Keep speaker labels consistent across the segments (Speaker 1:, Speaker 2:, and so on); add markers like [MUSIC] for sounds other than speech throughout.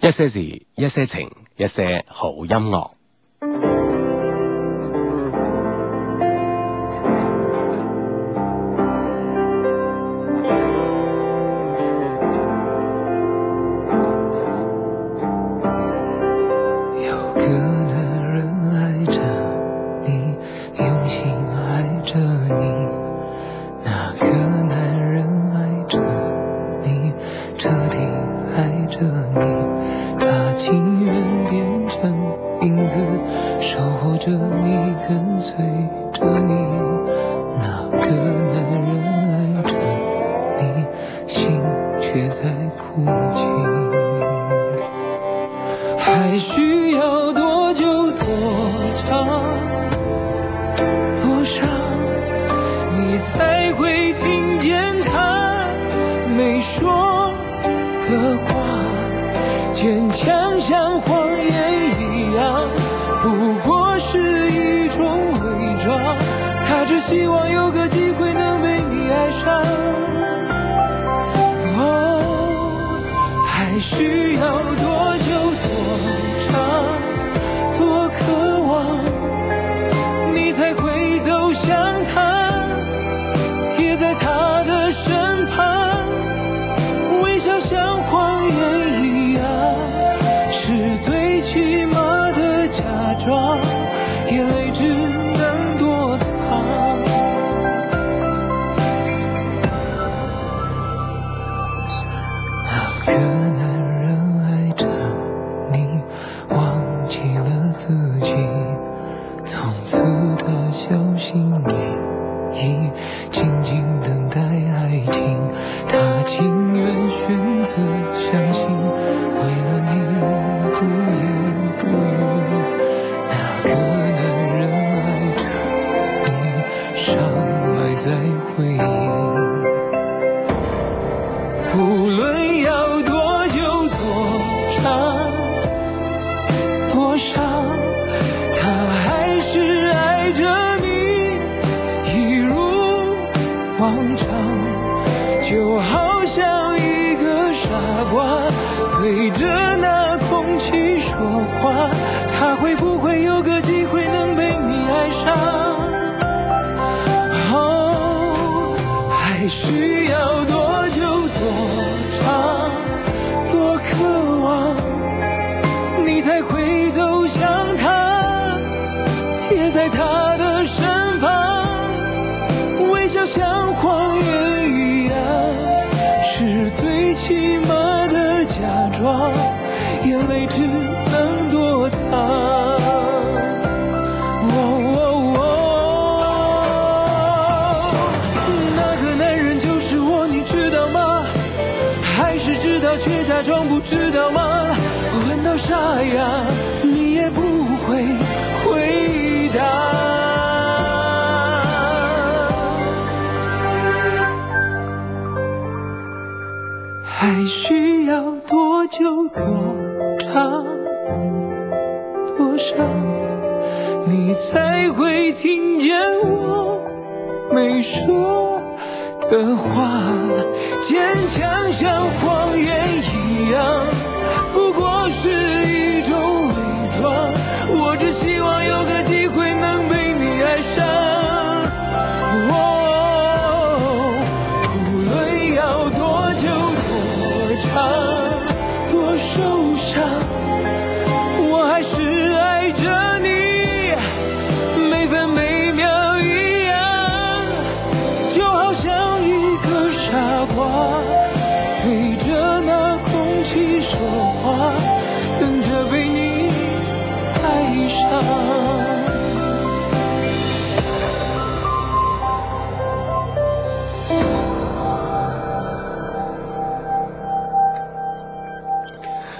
Speaker 1: 一些事，一些情，一些好音樂。
Speaker 2: 有个男人爱着你，用心爱着你。那个男人爱着你，彻底爱着你。他情愿变成影子，守护着你，跟随着你。那个男人爱着你，心却在哭泣。还需要多久多长多长，你才会听见他没说的话？坚强像谎言一样，啊不过是一种伪装。他只希望有个机会能被你爱上。哦，还需要多久多长，多渴望，你才会走向他，贴在他的身旁，微笑像谎言一样，啊是最起码的假装，眼泪只能躲藏。那个男人爱着你，忘记了自己，从此他小心翼翼，静静等待爱情。他情愿选择相信，为了你不言不语。那个男人爱着你，伤埋在回忆。无论要多久多长多伤，他还是爱着你，一如往常，就好像一个傻瓜对着那空气说话，他会不会有个机会能被你爱上？哦，还需要多久多长多渴望，你才会走向他，贴在他的身旁，微笑像谎言一样，是最起码的假装，眼泪只能躲藏。哦哦哦，那个男人就是我，你知道吗？还是知道却假装不知道吗？问到沙哑，你也不会回答。还需要多久多长多长？你才会听见我没说的话。坚强像谎言一样，不过是一种伪装。我只希望有个机会能被你爱上。哦，无论要多久、多长、多受伤。我还是爱着你，每分每秒一样，就好像一个傻瓜，对着那空气说话，等着被你爱上。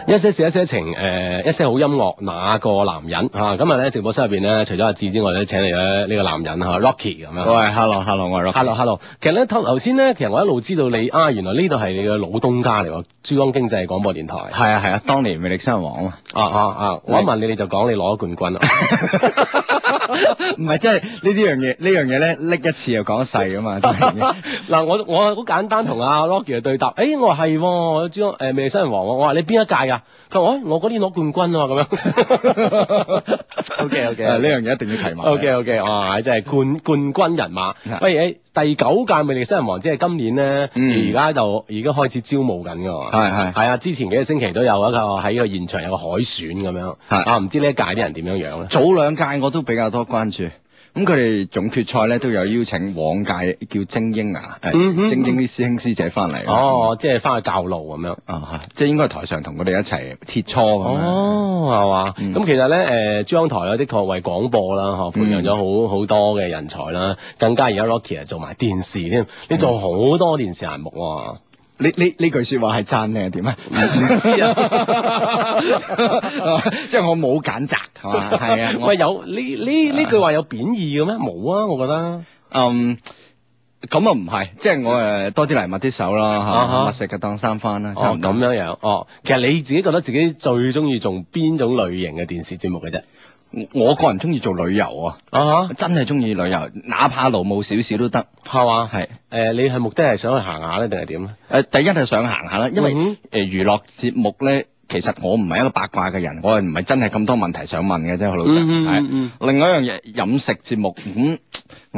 Speaker 1: 一些事，一些情，誒、呃一些好音樂，那個男人啊？今日咧直播室入邊咧，除咗阿志之外咧，請嚟咗呢個男人嚇、啊 Rocky 咁樣。
Speaker 3: 喂，hello，hello，我係 Rocky。
Speaker 1: hello hello，其實咧頭頭先咧，其實我一路知道你啊，原來呢度係你嘅老東家嚟喎，珠江經濟廣播電台。
Speaker 3: 係啊係啊，當年魅力新人王啊嘛， [LAUGHS]
Speaker 1: 啊啊啊！我一問你，你就講你攞咗冠軍啦。
Speaker 3: 唔係，即係呢啲樣嘢，呢樣嘢咧，拎一次又講細啊嘛，真係。
Speaker 1: [LAUGHS] 嗱，我我好簡單同阿 Rocky 去對答。誒、我話係喎，我知誒未新人王喎。我話你邊一屆㗎？佢話：哎我嗰年攞冠軍啊咁樣。O K [LAUGHS] O
Speaker 3: 啊誒呢樣嘢一定要提埋。
Speaker 1: O K O K，哇！真係冠冠軍人馬
Speaker 3: 係。
Speaker 1: 喂，誒第九屆魅力新人王，即係今年咧，
Speaker 3: 嗯
Speaker 1: 而家就已經開始招募緊㗎喎。
Speaker 3: 係係
Speaker 1: 係啊！之前幾個星期都有一個喺個現場有個海選咁樣。
Speaker 3: 係
Speaker 1: 啊，唔知呢一屆啲人點樣樣咧？
Speaker 3: 早兩屆我都比較多關注。咁佢哋總決賽咧都有邀請往屆叫精英啊，誒
Speaker 1: 嗯哼
Speaker 3: 精英啲師兄師姐翻嚟。
Speaker 1: 哦，即係翻去教路咁樣。
Speaker 3: 啊，即係應該係台上同佢哋一齊切磋咁樣。
Speaker 1: 哦，係
Speaker 3: 嗯
Speaker 1: 嘛？咁其實咧，誒珠江台咧，的確為廣播啦，嗬，培養咗好好多嘅人才啦，更加而家 Rocky 係做埋電視添，你做好多電視欄目喎。
Speaker 3: 呢呢呢句説話係讚定係點啊？唔知 [LAUGHS] 啊，即係我冇揀擇係嘛？係啊，我
Speaker 1: 喂，有呢呢呢句話有貶義嘅咩？冇啊，我覺得。
Speaker 3: 嗯咁啊唔係，即係我誒多啲嚟抹啲手啦
Speaker 1: 嗯啊
Speaker 3: 嚇，
Speaker 1: 哈
Speaker 3: 物食嘅當三番啦。差
Speaker 1: 哦
Speaker 3: 唔，多
Speaker 1: 咁樣樣。哦，其實你自己覺得自己最中意做邊種類型嘅電視節目嘅啫？
Speaker 3: 我我個人中意做旅遊啊，
Speaker 1: 啊
Speaker 3: 我，真係中意旅遊，哪怕勞務少少都得。
Speaker 1: 係嘛？
Speaker 3: 係
Speaker 1: 誒，你係目的係想去行下咧，定係點咧？
Speaker 3: 誒、第一係想行下啦，因為誒、呃
Speaker 1: 嗯
Speaker 3: 娛樂節目咧，其實我唔係一個八卦嘅人，我係唔係真係咁多問題想問嘅啫，老實
Speaker 1: 嗯嗯
Speaker 3: 係
Speaker 1: 嗯嗯
Speaker 3: 另外一樣嘢飲食節目，咁、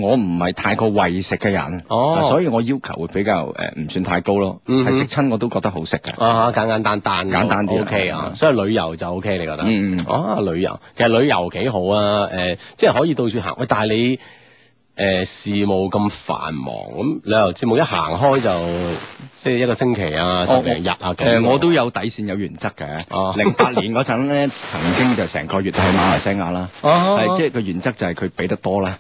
Speaker 3: 我唔係太過為食嘅人，
Speaker 1: 哦
Speaker 3: 啊所以我要求會比較誒唔、算太高咯，
Speaker 1: 嗯
Speaker 3: 係
Speaker 1: 哼
Speaker 3: 食親我都覺得好食嘅。
Speaker 1: 啊，簡簡單單
Speaker 3: 簡單啲啊
Speaker 1: O K 啊
Speaker 3: 嗯，
Speaker 1: 所以旅遊就 O K，你覺得？
Speaker 3: 嗯嗯
Speaker 1: 啊，旅遊其實旅遊幾好啊，誒、即係可以到處行。喂，但係你誒、事務咁繁忙，咁旅遊節目一行開就即係一個星期啊，十零日啊咁。
Speaker 3: 哦誒、我都有底線有原則
Speaker 1: 哦
Speaker 3: 嘅。零八、年嗰陣咧，曾經就成個月喺馬來西亞啦，係、
Speaker 1: 哦
Speaker 3: 即係個原則就係佢俾得多啦。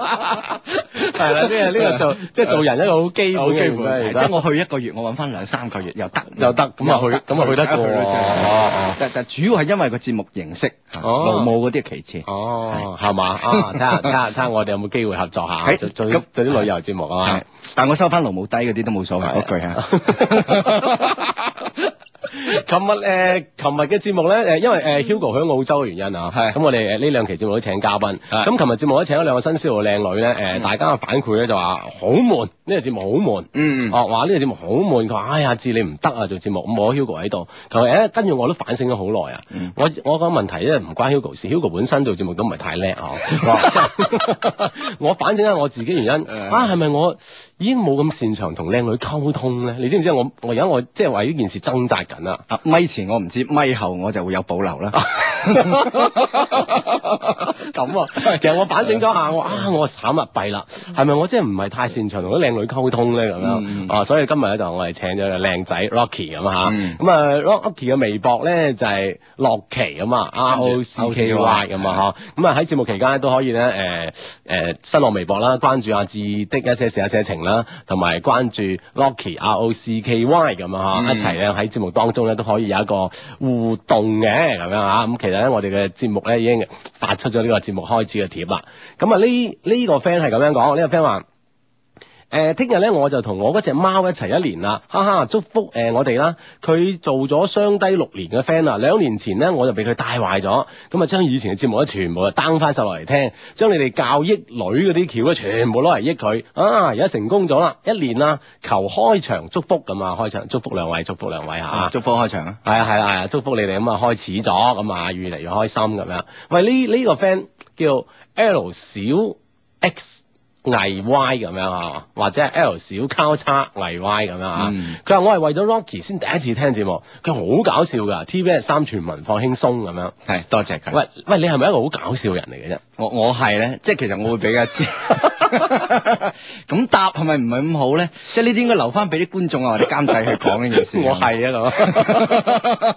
Speaker 1: 係啦，呢
Speaker 3: [LAUGHS]
Speaker 1: 個呢個做即係做人一個好基本嘅
Speaker 3: 有機
Speaker 1: 原則
Speaker 3: 會，
Speaker 1: 嚟
Speaker 3: 即
Speaker 1: 㗎
Speaker 3: 係我去一個月，我揾翻兩三個月又得，
Speaker 1: 又得咁啊去咁啊去得過
Speaker 3: 去真係
Speaker 1: 哦哦
Speaker 3: 但但主要係因為個節目形式，嚇
Speaker 1: 哦
Speaker 3: 勞務嗰啲係其次。
Speaker 1: 哦，係嘛啊？睇下睇下睇下，我哋有冇機會合作下，
Speaker 3: 係
Speaker 1: 做做
Speaker 3: 咁
Speaker 1: 做啲旅遊節目啊嘛
Speaker 3: 係。但我收翻勞務低嗰啲都冇所
Speaker 1: 哦
Speaker 3: 謂，嗰句啊嚇。
Speaker 1: [LAUGHS] 琴日誒，琴日嘅節目咧誒，因為誒 Hugo 喺澳洲嘅原因啊，
Speaker 3: 係
Speaker 1: 咁我哋誒呢兩期節目都請嘉賓，
Speaker 3: 係
Speaker 1: 咁琴日節目咧請咗兩個新鮮嘅靚女咧，誒大家嘅反饋咧就話好悶，呢個節目好悶。
Speaker 3: 嗯，
Speaker 1: 哦，話呢個節目好悶，佢話哎呀，志你唔得啊做節目，咁我 Hugo 喺度，佢話誒，呃跟住我都反省咗好耐啊
Speaker 3: 嗯，
Speaker 1: 我我個問題咧唔關 Hugo 事，Hugo 本身做節目都唔係太叻啊，我話 [LAUGHS] 我反省下我自己原因，
Speaker 3: 誒
Speaker 1: 啊係咪我已經冇咁擅長同靚女溝通咧？你知唔知我我而家我即係為呢件事掙扎緊啊？
Speaker 3: 啊，咪前我唔知，咪後我就會有保留啦。
Speaker 1: 哦 [LAUGHS] 咁啊，其實我反省咗下，我啊我慘啊弊啦，係咪我真係唔係太擅長同啲靚女溝通咧咁
Speaker 3: 嗯
Speaker 1: 樣啊？所以今日咧就我哋請咗個靚仔 Rocky 咁啊
Speaker 3: 嗯
Speaker 1: 咁啊 Rocky 嘅微博咧就係洛奇咁啊，R O C K Y 咁啊嚇，咁啊喺節目期間咧都可以咧誒誒新浪微博啦，關注阿志的一些事一些情啦，同埋關注 Rocky R O C K Y 咁啊嚇，
Speaker 3: 嗯
Speaker 1: 一齊咧喺節目當中咧都可以有一個互動嘅咁樣嚇。咁其實咧我哋嘅節目咧已經發出咗呢個節目開始嘅貼啦。咁啊呢呢個 friend 係咁樣講，呢、個 friend 話。誒，呃聽日咧我就同我嗰只貓一齊一年啦，哈哈！祝福誒、呃我哋啦，佢做咗雙低六年嘅 friend 啦，兩年前咧我就俾佢帶壞咗，咁啊將以前嘅節目咧全部啊 down 翻晒落嚟聽，將你哋教益女嗰啲橋咧全部攞嚟益佢，啊而家成功咗啦，一年啦，求開場祝福咁啊，開場祝福兩位，祝福兩位嚇。
Speaker 3: 啊，祝福開場啊！
Speaker 1: 係啊係啦係啊，祝福你哋咁啊開始咗，咁啊越嚟越開心咁樣。喂呢呢、個 friend 叫 L 小 X 危 Y 咁樣啊，或者係 L 小交叉危 Y 咁樣啊
Speaker 3: 嗯。
Speaker 1: 佢話、我係為咗 Rocky 先第一次聽節目，佢好搞笑㗎，TVS 三全民放輕鬆咁樣。
Speaker 3: 係，多謝佢。
Speaker 1: 喂喂，你係咪一個好搞笑嘅人嚟嘅啫？
Speaker 3: 我我係咧，即係其實我會比
Speaker 1: [LAUGHS]
Speaker 3: 較知。咁答係咪唔係咁好咧？即係呢啲應該留翻俾啲觀眾啊或者監製去講呢件事。
Speaker 1: [LAUGHS] 我係啊咁。
Speaker 3: [LAUGHS]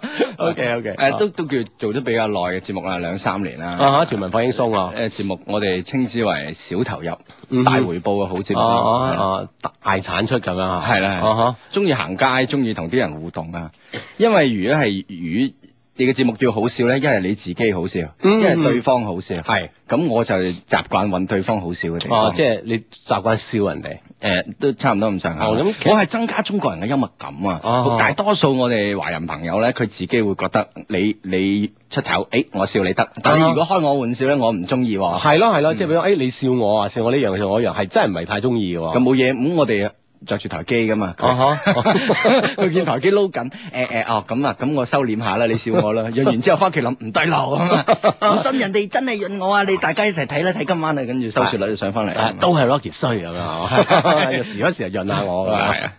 Speaker 1: OK OK，
Speaker 3: 誒都都叫做得比較耐嘅節目啦，兩三年啦。
Speaker 1: 啊哈全民放輕鬆
Speaker 3: [LAUGHS]
Speaker 1: 啊。
Speaker 3: 誒節目我哋稱之為小投入、
Speaker 1: 嗯哼
Speaker 3: 大回報嘅好節目。
Speaker 1: 哦
Speaker 3: 係
Speaker 1: 哦哦，大產出咁樣啊。
Speaker 3: 係啦，
Speaker 1: 啊哈。
Speaker 3: 中意行街，中意同啲人互動啊。因為如果係語，你嘅節目要好笑咧，一係你自己好笑，
Speaker 1: 嗯
Speaker 3: 一係對方好笑。
Speaker 1: 係
Speaker 3: 咁我就習慣揾對方好笑嘅地方。
Speaker 1: 哦，即係你習慣笑人哋。
Speaker 3: 誒、誒都差唔多咁上下。
Speaker 1: 哦咁其實
Speaker 3: 我係增加中國人嘅幽默感
Speaker 1: 哦
Speaker 3: 啊！大多數我哋華人朋友咧，佢自己會覺得你你出醜，誒我笑你得，但係如果開我玩笑咧，我唔中意喎。
Speaker 1: 哦係咯係咯，即係比如誒你笑我啊，笑我呢樣笑我嗰樣，係真係唔係太中意嘅喎。
Speaker 3: 咁冇嘢，咁我哋着住台機噶嘛。
Speaker 1: 啊哈
Speaker 3: 佢 [LAUGHS] 見台機撈緊，誒、誒、哦咁啊，咁我收斂下啦，你笑
Speaker 1: [LAUGHS]
Speaker 3: 我啦，潤完之後翻屋企諗唔對路咁啊，唔信人哋真係潤我啊，你大家一齊睇啦，睇今晚啊，跟住收視率就上翻嚟
Speaker 1: 啊
Speaker 3: 啦，
Speaker 1: 都係 Rocky 衰咁樣啊，有時有時又潤下我咁樣
Speaker 3: 係啊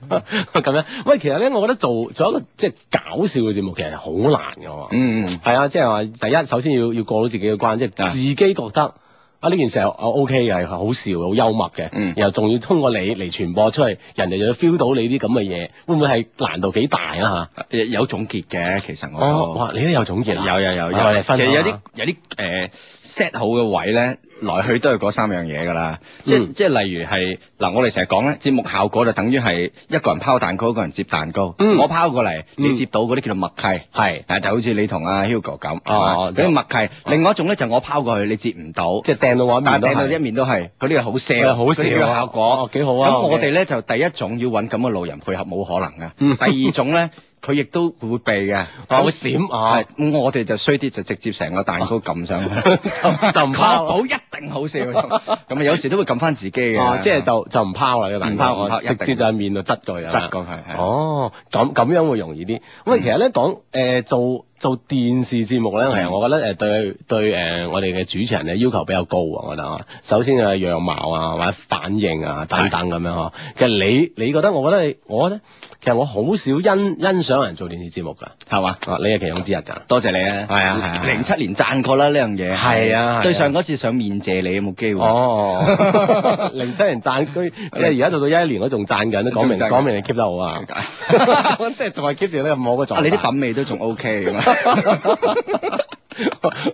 Speaker 1: 咁樣。喂，其實咧，我覺得做做一個即係搞笑嘅節目，其實係好難嘅喎。
Speaker 3: 嗯，
Speaker 1: 係啊，即係話第一，首先要要過到自己嘅關，即係
Speaker 3: 啊
Speaker 1: 自己覺得啊呢件事係 O K 嘅，係好笑嘅，好幽默嘅，
Speaker 3: 嗯
Speaker 1: 然後仲要通過你嚟傳播出去，人哋就要 feel 到你啲咁嘅嘢，會唔會係難度幾大啊
Speaker 3: 有有總結嘅，其實
Speaker 1: 嚇？
Speaker 3: 我都
Speaker 1: 哦，哇，你都有總結啊？
Speaker 3: 有有有有，
Speaker 1: 我哋分
Speaker 3: 其
Speaker 1: 享
Speaker 3: 實
Speaker 1: 下
Speaker 3: 有啲有啲誒 set 好嘅位咧，來去都係嗰三樣嘢㗎啦。即
Speaker 1: 嗯
Speaker 3: 即係例如係嗱，我哋成日講咧，節目效果就等於係一個人拋蛋糕，一個人接蛋糕。
Speaker 1: 嗯
Speaker 3: 我拋過嚟，
Speaker 1: 嗯
Speaker 3: 你接到嗰啲叫做默契。
Speaker 1: 係
Speaker 3: 啊，就好似你同阿 Hugo 咁，
Speaker 1: 哦
Speaker 3: 係嘛嗰啲默契。另外一種咧就我拋過去，你接唔到，
Speaker 1: 即係掟到我一面
Speaker 3: 但
Speaker 1: 都
Speaker 3: 係掟到一
Speaker 1: 係。
Speaker 3: 面都係，嗰啲係好
Speaker 1: 係
Speaker 3: sell，
Speaker 1: 好 sell
Speaker 3: 嗰啲叫效
Speaker 1: 哦
Speaker 3: 果，
Speaker 1: 幾好啊
Speaker 3: 咁我
Speaker 1: OK
Speaker 3: 哋咧就第一種要揾咁嘅路人配合冇可能
Speaker 1: 嗯
Speaker 3: 嘅，第二種咧佢亦都會避
Speaker 1: [LAUGHS]
Speaker 3: 嘅，
Speaker 1: 啊會閃啊
Speaker 3: 係咁我哋就衰啲就直接成個蛋糕撳上去，
Speaker 1: [LAUGHS] 就就唔
Speaker 3: 確
Speaker 1: 拋
Speaker 3: 保一定
Speaker 1: [LAUGHS]
Speaker 3: 好笑，咁啊有時都會撳翻自己
Speaker 1: 哦
Speaker 3: 嘅，，
Speaker 1: 即係就就唔拋啦，個蛋糕
Speaker 3: 唔拋唔拋
Speaker 1: 直接
Speaker 3: 一定
Speaker 1: 就喺面度執佢啊。
Speaker 3: 執過佢係
Speaker 1: 哦，咁咁樣會容易啲。喂，其實咧講誒做做電視節目咧，其實我覺得誒對對誒我哋嘅主持人咧要求比較高啊，我覺得啊。首先係樣貌啊，或者反應啊等等咁樣呵。其實你你覺得，我覺得你我咧，其實我好少欣欣賞人做電視節目㗎。
Speaker 3: 係嘛？
Speaker 1: 啊，你係其中之一㗎。
Speaker 3: 多謝你啊！
Speaker 1: 係啊係啊
Speaker 3: 零七年贊過啦呢樣嘢。
Speaker 1: 係啊係啊
Speaker 3: 對上嗰次上面謝你有冇機會？
Speaker 1: 哦， [LAUGHS] 零七年讚居，即係而家到到一一年，我仲讚緊，都講明
Speaker 3: 仲讚緊
Speaker 1: 講明你 keep 得好 [LAUGHS] 啊，即係仲係 keep 住呢個我嘅狀
Speaker 3: 啊
Speaker 1: 態。
Speaker 3: 你啲品味都仲
Speaker 1: [LAUGHS]
Speaker 3: OK 咁啊！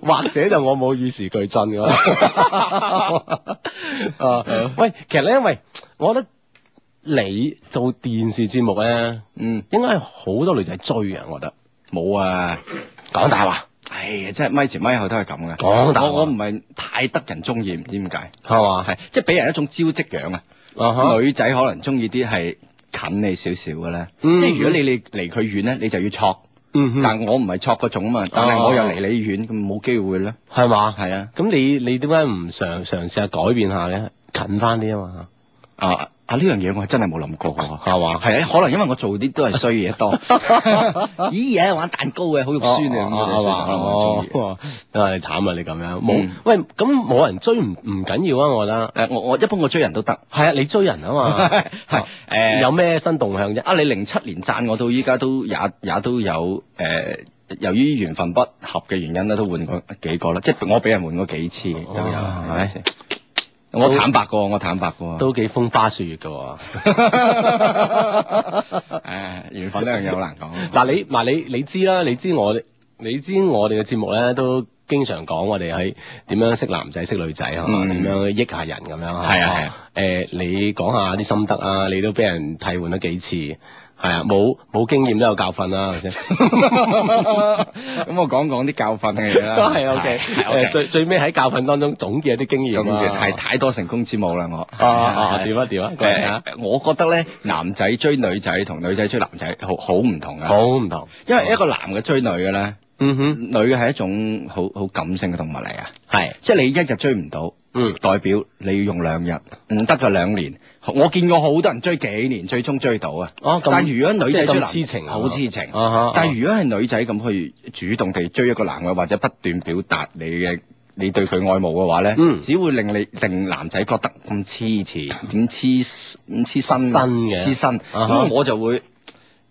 Speaker 1: 或者就我冇與時俱進 [LAUGHS] 㗎嘛。啊，喂，其實咧，因為我覺得你做電視節目咧，
Speaker 3: 嗯，
Speaker 1: 應該係好多女仔追啊，我覺得。
Speaker 3: 冇啊，
Speaker 1: 講大話
Speaker 3: 哎呀，真係咪前咪後都係咁嘅。
Speaker 1: 講大話
Speaker 3: 我我唔係太得人中意，唔知點解，
Speaker 1: 係嘛？
Speaker 3: 係即係俾人一種招積樣啊。
Speaker 1: 啊哈
Speaker 3: 女仔可能中意啲係近你少少嘅咧，
Speaker 1: 嗯
Speaker 3: 即係如果你你離佢遠咧，你就要戳。
Speaker 1: 嗯哼
Speaker 3: 但我唔係戳嗰種啊嘛，但係我又
Speaker 1: 哦
Speaker 3: 離你遠，咁冇機會啦。
Speaker 1: 係嘛？
Speaker 3: 係啊，
Speaker 1: 咁你你點解唔嘗嘗試下改變下咧？近翻啲啊嘛，
Speaker 3: 啊啊呢樣嘢我真係冇諗過喎。
Speaker 1: 係嘛？
Speaker 3: 係啊，可能因為我做啲都係衰
Speaker 1: [LAUGHS]
Speaker 3: 嘢多。咦，有玩蛋糕嘅好肉酸嘅咁
Speaker 1: 哦
Speaker 3: 我
Speaker 1: 哦哦
Speaker 3: 哋可能唔中意。
Speaker 1: 哦啊，你慘啊！你咁樣冇
Speaker 3: 嗯
Speaker 1: 喂，咁冇人追唔唔緊要啊！我覺得
Speaker 3: 誒，我我一般我追人
Speaker 1: [LAUGHS]
Speaker 3: 都得。
Speaker 1: 係啊，你追人啊 [LAUGHS] 嘛，
Speaker 3: 係誒，
Speaker 1: 有咩新動向啫？
Speaker 3: 啊，你零七年贊我到依家都也也都有誒，由於緣分不合嘅原因咧，都換過幾個啦，即係我俾人換過幾
Speaker 1: 哦
Speaker 3: 次都有，
Speaker 1: 哇
Speaker 3: 係咪先？我坦白過，我坦白過。
Speaker 1: 都幾風花雪月㗎喎。
Speaker 3: 誒，緣分呢樣嘢好難講。 [LAUGHS]
Speaker 1: 嗱你嗱你你知啦，你知我哋你知我哋嘅節目咧都。經常講我哋喺點樣識男仔識女仔係嘛？
Speaker 3: 嗯
Speaker 1: 點樣益下人咁樣嚇
Speaker 3: 係啊係啊
Speaker 1: 誒，你講下啲心得啊！你都俾人替換咗幾次，係啊，冇冇經驗都有教訓啦，係咪先？
Speaker 3: 咁我講講啲教訓嘅嘢啦。
Speaker 1: 都係 OK，
Speaker 3: 係
Speaker 1: 誒最最尾喺教訓當中總結一啲經驗
Speaker 3: 總
Speaker 1: 啦，
Speaker 3: 結係太多成功之母啦，我。
Speaker 1: 啊啊點啊點啊，過嚟睇下
Speaker 3: 誒，我覺得咧，男仔追女仔同女仔追男仔好好唔同啊。
Speaker 1: 好唔同，
Speaker 3: 因為一個男嘅追女嘅咧，
Speaker 1: 嗯哼，
Speaker 3: 女嘅係一種好好感性嘅動物嚟啊，
Speaker 1: 係，
Speaker 3: 即係你一日追唔到，
Speaker 1: 嗯
Speaker 3: 代表你要用兩日，唔得就兩年。我見過好多人追幾年，最終追到啊。
Speaker 1: 哦咁
Speaker 3: 但如果女仔
Speaker 1: 即係咁
Speaker 3: 追男
Speaker 1: 痴情啊
Speaker 3: 好痴情。
Speaker 1: 啊哈
Speaker 3: 但係如果係女仔咁去主動地追一個男嘅，或者不斷表達你嘅你對佢愛慕嘅話咧，
Speaker 1: 嗯
Speaker 3: 只會令你令男仔覺得咁黐纏，點黐咁黐身
Speaker 1: 身嘅
Speaker 3: 黐身。
Speaker 1: 啊哈
Speaker 3: 咁我就會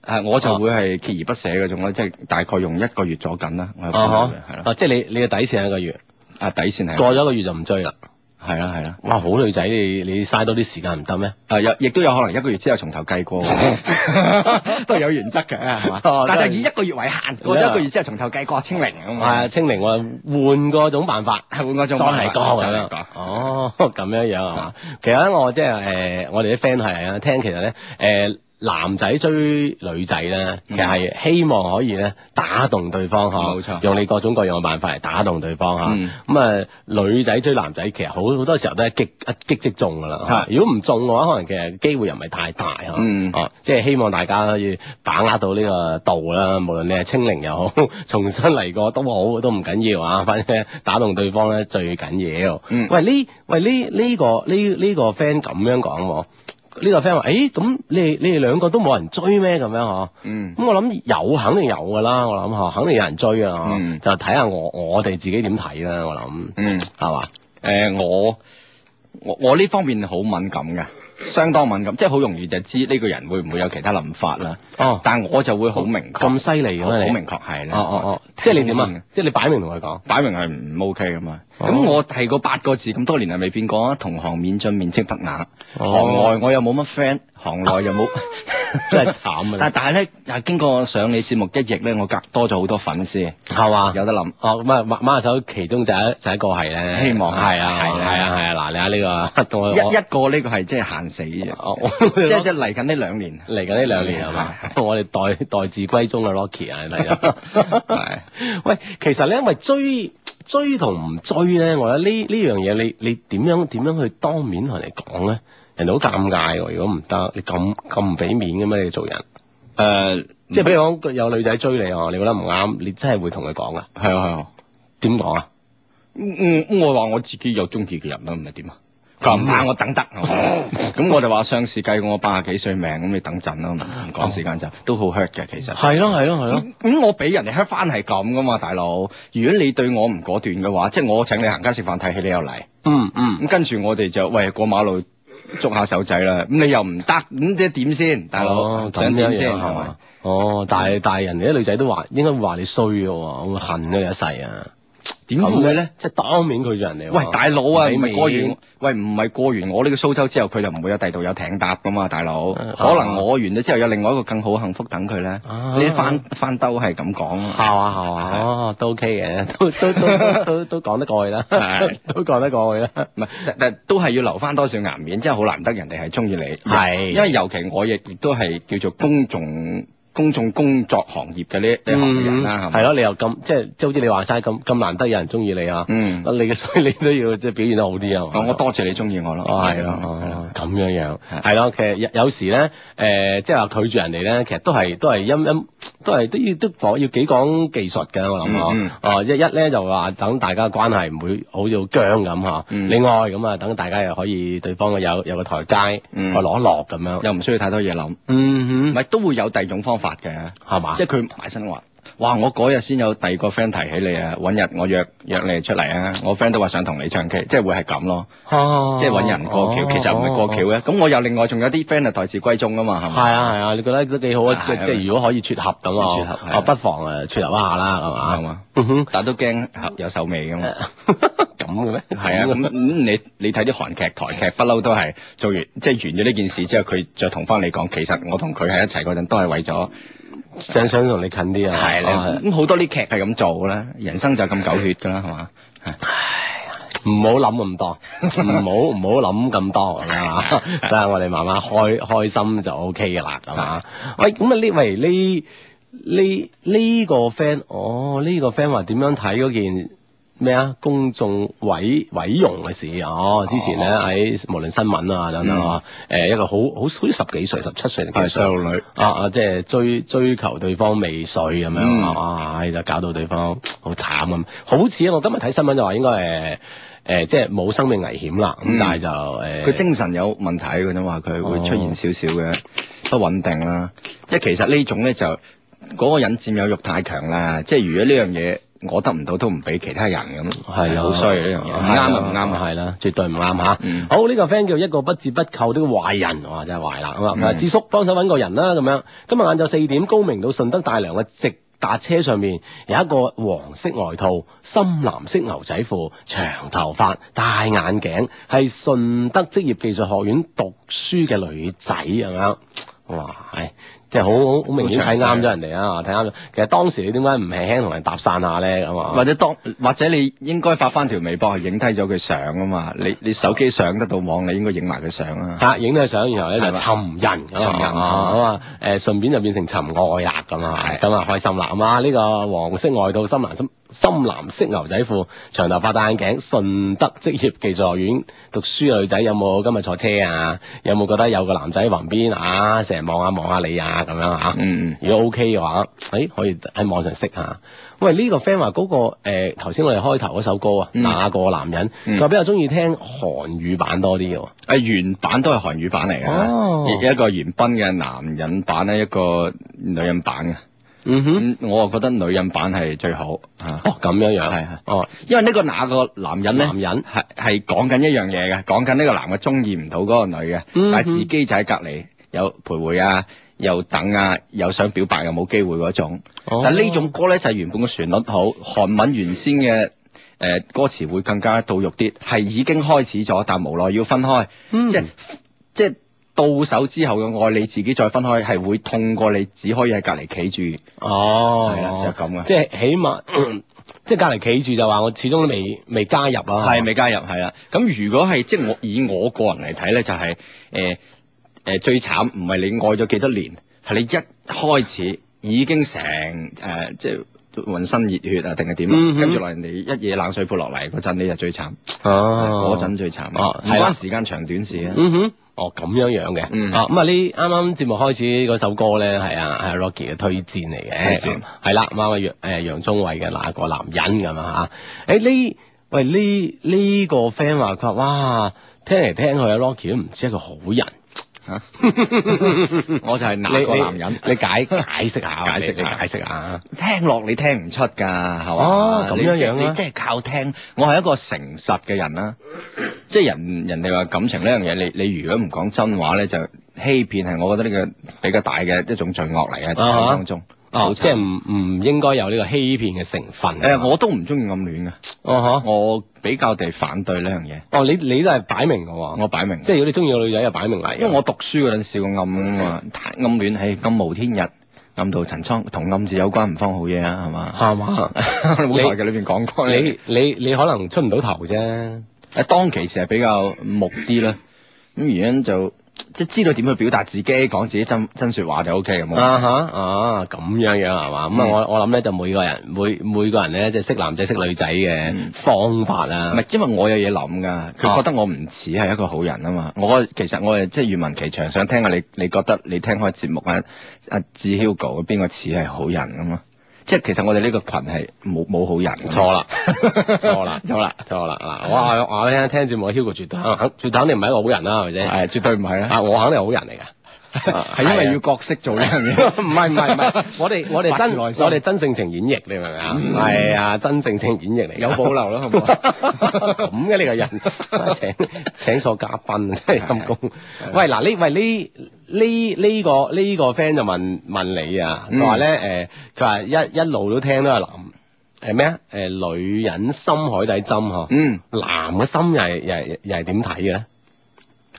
Speaker 3: 係我就會係鍥而不捨嗰種啦，即係大概用一個月左緊啦。我有
Speaker 1: 啊哈
Speaker 3: 係啦，
Speaker 1: 啊即係你你嘅底線係一個月，
Speaker 3: 啊底線係
Speaker 1: 過咗一個月就唔追啦，
Speaker 3: 係啦係啦。
Speaker 1: 哇好女仔你你嘥多啲時間唔得咩？
Speaker 3: 啊，有亦都有可能一個月之後從頭計
Speaker 1: [LAUGHS]
Speaker 3: 過， [LAUGHS] 都係有原則嘅，係嘛
Speaker 1: 哦？
Speaker 3: 但
Speaker 1: 真係
Speaker 3: 係以一個月為限，過咗一個月之後從頭計過清零咁
Speaker 1: 係啊，
Speaker 3: 嘛，
Speaker 1: 清零我換過種辦法。
Speaker 3: 係換嗰
Speaker 1: 再
Speaker 3: 種方法
Speaker 1: 嚟講
Speaker 3: 再
Speaker 1: 咁
Speaker 3: 嚟
Speaker 1: 樣 [LAUGHS]
Speaker 3: 過，啊
Speaker 1: 呃啊哦，咁樣樣係嘛？其實咧，我即係誒，我哋啲 friend 係啊，聽其實咧誒、男仔追女仔咧，其實係希望可以咧打動對方嗬，
Speaker 3: 嗯冇錯
Speaker 1: 用你各種各樣嘅辦法嚟打動對方
Speaker 3: 嗯
Speaker 1: 吓。咁啊、女仔追男仔其實好好多時候都係擊一擊即中噶啦。嚇
Speaker 3: 係
Speaker 1: 如果唔中嘅話，可能其實機會又唔係太大嚇。
Speaker 3: 嗯
Speaker 1: 啊，即係希望大家可以把握到呢個度啦。無論你係清零又好， [LAUGHS] 重新嚟過都好，都唔緊要啊。反正打動對方咧最緊要。
Speaker 3: 嗯
Speaker 1: 喂呢喂呢呢、個呢呢、個 friend 咁樣講喎。呢個 friend 話：，誒咁你哋你哋兩個都冇人追咩咁樣嗬？
Speaker 3: 嗯
Speaker 1: 咁我諗有肯定有㗎啦，我諗嗬，肯定有人追啊，嗬
Speaker 3: 嗯
Speaker 1: 就睇下我我哋自己點睇啦，我諗
Speaker 3: 嗯，
Speaker 1: 係嘛？
Speaker 3: 誒我我我呢方面好敏感㗎，相當敏感，即係好容易就知呢個人會唔會有其他諗法啦。
Speaker 1: 哦，
Speaker 3: 嗯但我就會好明確，
Speaker 1: 咁犀利嘅
Speaker 3: 好
Speaker 1: 咩你？
Speaker 3: 明確係
Speaker 1: 哦
Speaker 3: 啦。
Speaker 1: 哦哦，即係你點
Speaker 3: 聽
Speaker 1: 啊
Speaker 3: 嘅？
Speaker 1: 即係你擺明同佢講，
Speaker 3: 擺明係唔 OK 噶嘛。咁、
Speaker 1: 哦
Speaker 3: 我係個八個字咁多年係未變過啊，同行免進面斥不雅，
Speaker 1: 哦
Speaker 3: 行外我又冇乜 friend，行內 [LAUGHS] 又冇。
Speaker 1: 真係慘啊
Speaker 3: 但！但係咧，啊經過上你節目一役咧，我隔多咗好多粉絲，
Speaker 1: 你係嘛？
Speaker 3: 有得諗。
Speaker 1: 哦，咁啊，馬馬下手其中就一就一個係咧，
Speaker 3: 希望
Speaker 1: 係啊，係啊，
Speaker 3: 係啊
Speaker 1: 係啊，係啊，嗱，你睇呢個 [LAUGHS] 我
Speaker 3: 一
Speaker 1: 我
Speaker 3: 一個呢個係即哦 [LAUGHS] 係限死嘅，
Speaker 1: 哦我
Speaker 3: 即係即係嚟緊呢兩年。
Speaker 1: 嚟緊呢兩年係啊嘛？ [LAUGHS] 我哋代代字歸宗嘅 Rocky 啊， [LAUGHS] 嚟啦！喂，其實咧，因為追追同唔追咧，我覺得呢呢樣嘢，你你點樣點樣去當面同人哋講咧？人哋好尷尬喎！如果唔得，你咁咁唔俾面嘅咩？你做人，
Speaker 3: 誒，
Speaker 1: 即係比如講有女仔追你哦，你覺得唔啱，你真係會同佢講噶？
Speaker 3: 係啊係啊。
Speaker 1: 點講啊？
Speaker 3: 嗯，嗯我話我自己有中意嘅人啦，唔係點啊？啊佢話唔怕我等得，咁我就話上次計過我八十幾歲命，咁啊你等陣啦，唔講時間就都好 hurt 嘅其實。
Speaker 1: 係咯係咯係咯，
Speaker 3: 咁咁我俾人哋 hurt 翻係咁噶嘛，大佬。如果你對我唔果斷嘅話，即係我請你行街食飯睇戲，你又嚟，
Speaker 1: 嗯嗯，
Speaker 3: 咁跟住我哋就喂過馬路捉下手仔啦。咁你又唔得，咁即係點先，大佬？
Speaker 1: 哦咁
Speaker 3: 想
Speaker 1: 樣
Speaker 3: 點
Speaker 1: 樣
Speaker 3: 先
Speaker 1: 係
Speaker 3: 係咪
Speaker 1: 嘛？？哦，但係但係人哋啲女仔都話應該會話你衰嘅喎，會恨咗你一世啊！
Speaker 3: 點會咧？？
Speaker 1: 即係當面拒絕人哋喎。
Speaker 3: 喂，大佬啊，
Speaker 1: 俾
Speaker 3: 唔係過
Speaker 1: 面
Speaker 3: 完，喂唔係過完我呢個蘇州之後，佢就唔會有第度有艇搭噶嘛，大佬。
Speaker 1: 嗯
Speaker 3: 可能我完咗之後，有另外一個更好幸福等佢咧。
Speaker 1: 啊
Speaker 3: 呢啲翻翻兜係咁講啊。
Speaker 1: 係嘛係嘛，哦都 OK 嘅， [LAUGHS] 都都都
Speaker 3: [LAUGHS]
Speaker 1: 都都講得過去啦，
Speaker 3: 係
Speaker 1: [LAUGHS] 都講得過去啦。
Speaker 3: 唔係，但但都係要留翻多少顏面，真係好難得人哋係中意你。
Speaker 1: 係
Speaker 3: 因為尤其我亦亦都係叫做公眾公眾工作行業嘅呢呢行
Speaker 1: 嗯
Speaker 3: 嘅人啦，係咪？
Speaker 1: 係咯，你又咁即係即係好似你話齋咁咁難得有人中意你啊，
Speaker 3: 嗯
Speaker 1: 你嘅所以你都要即係表現得好啲啊嘛。
Speaker 3: 哦我多謝你中意我咯。啊
Speaker 1: 哦，係咯，
Speaker 3: 係
Speaker 1: 哦
Speaker 3: 咯，
Speaker 1: 咁樣樣，
Speaker 3: 係
Speaker 1: 係咯，其實有有時咧，誒、即係話拒絕人哋咧，其實都係都係因因都係都要都講要幾講技術嘅，我諗嗬，
Speaker 3: 嗯
Speaker 1: 哦，一一咧就話等大家關係唔會好似好僵咁嗬，
Speaker 3: 嗯
Speaker 1: 另外咁啊，等大家又可以對方有有個台階，
Speaker 3: 嗯
Speaker 1: 我攞一落咁樣，
Speaker 3: 又唔需要太多嘢諗，唔
Speaker 1: 嗯啊哼，
Speaker 3: 係都會有第二種方法嘅。
Speaker 1: 係嘛
Speaker 3: 即，係佢埋身話：，哇！我嗰日先有第二個 friend 提起你啊，揾日我約約你哋出嚟啊，我 friend 都話想同你唱 K，即係會係咁咯，即
Speaker 1: 即
Speaker 3: 係揾人
Speaker 1: 哦
Speaker 3: 過橋，其實唔係過橋嘅。咁我有另外仲有啲 friend 啊係待字歸宗噶嘛，
Speaker 1: 係
Speaker 3: 係咪？
Speaker 1: 啊係啊，你覺得都幾好啊！即
Speaker 3: 係啊
Speaker 1: 即係如果可以撮合咁
Speaker 3: 撮
Speaker 1: 啊
Speaker 3: 合，係啊
Speaker 1: 啊不妨誒撮合一下啦，係嘛？
Speaker 3: 係嘛
Speaker 1: 嗯哼，
Speaker 3: 但都驚有手尾噶嘛。
Speaker 1: [LAUGHS] 咁嘅咩？
Speaker 3: 係啊，咁咁你你睇啲韓劇、台劇，不嬲都係做完，即係完咗呢件事之後，佢再同翻你講，其實我同佢喺一齊嗰陣都係為咗
Speaker 1: 想想同你近啲啊，
Speaker 3: 係啦。咁好多啲劇係咁做啦，人生就咁狗血㗎啦，係嘛？
Speaker 1: 唔好諗咁多，唔好唔好諗咁多咁啊！所以我哋慢慢開開心就 O K 噶啦，咁啊！喂，咁啊呢喂呢呢呢個 friend，哦呢、個 friend 話點樣睇嗰件咩啊公眾毀毀容嘅事哦，之前咧
Speaker 3: 哦嗯
Speaker 1: 喺、無論新聞啊等等啊，誒、一個好好好似十幾歲、十七歲定幾歲
Speaker 3: 女。
Speaker 1: 啊啊！即係追追求對方未遂咁樣、
Speaker 3: 嗯
Speaker 1: 啊，唉就搞到對方好慘咁。好似我今日睇新聞就話應該誒誒、呃即係冇生命危險啦，咁、
Speaker 3: 嗯
Speaker 1: 但係就誒、呃
Speaker 3: 佢精神有問題嘅啫嘛，佢會出現少少嘅不穩定啦。即係其實呢種咧就嗰個人佔有欲太強啦。即係如果呢樣嘢我得唔到都唔俾其他人咁，
Speaker 1: 係啊
Speaker 3: 好衰嘅呢樣嘢，唔
Speaker 1: 係
Speaker 3: 啱啊唔啱啊。
Speaker 1: 係啦，絕對唔啱嚇。
Speaker 3: 嗯
Speaker 1: 好呢個 friend 叫一個不折不扣的壞人，哇真係壞啦咁啊！佢話
Speaker 3: 嗯
Speaker 1: 智叔幫手揾個人啦咁樣。今日晏晝四點，高明到順德大良嘅直達車上面有一個黃色外套、深藍色牛仔褲、長頭髮、戴眼鏡，係順德職業技術學院讀書嘅女仔咁樣。哇！唉即係好好好明顯睇啱
Speaker 3: 好詳細
Speaker 1: 咗人哋啊，睇啱咗。其實當時你點解唔輕輕同人搭訕下咧咁啊？
Speaker 3: 或者當或者你應該發翻條微博係影低咗佢相啊嘛，你你手機上得到網，你應該影埋佢相啊。
Speaker 1: 嚇影咗相，然後咧
Speaker 3: 係
Speaker 1: 就
Speaker 3: 嘛
Speaker 1: 尋人咁
Speaker 3: 尋人
Speaker 1: 啊，咁啊誒順便就變成尋愛啦咁啊，
Speaker 3: 係
Speaker 1: 咁啊開心啦咁啊呢個黃色外套、深藍深深藍色牛仔褲、長頭髮、戴眼鏡，順德職業技術學院讀書嘅女仔有冇今日坐車啊？有冇覺得有個男仔喺旁邊啊，成日望下望下你啊咁樣啊？
Speaker 3: 嗯，
Speaker 1: 如果 OK 嘅話，誒可以喺網上識下。喂，呢、個 friend 話嗰個誒頭先我哋開頭嗰首歌啊，
Speaker 3: 嗯
Speaker 1: 那個男人，
Speaker 3: 嗯
Speaker 1: 佢話比較中意聽韓語版多啲嘅喎。
Speaker 3: 誒啊原版都係韓語版嚟
Speaker 1: 哦
Speaker 3: 嘅，一個袁彬嘅男人版咧，一個女人版嘅。
Speaker 1: 嗯哼。
Speaker 3: 咁我啊覺得女人版係最好啊，
Speaker 1: 哦，咁樣樣，
Speaker 3: 係係
Speaker 1: 哦，
Speaker 3: 因為呢個那個男人咧，
Speaker 1: 男人
Speaker 3: 係係講緊一樣嘢嘅，講緊呢個男嘅中意唔到嗰個女嘅，
Speaker 1: 嗯哼
Speaker 3: 但係自己就喺隔離有徘徊啊，又等啊，又想表白又冇機會嗰種。
Speaker 1: 哦
Speaker 3: 但係呢種歌咧就係、原本嘅旋律好，韓文原先嘅誒、呃歌詞會更加到肉啲，係已經開始咗，但無奈要分開，
Speaker 1: 嗯
Speaker 3: 即係即係到手之後嘅愛你自己再分開係會痛過你只可以喺隔離企住。
Speaker 1: 哦，
Speaker 3: 係啦就係咁啊
Speaker 1: 即係起
Speaker 3: [COUGHS]
Speaker 1: 碼，即係隔離企住就話我始終都未未加入啊，
Speaker 3: 係未加入係啦。咁如果係即係我以我個人嚟睇咧，就係誒誒最慘唔係你愛咗幾多年，係你一開始已經成誒、呃即係渾身熱血啊，定係點啊？
Speaker 1: 嗯哼
Speaker 3: 跟住落嚟你一夜冷水潑落嚟嗰陣，你就最慘。
Speaker 1: 哦
Speaker 3: 嗰陣、最慘，
Speaker 1: 哦
Speaker 3: 唔
Speaker 1: 係啦
Speaker 3: 關時間長短事啊。
Speaker 1: 嗯哼。哦，咁樣樣嘅，
Speaker 3: 嗯
Speaker 1: 啊咁啊呢啱啱節目開始嗰首歌咧，係啊係 Rocky 嘅推薦嚟嘅，
Speaker 3: 推薦
Speaker 1: 係啦，啱啱啊楊誒楊宗緯嘅那個男人咁啊嚇，誒呢喂呢呢個 friend 話佢話哇聽嚟聽去啊 Rocky 都唔似一個好人，
Speaker 3: [LAUGHS] 我就係那
Speaker 1: 你
Speaker 3: 個
Speaker 1: 你
Speaker 3: 男人。
Speaker 1: 你解解釋下，
Speaker 3: [LAUGHS]
Speaker 1: 啊
Speaker 3: 解釋
Speaker 1: 你
Speaker 3: 下
Speaker 1: 解釋下，
Speaker 3: 聽落你聽唔出㗎，係嘛？
Speaker 1: 哦咁樣樣啊
Speaker 3: 你即你即係靠聽。我係一個誠實嘅人啦，即係人人哋話感情呢樣嘢，你你如果唔講真話咧，就欺騙係我覺得呢個比較大嘅一種罪惡嚟嘅，
Speaker 1: 啊哈
Speaker 3: 當中。
Speaker 1: 哦，即係
Speaker 3: 誒、
Speaker 1: 唔唔應該有呢個欺騙嘅成分。啊
Speaker 3: 我都唔中意暗戀嘅，
Speaker 1: 哦
Speaker 3: 我比較地反對呢樣嘢，
Speaker 1: 呵，哦你你都係擺明嘅喎，
Speaker 3: 我擺明。
Speaker 1: 即係如果你中意個女仔就擺明嚟嘅。
Speaker 3: 因為我讀書嗰陣試過暗啊嘛，太暗戀係暗無天日，暗度陳倉，同暗字有關唔方好嘢啊，係嘛？
Speaker 1: 係嘛，
Speaker 3: [LAUGHS] 舞台嘅裏邊講過
Speaker 1: 你你你可能出唔到頭啫。
Speaker 3: 誒當其時係比較木啲啦，咁原因就即係知道點去表達自己，講自己真真説話就 O K 咁啊。
Speaker 1: 啊哈啊咁樣樣係嘛？咁啊
Speaker 3: 嗯
Speaker 1: 我我諗咧就每個人每每個人咧即係識男仔識女仔嘅
Speaker 3: 嗯
Speaker 1: 方法
Speaker 3: 唔
Speaker 1: 啊。
Speaker 3: 係，因為我有嘢諗㗎，佢覺得我唔似係一個好人啊嘛。我其實我係即係願聞其詳，想聽下你你覺得你聽開節目啊阿志 Hugo 邊個似係好人咁啊？即係其實我哋呢個群係冇冇好人啊㗎嘛。 [LAUGHS]
Speaker 1: 錯啦，錯啦，錯啦，錯
Speaker 3: 嗯
Speaker 1: 啦！嗱，我話我話你聽聽節目，Hugo 絕對肯絕對肯定唔係一個好人啦，係咪先？
Speaker 3: 係絕對哎唔係啦，
Speaker 1: 啊，我肯定係好人嚟㗎。啊
Speaker 3: [LAUGHS] 係因為要角色做呢 [LAUGHS]
Speaker 1: [LAUGHS]
Speaker 3: 樣嘢。
Speaker 1: 唔係唔係唔係，我哋我哋
Speaker 3: 發
Speaker 1: 真
Speaker 3: 自
Speaker 1: 我
Speaker 3: 內心嗯
Speaker 1: 哋真性情演繹，你明唔明啊？係啊，真性情演繹嚟㗎，
Speaker 3: 有保留啦，好唔好？
Speaker 1: [LAUGHS] 咁嘅你個人，
Speaker 3: [LAUGHS]
Speaker 1: 請請錯嘉賓真係陰公。喂嗱，呢喂呢呢呢個呢個 friend 就問問你啊，
Speaker 3: 嗯
Speaker 1: 佢話咧誒，佢話一一路都聽都係男誒咩啊誒女人心海底針嗬，
Speaker 3: 嗯。
Speaker 1: 男嘅心又係又係又係點睇嘅咧？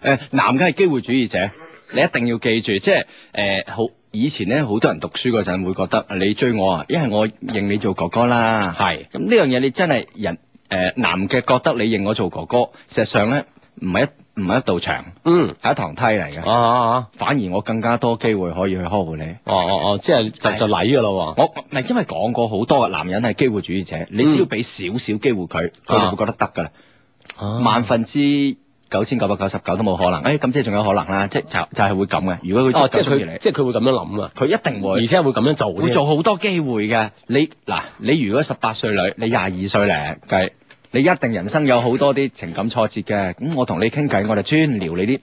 Speaker 3: 誒、男嘅係機會主義者，你一定要記住，即係誒、好以前咧，好多人讀書嗰陣會覺得你追我啊，因為我認你做哥哥啦。
Speaker 1: 係
Speaker 3: 咁呢樣嘢你真係人誒、男嘅覺得你認我做哥哥，事實上咧唔係一唔係一道牆，
Speaker 1: 嗯，
Speaker 3: 係一堂梯嚟嘅。
Speaker 1: 哦哦
Speaker 3: 反而我更加多機會可以去呵護你。
Speaker 1: 哦哦哦，即係就就禮㗎咯喎。
Speaker 3: 我唔係因為講過好多嘅啊男人係機會主義者，你只要俾少少機會佢，佢就會覺得得㗎啦。萬分之九千九百九十九都冇可能。誒、咁即係仲有可能啦，即係就就係會咁嘅。如果佢
Speaker 1: 哦，
Speaker 3: 即
Speaker 1: 即
Speaker 3: 係
Speaker 1: 係
Speaker 3: 中意你，
Speaker 1: 佢即係佢會咁樣諗啊，
Speaker 3: 佢一定
Speaker 1: 而
Speaker 3: 會
Speaker 1: 且會咁樣做添，
Speaker 3: 會做好多機會嘅。你嗱，你如果十八歲女，你廿二歲咧計，你一定人生有好多啲情感挫折嘅。咁我同你傾偈，我就專聊你啲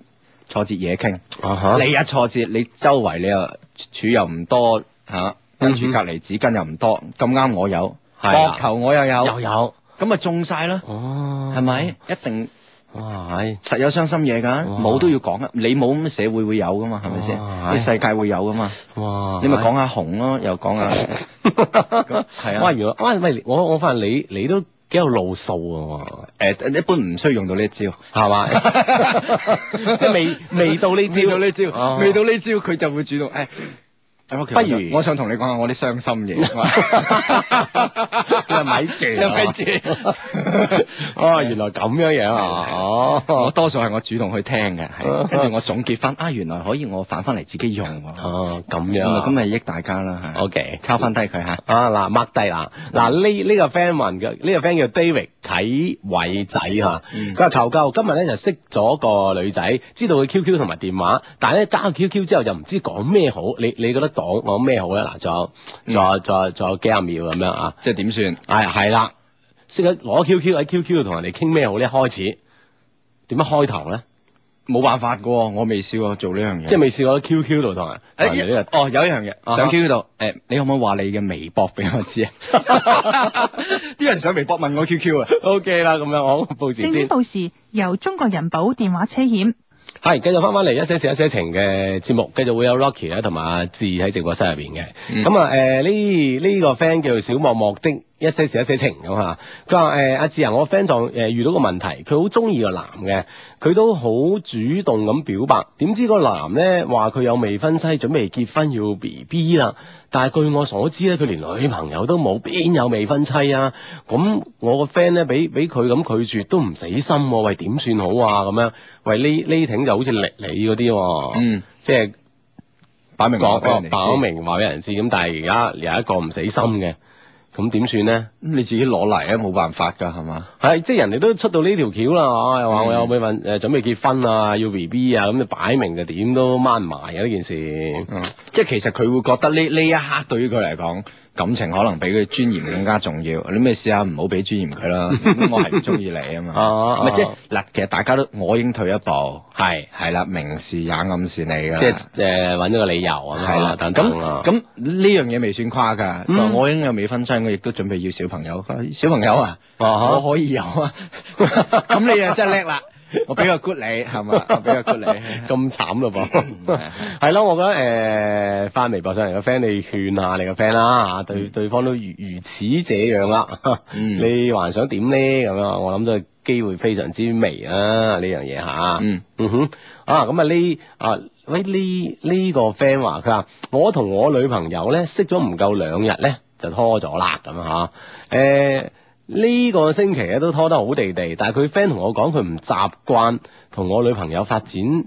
Speaker 3: 挫折嘢傾。
Speaker 1: 啊哈，
Speaker 3: 你一挫折，你周圍你又處又唔多嚇。跟住
Speaker 1: 嗯哼
Speaker 3: 隔離紙巾又唔多，咁啱我有，
Speaker 1: 係啦
Speaker 3: 膊頭我又
Speaker 1: 又
Speaker 3: 有，
Speaker 1: 有
Speaker 3: 咁咪中晒啦，
Speaker 1: 哦
Speaker 3: 係？咪？一定
Speaker 1: 哇，係
Speaker 3: 實有傷心嘢㗎，
Speaker 1: 哇
Speaker 3: 冇都要講啊！你冇咁社會會有㗎嘛，係咪先？
Speaker 1: 哇
Speaker 3: 啲世界會有㗎嘛，
Speaker 1: 哇，
Speaker 3: 你咪 [LAUGHS] 講下紅咯，又講 [LAUGHS] 下係
Speaker 1: 哇，
Speaker 3: 啊。
Speaker 1: 原來哇，喂，我我發現你你都幾有路數喎，
Speaker 3: 誒一般唔需要用到呢一招，
Speaker 1: 係
Speaker 3: [LAUGHS]
Speaker 1: 嘛？即係未未到呢招，
Speaker 3: 未到呢招，啊
Speaker 1: 哦
Speaker 3: 未到呢招佢就會主動誒不
Speaker 1: 不如
Speaker 3: 我想同你講下我啲傷心 [LAUGHS] 嘢。你話咪住， [LAUGHS]
Speaker 1: 你話咪
Speaker 3: 住。
Speaker 1: [LAUGHS] 哦，原來咁樣樣
Speaker 3: 係
Speaker 1: 啊！
Speaker 3: 我
Speaker 1: 哦，
Speaker 3: 多數係我主動去聽嘅，係跟住我總結翻啊，原來可以我反翻嚟自己用喎。
Speaker 1: 哦，咁樣
Speaker 3: 咁咪
Speaker 1: 啊。
Speaker 3: 咁咪益大家啦嚇。
Speaker 1: OK
Speaker 3: 抄翻低佢嚇。
Speaker 1: 啊嗱，擘低啦！嗱呢呢個 friend 問嘅，呢個 friend 叫 David 啟偉仔嚇，
Speaker 3: 嗯
Speaker 1: 佢話求救，今日咧就識咗個女仔，知道佢 QQ 同埋電話，但係咧加咗 QQ 之後又唔知講咩好，你你覺得講講咩好咧？嗱，仲有仲有仲有仲有幾廿秒咁樣啊！
Speaker 3: 即係點算？
Speaker 1: 係係啦，識咗攞 QQ 喺 QQ 同人哋傾咩好咧？開始點樣開頭咧？
Speaker 3: 冇辦法嘅喎，我未試過做呢樣嘢。
Speaker 1: 即係未試過喺 QQ 度同人同
Speaker 3: 誒
Speaker 1: 人哋呢個
Speaker 3: 哦，有一樣
Speaker 1: 啊
Speaker 3: 嘢，
Speaker 1: 哈
Speaker 3: 上 QQ 度，誒，你可唔可以話你嘅微博俾我知啊？ [LAUGHS] 啲人上微博問我 QQ 啊，
Speaker 1: OK 啦，咁樣我報時
Speaker 4: 正
Speaker 1: 先
Speaker 4: 點。報時由中國人保電話車險。
Speaker 1: 係，繼續翻翻嚟一些事一些情嘅節目，繼續會有 Rocky 啊啦同埋阿志喺直播室入邊嘅。
Speaker 3: 嗯
Speaker 1: 咁啊誒呢呢個 friend 叫小莫莫的一些事一些情咁嚇，佢話誒阿志啊，我 friend 撞誒遇到個問題，佢好中意個男嘅，佢都好主動咁表白，點知個男咧話佢有未婚妻，準備結婚要 B B 啦。但係據我所知咧，佢連女朋友都冇，邊有未婚妻啊？咁我個 friend 咧，俾俾佢咁拒絕都唔死心喎、喂點算好啊？咁樣，喂呢呢挺就好似力你嗰啲喎，
Speaker 3: 嗯，
Speaker 1: 即係
Speaker 3: 擺明
Speaker 1: 講
Speaker 3: 話俾人哋
Speaker 1: 講
Speaker 3: 知
Speaker 1: 擺明話俾人知，咁但係而家有一個唔死心嘅，咁點算咧？
Speaker 3: 咁你自己攞嚟啊，冇辦法㗎，係嘛？
Speaker 1: 係，即係人哋都出到呢條橋啦，啊
Speaker 3: 嗯
Speaker 1: 又話我有未婚誒準備結婚啊，要 B B 啊，咁你擺明就點都掹唔埋啊嘅呢件事。
Speaker 3: 嗯，即係其實佢會覺得呢呢一刻對於佢嚟講，感情可能比佢尊嚴更加重要。你咪試下唔好俾尊嚴佢 [LAUGHS] 啦，咁我係唔中意你啊
Speaker 1: 哦
Speaker 3: 嘛。咪即係嗱，其實大家都我已經退一步，
Speaker 1: 係，
Speaker 3: 係啦，明示也暗示你㗎啦。
Speaker 1: 即係誒揾咗個理由咁
Speaker 3: 係
Speaker 1: 啊，
Speaker 3: 啦，
Speaker 1: 等
Speaker 3: 咁
Speaker 1: 等啊。
Speaker 3: 咁呢樣嘢未算誇㗎。佢話
Speaker 1: 嗯
Speaker 3: 我已經有未婚妻，我亦都準備要小朋友。佢話小朋友啊，
Speaker 1: 啊
Speaker 3: 我可以有啊。 [LAUGHS] 咁你啊真係叻啦！我俾個 good 你
Speaker 1: [LAUGHS]
Speaker 3: 係嘛，我俾個 good 你。嗯
Speaker 1: 咁慘咯噃，嗯係咯，我覺得誒、呃翻微博上嚟個 friend，你勸下你個 friend 啦嚇，對對方都如如此這樣啦，
Speaker 3: 嗯
Speaker 1: [LAUGHS] 你還想點咧？咁樣我諗都係機會非常之微啦，呢樣嘢嚇。
Speaker 3: 嗯
Speaker 1: 嗯哼，啊咁啊呢啊喂呢呢、個 friend 話佢話我同我女朋友咧識咗唔夠兩日咧就拖咗啦咁嚇，誒、呢個星期咧都拖得好地地，但係佢 friend 同我講佢唔習慣同我女朋友發展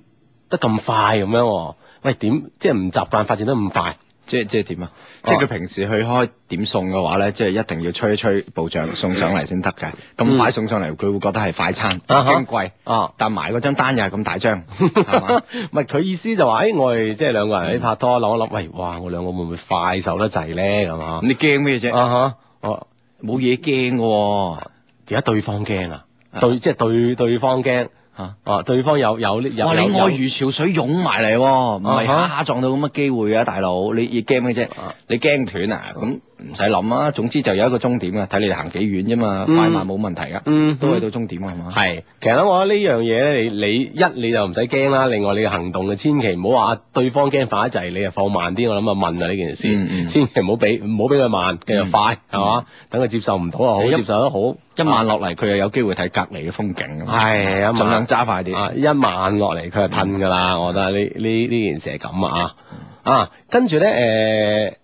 Speaker 1: 得咁快咁樣喎。喂，點即係唔習慣發展得咁快？
Speaker 3: 即係即係點啊？
Speaker 1: 哦
Speaker 3: 即係佢平時去開點送嘅話咧，即係一定要吹一吹部長送上嚟先得嘅。
Speaker 1: 嗯
Speaker 3: 咁快送上嚟，佢會覺得係快餐，
Speaker 1: 啊哈
Speaker 3: 矜貴。 [LAUGHS]
Speaker 1: 啊，
Speaker 3: 但埋嗰張單又係咁
Speaker 1: [LAUGHS]
Speaker 3: 大張，係嘛？
Speaker 1: 唔係佢意思就話，誒、哎我哋即係兩個人喺拍拖，諗一諗，喂，哇，我兩個會唔會快手得滯咧？咁啊
Speaker 3: 咁，你驚咩啫？
Speaker 1: 啊哈，我
Speaker 3: 冇嘢驚嘅喎
Speaker 1: 而家對方驚啊，
Speaker 3: 啊
Speaker 1: 對即係對對方驚，
Speaker 3: 嚇。
Speaker 1: 啊，對方有有呢有
Speaker 3: 哇！
Speaker 1: 有
Speaker 3: 你
Speaker 1: 有
Speaker 3: 愛如潮水湧埋嚟喎，唔係
Speaker 1: 啊哈
Speaker 3: 下下撞到咁嘅機會啊，大佬！你你驚咩啫
Speaker 1: 啊？
Speaker 3: 你驚斷啊？咁唔使諗啊，總之就有一個終點啊，睇你哋行幾遠啫嘛，
Speaker 1: 嗯
Speaker 3: 快慢冇問題噶，
Speaker 1: 嗯
Speaker 3: 都去到終點啊，係嘛？
Speaker 1: 係，其實咧，我覺得呢樣嘢咧，你你一你就唔使驚啦，另外你嘅行動嘅千祈唔好話啊對方驚快滯，你就放慢啲，我諗啊問啊呢件事，
Speaker 3: 嗯嗯
Speaker 1: 千祈唔好俾唔好俾佢慢，繼續快係嘛，等佢接受唔到又好，
Speaker 3: 一
Speaker 1: 接受得好，
Speaker 3: 一慢落嚟，佢又有機會睇隔離嘅風景啊，
Speaker 1: 係一
Speaker 3: 盡量
Speaker 1: 慢
Speaker 3: 揸快啲。嗯
Speaker 1: 啊一慢落嚟佢就褪㗎啦，我覺得呢呢呢件事係咁啊啊，跟住咧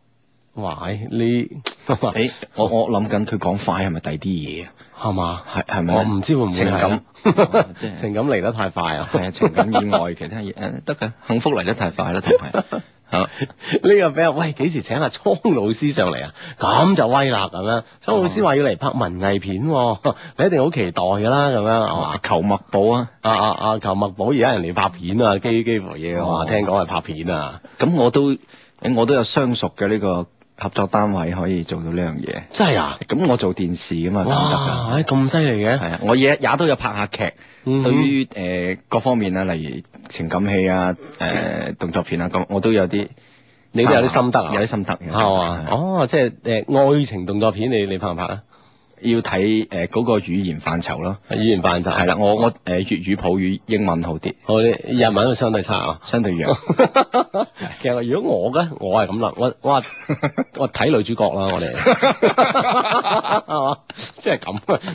Speaker 1: 誒，哇哎 [LAUGHS] 呢
Speaker 3: 誒，我我諗緊佢講快係咪第啲嘢啊？
Speaker 1: 係嘛？
Speaker 3: 係係咪
Speaker 1: 我
Speaker 3: 咧？
Speaker 1: 哦唔知會唔會
Speaker 3: 情
Speaker 1: 係 [LAUGHS]
Speaker 3: 感
Speaker 1: 啊，
Speaker 3: 哦即係
Speaker 1: 情感嚟得太快啊！ [LAUGHS]
Speaker 3: 係啊，情感以外其他嘢誒得㗎，幸福嚟得太快啦，同埋
Speaker 1: [LAUGHS]
Speaker 3: 嚇。
Speaker 1: 呢個俾人喂幾時請阿蒼老師上嚟啊？咁就威啦咁樣。蒼老師話要嚟拍文藝片喎， [LAUGHS] 你一定好期待㗎啦咁樣係嘛
Speaker 3: 啊？求墨寶啊！
Speaker 1: 啊啊啊！求墨寶而家人哋拍片啊，基基乎嘢話
Speaker 3: 哦
Speaker 1: 聽講係拍片啊，
Speaker 3: 咁我都誒我都有相熟嘅呢個合作單位可以做到呢樣嘢。
Speaker 1: 真係啊！
Speaker 3: 咁我做電視㗎嘛，得唔
Speaker 1: 哇！啊
Speaker 3: 得
Speaker 1: 唉咁犀利
Speaker 3: 㗎？
Speaker 1: 嘅，
Speaker 3: 係啊，我也也都有拍下劇，
Speaker 1: 嗯
Speaker 3: 對於誒、呃各方面啊，例如情感戲啊、誒、動作片啊，咁我都有啲，
Speaker 1: 你都有啲心得啊
Speaker 3: 有啲心得，有啲心得
Speaker 1: 係嘛？
Speaker 3: 係啊
Speaker 1: 哦，即係誒愛情動作片，你你拍唔拍啊？
Speaker 3: 要睇誒嗰個語言範疇咯。
Speaker 1: 語言範疇
Speaker 3: 係啦，我我誒、呃、粵語普語英文好啲，
Speaker 1: 我哋日文都相對差啊。
Speaker 3: 相
Speaker 1: [LAUGHS]
Speaker 3: 對弱。 [LAUGHS]
Speaker 1: 其實如果我嘅，我係咁諗，我我話我睇女主角啦，我哋 [LAUGHS] 係嘛，即係咁，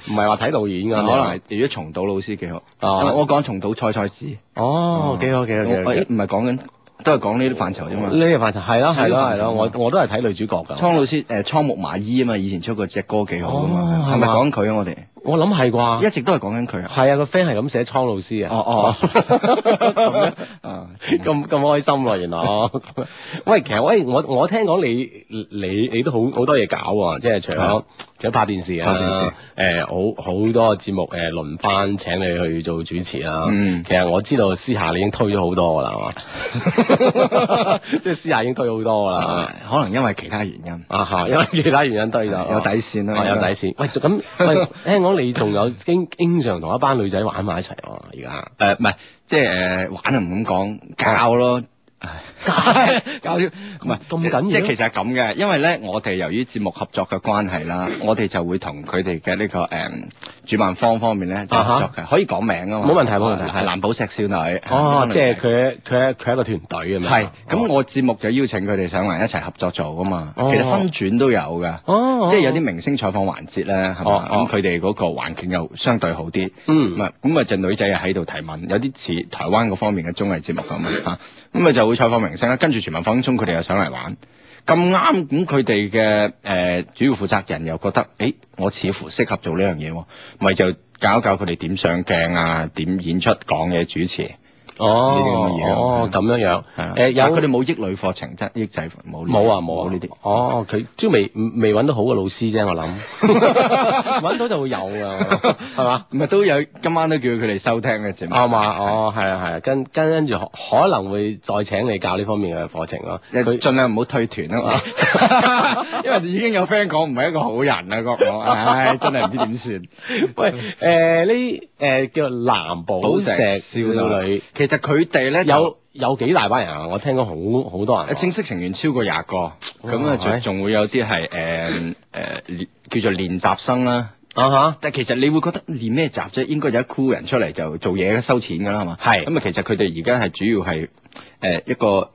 Speaker 1: 唔係話睇導演
Speaker 3: 可
Speaker 1: 㗎，
Speaker 3: 能係如果松島老師幾好，
Speaker 1: 哦
Speaker 3: 我講松島菜菜子，
Speaker 1: 哦，幾好幾好幾好
Speaker 3: 我哎
Speaker 1: 幾
Speaker 3: 誒唔係講緊都係講呢啲範疇啫嘛。
Speaker 1: 呢個範疇係咯係咯
Speaker 3: 啊呢個範疇
Speaker 1: 係咯，我
Speaker 3: 啊
Speaker 1: 我都係睇女主角㗎。
Speaker 3: 倉老師誒倉木麻衣啊嘛，以前出過隻歌幾好噶啊嘛，
Speaker 1: 哦
Speaker 3: 係
Speaker 1: 係
Speaker 3: 咪
Speaker 1: 嘛
Speaker 3: 講佢啊？我哋
Speaker 1: 我諗係啩
Speaker 3: 一，直都係講緊佢啊。
Speaker 1: 係啊個 friend 係咁寫倉老師啊。
Speaker 3: 哦哦，咁樣
Speaker 1: [LAUGHS]
Speaker 3: 啊，
Speaker 1: 咁咁開心喎，原
Speaker 3: [LAUGHS]
Speaker 1: 來哦。喂，其實喂，我我聽講你你你都好好多嘢搞喎，即係除咗
Speaker 3: 係
Speaker 1: 除咗拍電視啊，
Speaker 3: 拍電視
Speaker 1: 誒好好多節目誒輪番請你去做主持啦。
Speaker 3: 嗯
Speaker 1: 其實我知道私下你已經推咗好多㗎啦，係
Speaker 3: [LAUGHS]
Speaker 1: 嘛？即係私下已經推好多㗎啦
Speaker 3: [LAUGHS] 啊。可能因為其他原因，
Speaker 1: 啊嚇，
Speaker 3: [LAUGHS]
Speaker 1: 因為其他原因推咗，
Speaker 3: 有底線啦
Speaker 1: 啊有
Speaker 3: 應
Speaker 1: 底
Speaker 3: 該
Speaker 1: 線。喂，咁喂， [LAUGHS] 聽講你仲有經經常同一班女仔玩埋一齊喎，而家。
Speaker 3: 誒唔係即係誒玩就唔咁講，教咯。 [LAUGHS] 搞笑唔係
Speaker 1: 咁緊要
Speaker 3: 即係其實係咁嘅，因為咧，我哋由於節目合作嘅關係啦，我哋就會同佢哋嘅呢個誒、主辦方方面咧就合作嘅，可以講名啊嘛，
Speaker 1: 冇問題冇問題
Speaker 3: 係藍寶石少女，
Speaker 1: 哦，即係
Speaker 3: 係
Speaker 1: 佢佢佢係一個團隊咁樣。
Speaker 3: 嗯係咁，我節目就邀請佢哋上嚟一齊合作做噶嘛，
Speaker 1: 哦
Speaker 3: 其實分轉都有㗎。
Speaker 1: 哦，
Speaker 3: 即係有啲明星採訪環節咧，係
Speaker 1: 哦
Speaker 3: 嘛？
Speaker 1: 哦
Speaker 3: 咁佢哋嗰個環境又相對好啲，
Speaker 1: 嗯
Speaker 3: 咁啊咁啊就女仔又喺度提問，有啲似台灣嗰方面嘅綜藝節目咁啊嚇，咁啊就會採訪明星啦，跟住全民放鬆佢哋又上嚟玩，咁啱咁佢哋嘅誒主要負責人又覺得，誒、我似乎適合做呢樣嘢喎，咪就教一教佢哋點上鏡啊，點演出、講嘢、主持，呢啲咁
Speaker 1: 哦
Speaker 3: 嘅嘢啊
Speaker 1: 哦咁樣樣。
Speaker 3: 係啦
Speaker 1: 誒有
Speaker 3: 但佢哋冇益女課程，即係益仔冇呢啲
Speaker 1: 冇啊冇啊
Speaker 3: 冇呢啲。
Speaker 1: 哦，佢即係未未揾到好嘅老師啫，我諗
Speaker 3: [LAUGHS]
Speaker 1: 揾到就會有㗎，係嘛？
Speaker 3: 咪啊都有，今晚都叫佢哋收聽
Speaker 1: [LAUGHS]
Speaker 3: 嘅節目。
Speaker 1: 啱嘛？哦，係啊係啊，跟跟跟住可可能會再請你教呢方面嘅課程咯。
Speaker 3: 佢盡量唔好退團啊嘛，因為已經有 friend 講唔係一個好人啦，覺我，唉，真係唔知點算。
Speaker 1: [LAUGHS] 喂，誒呢誒叫藍寶
Speaker 3: 啊
Speaker 1: 石少女，
Speaker 3: 其實佢哋咧
Speaker 1: 有有幾大班人啊？我聽講好好多人啊
Speaker 3: 就
Speaker 1: 喎。
Speaker 3: 正式成員超過廿個，
Speaker 1: 哇
Speaker 3: 咁啊
Speaker 1: 哦係
Speaker 3: 仲仲會有啲係誒誒練叫做練習生啦。
Speaker 1: 啊哈。
Speaker 3: 但其實你會覺得練咩習啫？應該有一 crew 人出嚟就做嘢收錢㗎啦，係嘛？
Speaker 1: 係
Speaker 3: 咁啊，其實佢哋而家係主要係誒、呃一個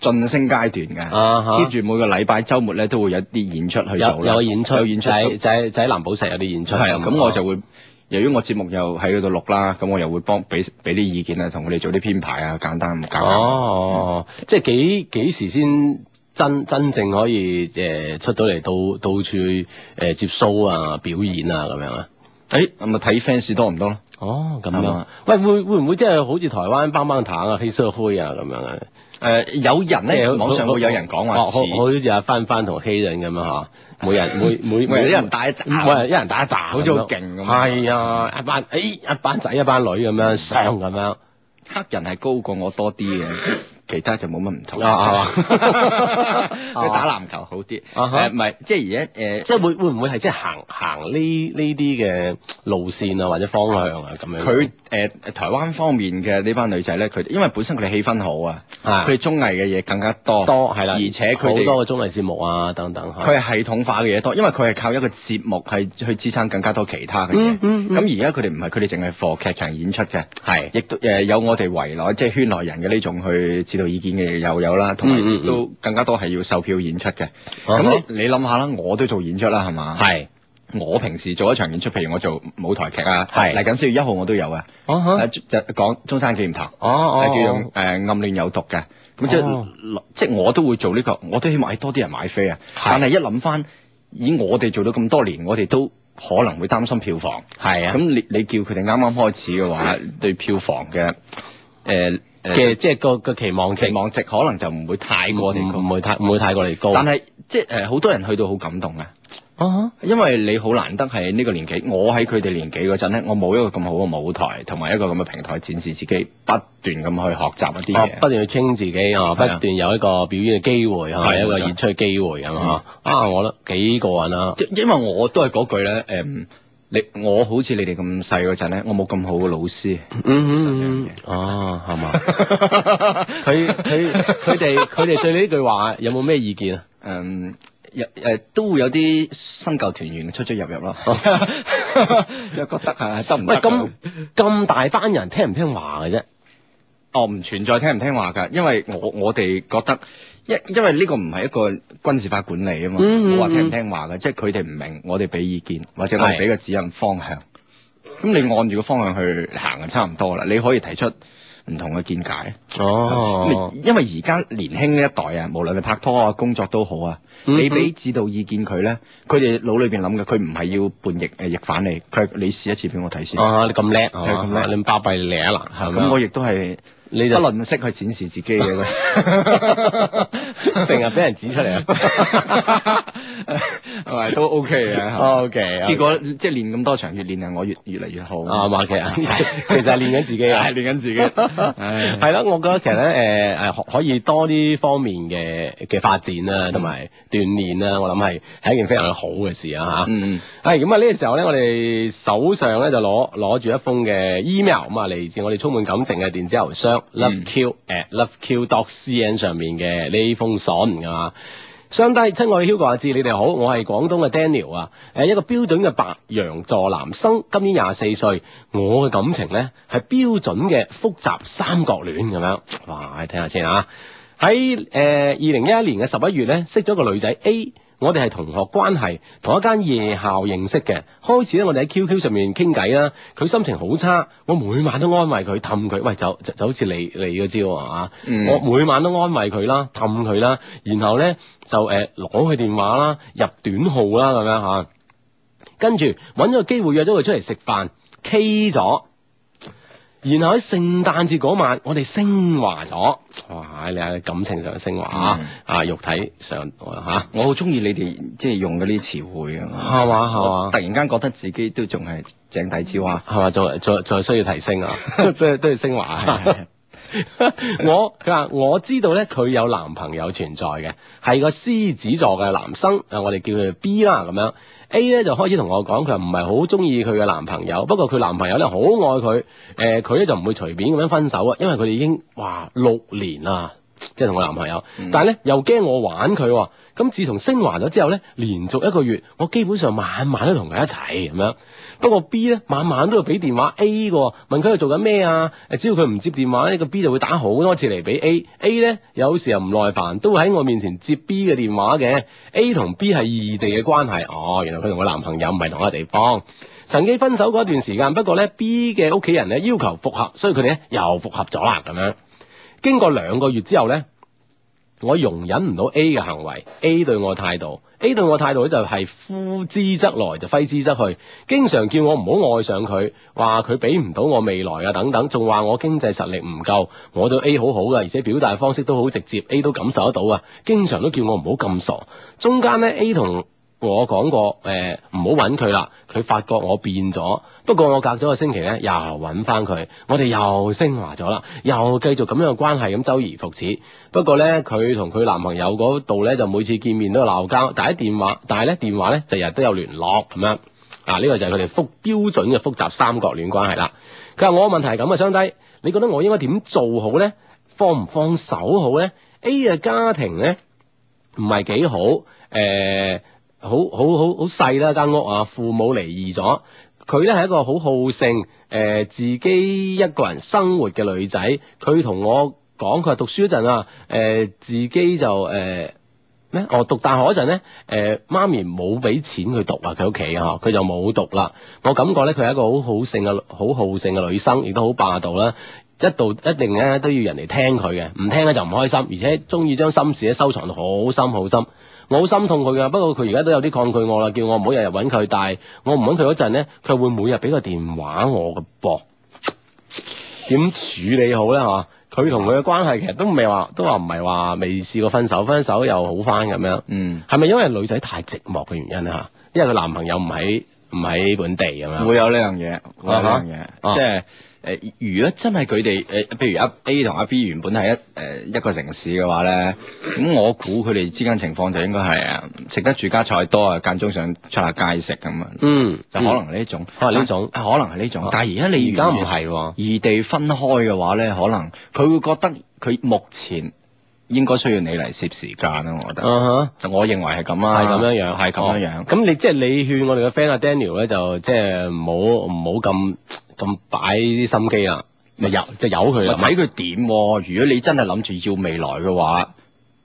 Speaker 3: 晉升階段嘅，
Speaker 1: 啊哈
Speaker 3: 跟住、每個禮拜週末咧都會有啲演出去做啦
Speaker 1: 有有個演出，
Speaker 3: 有演出
Speaker 1: 就喺就喺就喺藍寶石有啲演出。
Speaker 3: 係啊，咁我就會。由於我節目又喺嗰度錄啦，咁我又會幫俾俾啲意見啊，同佢哋做啲編排啊，簡單咁搞。，
Speaker 1: 哦，即係幾幾時先真真正可以誒、呃出到嚟到到處誒、呃接 show 啊表演啊咁樣啊？
Speaker 3: 誒咁咪睇 fans 多唔多咯？
Speaker 1: 哦，咁
Speaker 3: 係
Speaker 1: 樣
Speaker 3: 嘛。
Speaker 1: 喂，會會唔會即係好似台灣棒棒糖啊、黑社會啊咁樣啊？
Speaker 3: 誒、有人
Speaker 1: 即
Speaker 3: 咧，
Speaker 1: 係
Speaker 3: 網上會有人講話
Speaker 1: 哦
Speaker 3: 似，
Speaker 1: 好好似阿翻翻同希人咁樣嚇，每
Speaker 3: [LAUGHS]
Speaker 1: 人每每嗯
Speaker 3: 每人一人打一紮
Speaker 1: 每人一人打一紮，
Speaker 3: 好似好勁咁
Speaker 1: 係啊，一班誒一班仔一班女咁樣上咁樣。
Speaker 3: 黑人係高過我多 [LAUGHS] 啲嘅，其他就冇乜唔同。
Speaker 1: 啊係嘛
Speaker 3: [LAUGHS] 佢打籃球好啲，
Speaker 1: 啊哈
Speaker 3: 誒唔係，即係而家誒。
Speaker 1: 即係會會唔會係即係行行呢呢啲嘅路線啊或者方向啊咁樣？
Speaker 3: 佢誒、台灣方面嘅呢班女仔咧，佢因為本身佢哋氣氛好啊，
Speaker 1: 啊
Speaker 3: 佢哋綜藝嘅嘢更加多，
Speaker 1: 多係啦，
Speaker 3: 而且佢
Speaker 1: 哦好
Speaker 3: 哋
Speaker 1: 多嘅綜藝節目啊等等嚇。
Speaker 3: 佢係系統化嘅嘢多，因為佢係靠一個節目係去支撐更加多其他嘅嘢。
Speaker 1: 嗯嗯嗯
Speaker 3: 咁而家佢哋唔係，佢哋淨係課劇場演出嘅，
Speaker 1: 係
Speaker 3: 亦都誒有我哋圍內即係圈內人嘅呢種去指導意見嘅嘢又有啦，
Speaker 1: 嗯
Speaker 3: 同
Speaker 1: 嗯嗯
Speaker 3: 埋都更加多係要售票演出嘅。咁、
Speaker 1: 啊哈
Speaker 3: 你你諗下啦，我都做演出啦，係嘛？。
Speaker 1: 係
Speaker 3: 我平時做一場演出，譬如我做舞台劇啊，
Speaker 1: 係
Speaker 3: 嚟緊四月一號我都有啊，
Speaker 1: 啊哈
Speaker 3: 誒就講中山紀念堂。
Speaker 1: 哦哦
Speaker 3: 係叫做誒呃
Speaker 1: 哦
Speaker 3: 暗戀有毒嘅。咁即係
Speaker 1: 哦
Speaker 3: 即係我都會做呢個，我都希望係多啲人買飛啊。
Speaker 1: 係
Speaker 3: 但係一諗翻，以我哋做到咁多年，我哋都可能會擔心票房。
Speaker 1: 係啊嗯
Speaker 3: 咁你你叫佢哋啱啱開始嘅話，對票房嘅誒
Speaker 1: 嘅即係個個期望值
Speaker 3: 期望值可能就唔會太過
Speaker 1: 我
Speaker 3: 地
Speaker 1: 哋唔
Speaker 3: 高。
Speaker 1: 會太唔會太過嚟高。
Speaker 3: 但係即係呃誒好多人去到好感動啊！
Speaker 1: 啊哈
Speaker 3: 因為你好難得係呢個年紀，我喺佢哋年紀嗰陣咧，我冇一個咁好嘅舞台同埋一個咁嘅平台展示自己，不斷咁去學習一啲
Speaker 1: 哦
Speaker 3: 嘢。
Speaker 1: 不斷去傾自己啊，不
Speaker 3: 係啊
Speaker 1: 斷有一個表演嘅機會啊，
Speaker 3: 係嗯
Speaker 1: 有一個
Speaker 3: 冇錯
Speaker 1: 演出嘅機會咁啊啊，我覺得幾過癮啊！
Speaker 3: 因因為我都係嗰句咧，誒、你我好似你哋咁細嗰陣咧，我冇咁好嘅老師，
Speaker 1: 嗯嗯嗯，哦係嘛？佢佢佢哋佢哋對呢句話有冇咩意見啊？
Speaker 3: 誒、有誒、都會有啲新舊團員出出入入咯， [LAUGHS] 又覺得係得唔啊
Speaker 1: 喂，
Speaker 3: 得？
Speaker 1: 咁咁大班人聽唔聽話嘅啫？
Speaker 3: 哦，唔存在聽唔聽話㗎，因為我我哋覺得，因因為呢個唔係一個軍事化管理啊嘛，
Speaker 1: 嗯嗯
Speaker 3: 冇話聽唔聽話嘅，即係佢哋唔明，我哋俾意見或者我
Speaker 1: 係
Speaker 3: 哋俾個指引方向，咁你按住個方向去行就差唔多啦。你可以提出唔同嘅見解。
Speaker 1: 哦，
Speaker 3: 因為而家年輕呢一代啊，無論係拍拖啊、工作都好啊，
Speaker 1: 嗯
Speaker 3: 你俾指導意見佢咧，佢哋腦裏邊諗嘅，佢唔係要叛逆誒逆反你，佢係你試一次俾我睇先。
Speaker 1: 啊你咁叻
Speaker 3: 係
Speaker 1: 係
Speaker 3: 咁叻
Speaker 1: 嘛？你咁巴閉你叻啦，係咪啊
Speaker 3: 咁我亦都係
Speaker 1: 你
Speaker 3: 不
Speaker 1: 就
Speaker 3: 吝惜去展示
Speaker 1: [LAUGHS]
Speaker 3: 自己嘅喂。
Speaker 1: 成日俾人指出嚟啊。
Speaker 3: [LAUGHS]
Speaker 1: 哦
Speaker 3: 係咪都 OK [LAUGHS] 嘅？
Speaker 1: O K，
Speaker 3: 哦結果即係練咁多場，越練係我越越嚟越好。 [LAUGHS]
Speaker 1: 啊嘛，其實其實係練緊自己啊
Speaker 3: 係。練緊 [LAUGHS] 自己。唉
Speaker 1: 係啦，我覺得其實咧，誒誒可可以多啲方面嘅嘅發展啦，同埋鍛鍊啊啦，我諗係係一件非常好嘅事啊嚇。
Speaker 3: 嗯，
Speaker 1: 係咁啊！呢個時候咧，我哋手上咧就攞攞住一封嘅 email 咁啊，嚟自我哋充滿感情嘅電子郵箱 loveq at loveq dot cn 上面嘅呢封信啊㗎嘛。相低，親愛嘅 Hugo 阿志，你哋好，我係廣東嘅 Daniel 啊，誒一個標準嘅白羊座男生，今年廿四歲，我嘅感情呢係標準嘅複雜三角戀咁樣，哇，聽下先啊，喺誒二零一一年嘅十一月呢，識咗個女仔 A。我哋係同學關係，同一間夜校認識嘅。開始咧，我哋喺 QQ 上面傾偈啦。佢心情好差，我每晚都安慰佢，氹佢。喂，就就就好似你你嗰招啊，
Speaker 3: 嗯
Speaker 1: 我每晚都安慰佢啦，氹佢啦，然後咧就誒攞佢電話啦，入短號啦咁樣嚇。跟住揾咗個機會約咗佢出嚟食飯，K 咗。然後喺聖誕節嗰晚，我哋升華咗。哇！你喺感情上升華啊，
Speaker 3: 嗯
Speaker 1: 啊肉體上嚇。
Speaker 3: 我好中意你哋即係用嗰啲詞彙啊。
Speaker 1: 係嘛係
Speaker 3: 我突
Speaker 1: 嘛，
Speaker 3: 然間覺得自己都仲係井底之蛙。
Speaker 1: 係嘛，仲仲仲係需要提升啊， [LAUGHS] 都係都係升 [LAUGHS] 華。 [LAUGHS] 我佢話我知道咧，佢有男朋友存在嘅，係個獅子座嘅男生，啊，我哋叫佢 B 啦咁樣。A 咧就開始同我講，佢話唔係好中意佢嘅男朋友，不過佢男朋友咧好愛佢，誒佢咧就唔會隨便咁樣分手啊，因為佢哋已經哇六年啦，即係同我男朋友，
Speaker 3: 嗯
Speaker 1: 但係咧又驚我玩佢喎。咁自從升華咗之後咧，連續一個月我基本上晚晚都同佢一齊咁樣。不過 B 咧晚晚都要俾電話 A 嘅喎，問佢佢做緊咩啊？誒，只要佢唔接電話咧，個 B 就會打好多次嚟俾 A。A 咧有時又唔耐煩，都會喺我面前接 B 嘅電話嘅。A 同 B 係異地嘅關係，哦，原來佢同佢男朋友唔係同一個地方。曾經分手嗰一段時間，不過咧 B 嘅屋企人咧要求復合，所以佢哋咧又復合咗啦咁樣。經過兩個月之後咧。我容忍唔到 A 嘅行為，A 對我態度，A 對我態度咧就係呼之則來就揮之則去，經常叫我唔好愛上佢，話佢俾唔到我未來啊等等，仲話我經濟實力唔夠，我對 A 好好噶，而且表達方式都好直接，A 都感受得到啊，經常都叫我唔好咁傻，中間咧 A 同我講過誒唔好揾佢啦，佢發覺我變咗。不過我隔咗個星期咧，又揾翻佢，我哋又升華咗啦，又繼續咁樣嘅關係咁周而復始。不過咧，佢同佢男朋友嗰度咧，就每次見面都有鬧交，但係電話，但係咧電話咧就日日都有聯絡咁樣。啊，呢、個就係佢哋複標準嘅複雜三角戀關係啦。佢話我個問題係咁啊，相低，你覺得我應該點做好咧？放唔放手好咧？A 嘅家庭咧？唔係幾好，誒、好好好好細啦間屋啊，父母離異咗，佢咧係一個好好勝，誒、呃自己一個人生活嘅女仔，佢同我講，佢話讀書嗰陣啊，誒、自己就呃誒。咩？我讀大學嗰陣咧，誒、媽咪冇俾錢佢讀啊，佢屋企啊，佢就冇讀啦。我感覺咧，佢係一個好好勝嘅好好勝嘅女生，亦都好霸道啦。一度一定咧都要人嚟聽佢嘅，唔聽咧就唔開心，而且中意將心事咧收藏到好深好深。我好心痛佢噶，不過佢而家都有啲抗拒我啦，叫我唔好日日揾佢，但係我唔揾佢嗰陣咧，佢會每日俾個電話我嘅噃。點處理好咧？嚇，佢同佢嘅關係其實都未話，都話唔係話未試過分手，分手又好翻咁樣。
Speaker 3: 嗯，
Speaker 1: 係咪因為女仔太寂寞嘅原因咧？嚇，因為佢男朋友唔喺唔喺本地咁樣。
Speaker 3: 會有呢樣嘢，會有呢樣
Speaker 1: 啊
Speaker 3: 嘢，即係。誒，如果真係佢哋誒，譬如阿 A 同阿 B 原本係一誒、呃一個城市嘅話咧，咁我估佢哋之間情況就應該係啊，食得住家菜多啊，間中想出下街食咁啊，
Speaker 1: 嗯，
Speaker 3: 就可能係呢種，
Speaker 1: 可能呢種啊
Speaker 3: 但可能係呢種。但係而家你
Speaker 1: 而家唔係喎。
Speaker 3: 異地分開嘅話咧，可能佢會覺得佢目前應該需要你嚟攝時間咯，我覺得。
Speaker 1: 啊哈
Speaker 3: 我認為係咁啊，
Speaker 1: 係咁樣樣，
Speaker 3: 係咁樣
Speaker 1: 哦
Speaker 3: 樣。
Speaker 1: 咁你即係你勸我哋嘅 friend 阿 Daniel 咧，就即係唔好唔好咁咁擺啲心機啦，咪由就由佢
Speaker 3: 我
Speaker 1: 啦。
Speaker 3: 睇佢點喎？如果你真係諗住要未來嘅話，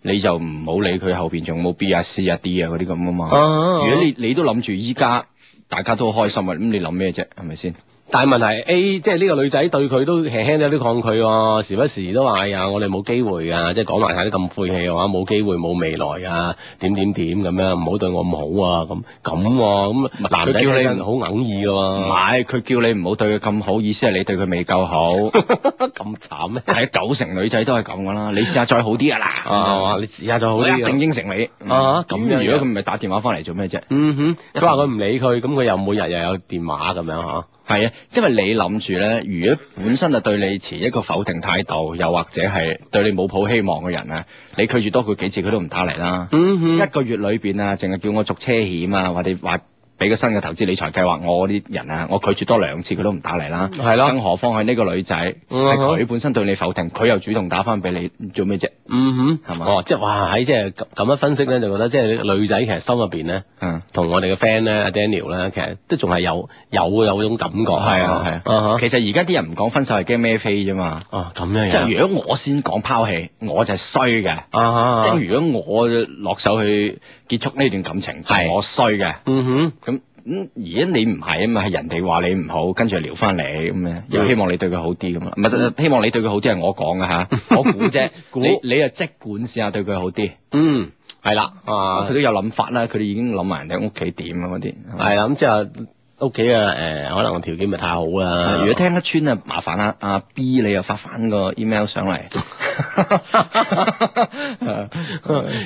Speaker 3: 你就唔好理佢後邊仲有冇 B 啊、C 啊、D 啊嗰啲咁啊嘛。
Speaker 1: 啊
Speaker 3: 如果你你都諗住依家大家都開心啊，咁你諗咩啫？係咪先？
Speaker 1: 但係問題 A 即係呢個女仔對佢都輕輕有啲抗拒喎，時不時都話哎呀我哋冇機會啊，即係講埋晒啲咁晦氣嘅話，冇機會冇未來啊，點點點咁樣，唔好對我咁好啊，咁咁喎，咁男仔
Speaker 3: 佢叫你
Speaker 1: 聽真好硬耳
Speaker 3: 唔
Speaker 1: 㗎
Speaker 3: 係，佢叫你唔好對佢咁好，意思係你對佢未夠好。
Speaker 1: 喎， [LAUGHS] 咁慘咩？
Speaker 3: 係啊九成女仔都係咁噶啦，你試下再好啲啊啦。
Speaker 1: 啊哇，你試下再好
Speaker 3: 我
Speaker 1: 啲
Speaker 3: 一定
Speaker 1: 啊！
Speaker 3: 應承你。嗯
Speaker 1: 啊咁樣
Speaker 3: 如果佢唔係打電話翻嚟做咩啫？
Speaker 1: 嗯哼，佢話佢唔理佢，咁佢又每日又有電話咁樣嚇。
Speaker 3: 係啊，因為你諗住咧，如果本身就對你持一個否定態度，又或者係對你冇抱希望嘅人啊，你拒絕多佢幾次佢都唔打嚟啦。
Speaker 1: 嗯哼
Speaker 3: 一個月裏邊啊，淨係叫我續車險啊，或者話俾個新嘅投資理財計劃我嗰啲人啊，我拒絕多兩次佢都唔打嚟啦。
Speaker 1: 係咯
Speaker 3: 更何況係呢個女仔，係
Speaker 1: 嗯哼
Speaker 3: 佢、本身對你否定，佢又主動打翻俾你，做咩啫？
Speaker 1: 嗯哼，
Speaker 3: 係嘛
Speaker 1: 哦，即係哇，喺即係咁咁樣分析咧，就覺得即係女仔其實心入邊咧，
Speaker 3: 嗯，
Speaker 1: 同我哋嘅 friend 咧，阿 Daniel 咧，其實都仲係有有有種感覺。
Speaker 3: 係啊係啊。
Speaker 1: 啊
Speaker 3: 其實而家啲人唔講分手係驚咩飛啫嘛。
Speaker 1: 哈啊咁樣
Speaker 3: 即
Speaker 1: 樣。
Speaker 3: 係如果我先講拋棄，我就係衰嘅。
Speaker 1: 啊哈
Speaker 3: 即係如果我落手去結束呢段感情，係我衰嘅。
Speaker 1: 嗯哼，
Speaker 3: 咁咁而家你唔係啊嘛，係人哋話你唔好，跟住撩翻你咁
Speaker 1: 嗯
Speaker 3: 樣，又希望你對佢好啲咁啊，唔係希望你對佢好啲係我講嘅嚇，
Speaker 1: [LAUGHS]
Speaker 3: 我估啫，
Speaker 1: 估
Speaker 3: 你你啊即管試下對佢好啲，
Speaker 1: 嗯，係啦，啊
Speaker 3: 佢，都有諗法啦，佢哋已經諗埋人哋屋企點啊嗰啲，
Speaker 1: 係啦，咁之後屋企啊，誒，可能個條件咪太好啦。
Speaker 3: 啊。如果聽得穿啊，麻煩啊，阿 B 你又發翻個 email 上嚟，
Speaker 1: [LAUGHS]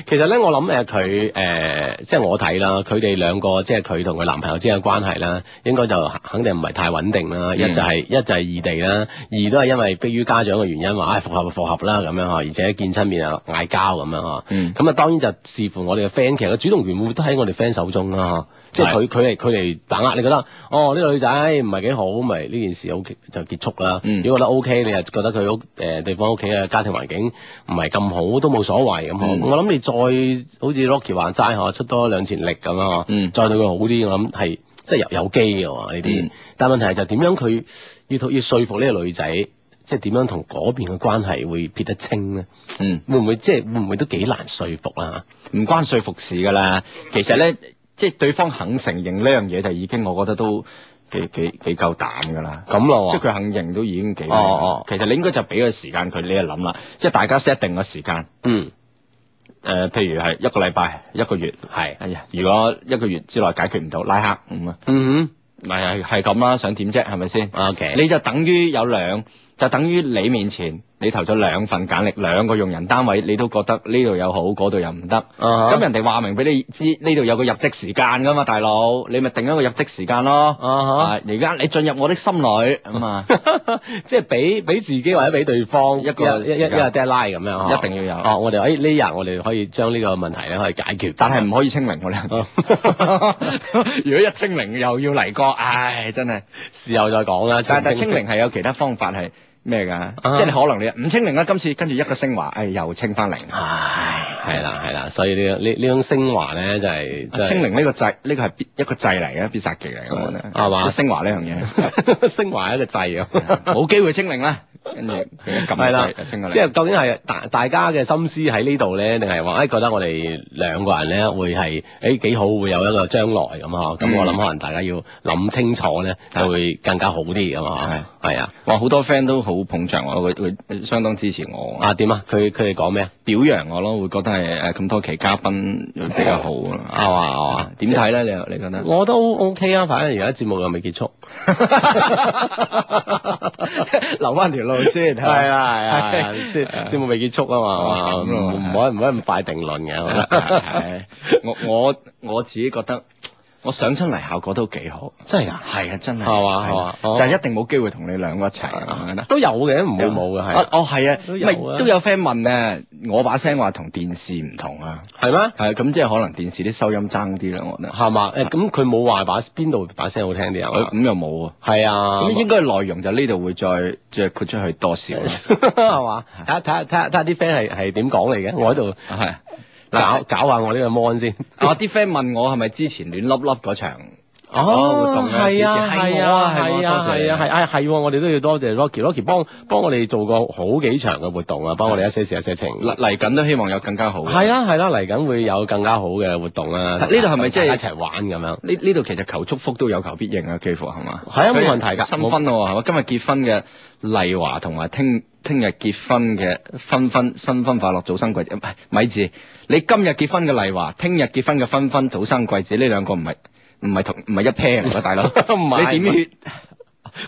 Speaker 1: 其實咧，我諗誒佢誒，即係我睇啦，佢哋兩個即係佢同佢男朋友之間嘅關係啦，應該就肯定唔係太穩定啦。
Speaker 3: 嗯
Speaker 1: 一就係、一就係異地啦，二都係因為迫於家長嘅原因話，唉、復合就復合啦咁樣呵，而且見親面又嗌交咁樣呵。
Speaker 3: 嗯
Speaker 1: 咁啊，當然就視乎我哋嘅 friend，其實個主動權會唔會都喺我哋 friend 手中啦。呵即係佢佢哋佢哋把握，你覺得哦呢、個女仔唔係幾好，咪呢件事好就結束啦。
Speaker 3: 嗯
Speaker 1: 如果覺得 O、k 你又覺得佢屋誒對方屋企嘅家庭環境唔係咁好，都冇所謂咁。
Speaker 3: 嗯
Speaker 1: 我諗你再好似 Rocky 話齋嗬，出多兩錢力咁啊，
Speaker 3: 嗯
Speaker 1: 再對佢好啲，我諗係即係有有機嘅喎呢啲
Speaker 3: 嗯。
Speaker 1: 但問題係就點樣佢要要說服呢個女仔，即係點樣同嗰邊嘅關係會撇得清咧？
Speaker 3: 嗯。
Speaker 1: 會唔會即係會唔會都幾難說服啊？
Speaker 3: 唔關說服事㗎啦。其實咧，即係對方肯承認呢樣嘢，就已經我覺得都幾幾幾夠膽㗎啦。
Speaker 1: 咁咯
Speaker 3: 即係
Speaker 1: 喎，
Speaker 3: 佢肯認都已經幾
Speaker 1: 哦哦
Speaker 3: 其實你應該就俾個時間佢，你就諗啦。即係大家 set 定個時間，誒、呃
Speaker 1: 嗯，
Speaker 3: 譬如係一個禮拜、一個月，
Speaker 1: 係，
Speaker 3: 哎呀，如果一個月之內解決唔到，拉黑咁啊，
Speaker 1: 嗯
Speaker 3: 咪係係咁啦，想點啫？係咪先？
Speaker 1: 哼，OK，
Speaker 3: 你就等於有兩，就等於你面前你投咗兩份簡歷，兩個用人單位，你都覺得呢度又好，嗰度又唔得。
Speaker 1: 啊哈
Speaker 3: 咁人哋話明俾你知，呢度有個入職時間噶嘛，大佬，你咪定一個入職時間咯。
Speaker 1: 啊
Speaker 3: 啊，而家你進入我的心裏咁啊，
Speaker 1: 哈， [LAUGHS] 即係俾俾自己或者俾對方
Speaker 3: 一個
Speaker 1: 一一一一
Speaker 3: 時間
Speaker 1: 個 deadline 咁樣呵
Speaker 3: 一定要有
Speaker 1: 哦，我哋誒呢日我哋可以將呢個問題咧可以解決，
Speaker 3: 但係唔可以清零我哋。
Speaker 1: 啊
Speaker 3: [LAUGHS] 如果一清零又要嚟過，唉，真係。
Speaker 1: 事後再講啦。
Speaker 3: 但但清零係有其他方法係咩㗎？
Speaker 1: 啊
Speaker 3: 即係你可能你唔清零啊啦，今次跟住一個升華，唉，又清翻零。啊
Speaker 1: 啊唉，係啦係啦，所以呢個呢呢種升華咧就係真係
Speaker 3: 啊清零呢個掣，呢個係必一個掣嚟嘅，必殺技嚟嘅，我覺得
Speaker 1: 啊係嘛
Speaker 3: 升華呢樣
Speaker 1: [LAUGHS]
Speaker 3: 嘢，
Speaker 1: 升華一個掣啊。
Speaker 3: 冇機會清零啦。跟住佢一
Speaker 1: 係
Speaker 3: 撳個
Speaker 1: 啦
Speaker 3: 掣就清，咗
Speaker 1: 即
Speaker 3: 零。
Speaker 1: 係究竟係大大家嘅心思喺呢度咧，定係話誒哎覺得我哋兩個人咧會係誒幾好，會有一個將來咁嗬？咁
Speaker 3: 嗯
Speaker 1: 我諗可能大家要諗清楚咧，就會更加好啲咁啊。係啊，
Speaker 3: 哇！好多 friend 都好捧場我，佢佢呃相當支持我，
Speaker 1: 啊點啊？佢佢哋講咩啊？
Speaker 3: 表揚我咯，會覺得係誒咁多期嘉賓比較好啊。
Speaker 1: 啊話啊話
Speaker 3: 啊，點睇咧？你又你覺得？
Speaker 1: 我都 OK 啊，反正而家節目又未結束。
Speaker 3: 留翻條路先
Speaker 1: 係啊係啊係啊，
Speaker 3: 係
Speaker 1: 即係節目未結束啊嘛，
Speaker 3: 哦咁啊
Speaker 1: 唔唔可以唔可以咁快定論嘅。我覺得
Speaker 3: 係我我我自己覺得，我上出嚟效果都幾好。
Speaker 1: 真係㗎
Speaker 3: 係啊，真係
Speaker 1: 係嘛
Speaker 3: 係
Speaker 1: 係嘛
Speaker 3: 啊
Speaker 1: 哦
Speaker 3: 但係一定冇機會同你兩個一齊啊，我覺得。
Speaker 1: 都有嘅，唔會冇嘅
Speaker 3: 啊
Speaker 1: 係。
Speaker 3: 哦，係啊，
Speaker 1: 都
Speaker 3: 唔
Speaker 1: 有啊
Speaker 3: 係都有 friend 問啊，我把聲話同電視唔同啊，
Speaker 1: 係咩？
Speaker 3: 係啊咁即係可能電視啲收音爭啲啦，我覺得。
Speaker 1: 係嘛？誒咁佢冇話把邊度把聲好聽啲
Speaker 3: 誒
Speaker 1: 啊？
Speaker 3: 咁又冇啊。
Speaker 1: 係啊，
Speaker 3: 咁應該內容就呢度會再即係豁出去多少啦，
Speaker 1: [LAUGHS] 係嘛？睇下睇下睇下睇下啲 friend 係係點講嚟嘅，我喺度
Speaker 3: [LAUGHS] 係啊
Speaker 1: 搞搞下我呢個 mon 先。
Speaker 3: 我啲 friend 問我係咪之前亂粒粒嗰場
Speaker 1: Ờ,
Speaker 3: 哦活動啊
Speaker 1: 係啊，
Speaker 3: 支持係
Speaker 1: 係
Speaker 3: 我
Speaker 1: 啊，
Speaker 3: 啊係我
Speaker 1: 係啊，
Speaker 3: 多謝你
Speaker 1: 係啊，係啊，係喎，我哋都要多謝 Rocky，Rocky 幫幫我哋做過好幾場嘅活動啊，幫我哋一些事一些情。
Speaker 3: 嚟嚟緊都希望有更加好嘅。
Speaker 1: 係啦係啦，嚟緊會有更加好嘅活動啦。
Speaker 3: 呢度係咪即係
Speaker 1: 大家一齊玩咁樣？
Speaker 3: 呢呢度其實求祝福都有求必應啊，幾乎係嘛？
Speaker 1: 係啊冇問題㗎
Speaker 3: 新婚咯喎，係嘛？今日結婚嘅麗華同埋聽聽日結婚嘅芬芬，新婚快樂，早生貴子。唔係咪字，你今日結婚嘅麗華，聽日結婚嘅芬芬，早生貴子，呢兩個唔係唔係同唔係一 pair 嚟
Speaker 1: [LAUGHS]
Speaker 3: 㗎，大佬。
Speaker 1: 唔係 [LAUGHS]
Speaker 3: 你點血？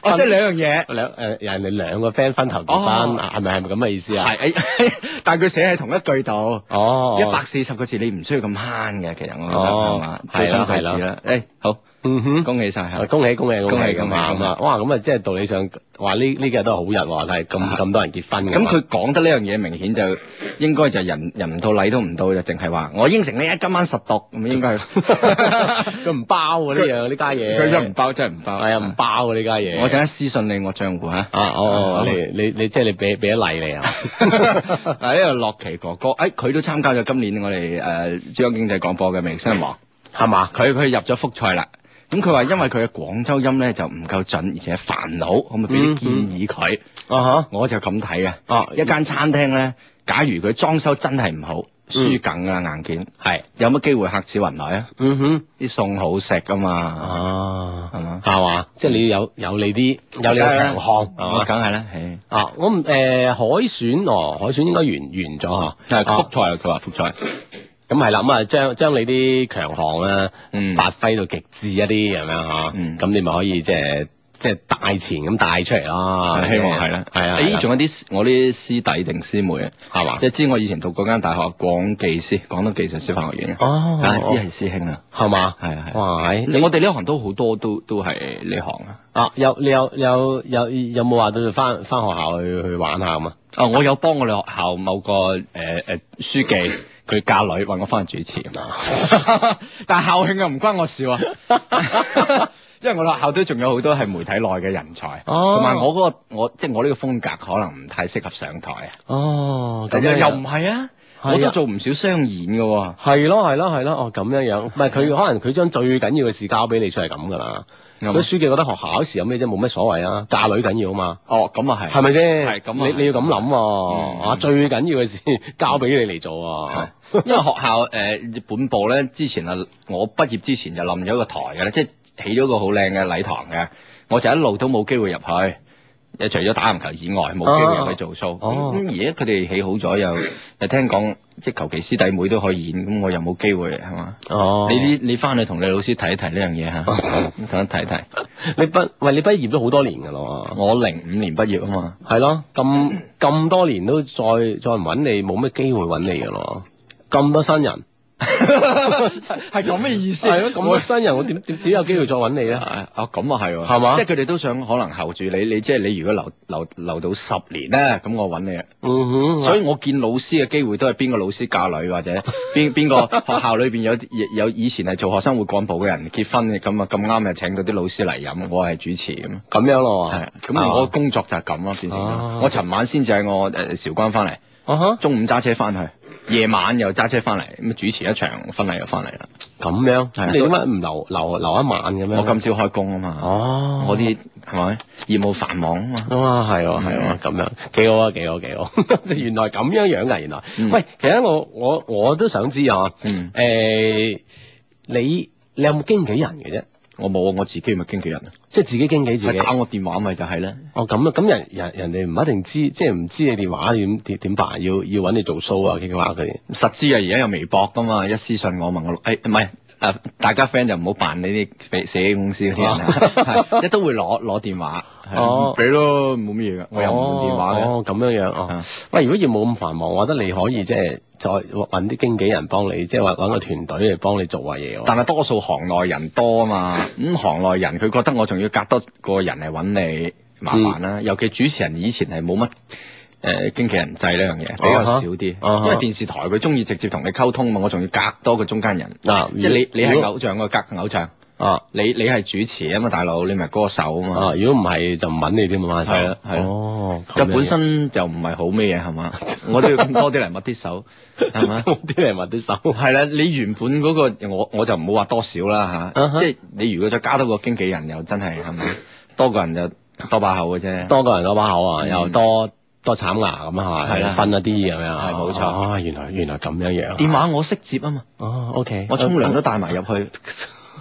Speaker 3: 哦，即係兩樣嘢。
Speaker 1: 兩誒人哋兩個 friend 分頭結婚，
Speaker 3: 哦
Speaker 1: 係咪係咪咁嘅意思啊？
Speaker 3: [LAUGHS] 係，哎但佢寫喺同一句度。
Speaker 1: 哦，
Speaker 3: 一百四十個字，你唔需要咁慳嘅，其實我覺得
Speaker 1: 哦
Speaker 3: 係嘛，
Speaker 1: 係
Speaker 3: 最新
Speaker 1: 啦
Speaker 3: 貴字啦。誒，好，
Speaker 1: 嗯哼。
Speaker 3: 恭喜晒係嘛。
Speaker 1: 恭喜恭喜恭
Speaker 3: 恭
Speaker 1: 喜
Speaker 3: 喜
Speaker 1: 咁
Speaker 3: 恭喜
Speaker 1: 啊
Speaker 3: 恭
Speaker 1: 咁
Speaker 3: 喜
Speaker 1: 啊！哇，咁啊，即係道理上話呢呢幾日都係好日喎，但係咁
Speaker 3: 啊
Speaker 1: 咁多人結婚嘅。
Speaker 3: 咁佢講得呢樣嘢，明顯就應該就人人唔到禮都唔到，就淨係話我應承你啊，今晚實讀 [LAUGHS] 咁應該係
Speaker 1: [LAUGHS] 佢唔包嘅呢樣呢家嘢，
Speaker 3: 佢真唔包，真係唔包。
Speaker 1: 係啊，唔
Speaker 3: [LAUGHS]
Speaker 1: 包嘅呢家嘢。
Speaker 3: 我陣間私信你我賬 [LAUGHS] 户嚇。
Speaker 1: 啊哦，
Speaker 3: 啊
Speaker 1: 你你你即係你俾俾咗例你
Speaker 3: [LAUGHS]
Speaker 1: 啊？
Speaker 3: 喺啊呢個洛奇哥哥，誒佢都參加咗今年我哋誒珠江經濟廣播嘅明星王，
Speaker 1: 係嘛？
Speaker 3: 佢佢入咗複賽啦。咁佢話因為佢嘅廣州音咧就唔夠準，而且煩惱，可唔可以俾啲建議佢？
Speaker 1: 啊
Speaker 3: 我就咁睇嘅。
Speaker 1: 嚇啊
Speaker 3: 一間餐廳咧，假如佢裝修真係唔好，輸梗啦硬件。
Speaker 1: 係
Speaker 3: 有乜機會客似雲來啊？
Speaker 1: 嗯哼
Speaker 3: 啲餸好食啊嘛，
Speaker 1: 啊
Speaker 3: 係嘛？
Speaker 1: 係嘛？即係你要有有你啲有你
Speaker 3: 啊
Speaker 1: 嘅強項係
Speaker 3: 我
Speaker 1: 嘛？
Speaker 3: 梗係啦，係。
Speaker 1: 啊，我唔誒海選哦，海選應該完完咗嗬。
Speaker 3: 但係
Speaker 1: 啊
Speaker 3: 復賽啦，佢話復賽。
Speaker 1: 咁係啦，咁啊將將你啲強項咧，
Speaker 3: 嗯
Speaker 1: 發揮到極致一啲咁樣嚇，
Speaker 3: 嗯
Speaker 1: 咁你咪可以即係即係大前咁帶出嚟咯。
Speaker 3: 希望係啦，
Speaker 1: 係啊，係
Speaker 3: 誒，
Speaker 1: 啊
Speaker 3: 仲有啲我啲師弟定師妹啊，
Speaker 1: 係嘛
Speaker 3: 即係知我以前讀嗰間大學廣技師，廣東技術師範學院嘅，
Speaker 1: 哦
Speaker 3: 啊，知係師兄啊，
Speaker 1: 係嘛？
Speaker 3: 係啊係啊。
Speaker 1: 哇！係
Speaker 3: 你我哋呢行都好多都都係呢行啊。
Speaker 1: 啊，有你有有有有冇話到佢翻翻學校去去玩下咁啊？
Speaker 3: 啊，我有幫我哋學校某個誒誒書記，佢嫁女揾我翻去主持咁啊， [LAUGHS] 但係校慶啊唔關我事喎， [LAUGHS] 因為我哋學校都仲有好多係媒體內嘅人才，
Speaker 1: 哦
Speaker 3: 同埋、我嗰、個我即係我呢個風格可能唔太適合上台啊，
Speaker 1: 哦
Speaker 3: 但又又唔係啊，
Speaker 1: 係啊
Speaker 3: 我都做唔少商演嘅喎、
Speaker 1: 係咯係咯係咯，哦咁樣樣，唔係佢可能佢將最緊要嘅事交俾你，就係咁噶啦。
Speaker 3: 啱
Speaker 1: 嗰
Speaker 3: 啊
Speaker 1: 啲書記覺得學校嗰時有咩啫，冇乜所謂啊，嫁女緊要啊嘛，
Speaker 3: 哦，咁啊係，
Speaker 1: 係咪先？
Speaker 3: 係咁啊
Speaker 1: 你你要咁諗喎，
Speaker 3: 嗯
Speaker 1: 啊最緊要嘅事 [LAUGHS] 交俾你嚟做喎
Speaker 3: 係。因為學校誒、呃本部咧，之前啊，我畢業之前就冧咗個台嘅啦，即係起咗個好靚嘅禮堂嘅，我就一路都冇機會入去。誒除咗打籃球以外，冇機會入去做 show。
Speaker 1: 哦
Speaker 3: 咁而家佢哋起好咗，又又聽講，即係求其師弟妹都可以演，咁我又冇機會，係嘛？
Speaker 1: 哦
Speaker 3: 你啲你翻去同你老師提一提呢樣嘢嚇，同佢提一提。
Speaker 1: 你畢喂你畢業都好多年㗎咯
Speaker 3: 我零五年畢業啊嘛，
Speaker 1: 喎，係咯，咁咁多年都再再唔揾你，冇乜機會揾你㗎咯，咁多新人。
Speaker 3: [LAUGHS] 係咁嘅意
Speaker 1: 係咯，咁多新人我點點點有機會再揾你咧？
Speaker 3: 啊啊咁啊係喎，
Speaker 1: 係嘛
Speaker 3: 即係佢哋都想可能候住你，你即係你如果留留留到十年咧，咁我揾你啊。
Speaker 1: 嗯哼
Speaker 3: 所
Speaker 1: 所以
Speaker 3: 以我見老師嘅機會都係邊個老師嫁女，或者 [LAUGHS] 邊邊個學校裏邊有有以前係做學生會幹部嘅人結婚嘅，咁啊咁啱又請到啲老師嚟飲，我係主持咁。
Speaker 1: 咁樣咯喎啊
Speaker 3: 係，，啊咁我工作就係咁咯，變成
Speaker 1: 哦
Speaker 3: 咗我尋晚先至喺我誒韶關翻嚟，
Speaker 1: 啊哈
Speaker 3: 中午揸車翻去，夜晚又揸車翻嚟，咁啊主持一場婚禮又翻嚟啦。
Speaker 1: 咁樣，
Speaker 3: 係
Speaker 1: 咁你點解唔留留留一晚咁樣？
Speaker 3: 我今朝開工啊嘛，
Speaker 1: 嗯哦，
Speaker 3: 我啲係咪業務繁忙啊嘛。
Speaker 1: 啊，係喎，係喎，咁樣幾好啊，幾好，幾好！ [LAUGHS] 原來咁樣樣㗎，原來。
Speaker 3: 嗯
Speaker 1: 喂，其實我我我都想知啊，
Speaker 3: 嗯
Speaker 1: 誒，你你有冇經紀人嘅啫？
Speaker 3: 我冇啊，我自己咪經紀人啊，
Speaker 1: 即係自己經紀自己
Speaker 3: 係。打我電話咪就係咧。
Speaker 1: 哦，咁啊，咁人人人哋唔一定知，即係唔知你電話點點點辦，要要揾你做 show 啊，佢話佢哋。
Speaker 3: 實知啊，而家有微博噶嘛，一私信我問我，誒唔係誒，大家 friend 就唔好扮你啲社社企公司嗰啲人啊， [LAUGHS] 係即係都會攞攞電話，係
Speaker 1: 哦
Speaker 3: 俾咯，冇乜嘢噶，我又唔用電話嘅。
Speaker 1: 哦，咁樣樣哦
Speaker 3: 啊。
Speaker 1: 喂，如果業務咁繁忙，我覺得你可以即係再揾啲經紀人幫你，即係揾揾個團隊嚟幫你做下嘢喎。
Speaker 3: 但係多數行內人多啊嘛，咁行內人佢覺得我仲要隔多個人嚟揾你，麻煩啦。
Speaker 1: 嗯
Speaker 3: 尤其主持人以前係冇乜誒經紀人制呢樣嘢，比較少啲，
Speaker 1: 啊哈
Speaker 3: 因為電視台佢中意直接同你溝通嘛，我仲要隔多個中間人。
Speaker 1: 嗱，
Speaker 3: 即係你你係
Speaker 1: 啊如果
Speaker 3: 偶像，我隔偶像。
Speaker 1: 啊啊
Speaker 3: 你你係主持啊嘛，大佬，你咪歌手啊嘛。
Speaker 1: 啊！如果唔係就唔揾你添啊嘛，
Speaker 3: 係啦係啦
Speaker 1: 哦，咁
Speaker 3: 佢
Speaker 1: 樣
Speaker 3: 本身就唔係好咩嘢係嘛，我都要咁多啲嚟抹啲手，係嘛？
Speaker 1: 多啲嚟問啲手，
Speaker 3: 哦係啦，你原本嗰、個我我就唔好話多少啦吓，
Speaker 1: 啊哈
Speaker 3: 即係你如果再加多個經紀人又真係係咪多個人就多把口嘅啫。
Speaker 1: 多個人嗰把口啊，
Speaker 3: 嗯
Speaker 1: 又多多慘牙咁啊，
Speaker 3: 係
Speaker 1: 係
Speaker 3: 啦
Speaker 1: 咪？分一啲咁樣啊，
Speaker 3: 係冇錯
Speaker 1: 啊，原來原來咁樣樣啊。
Speaker 3: 電話我識接啊嘛，
Speaker 1: 哦，OK，
Speaker 3: 我沖涼
Speaker 1: [LAUGHS]
Speaker 3: 都帶埋入去，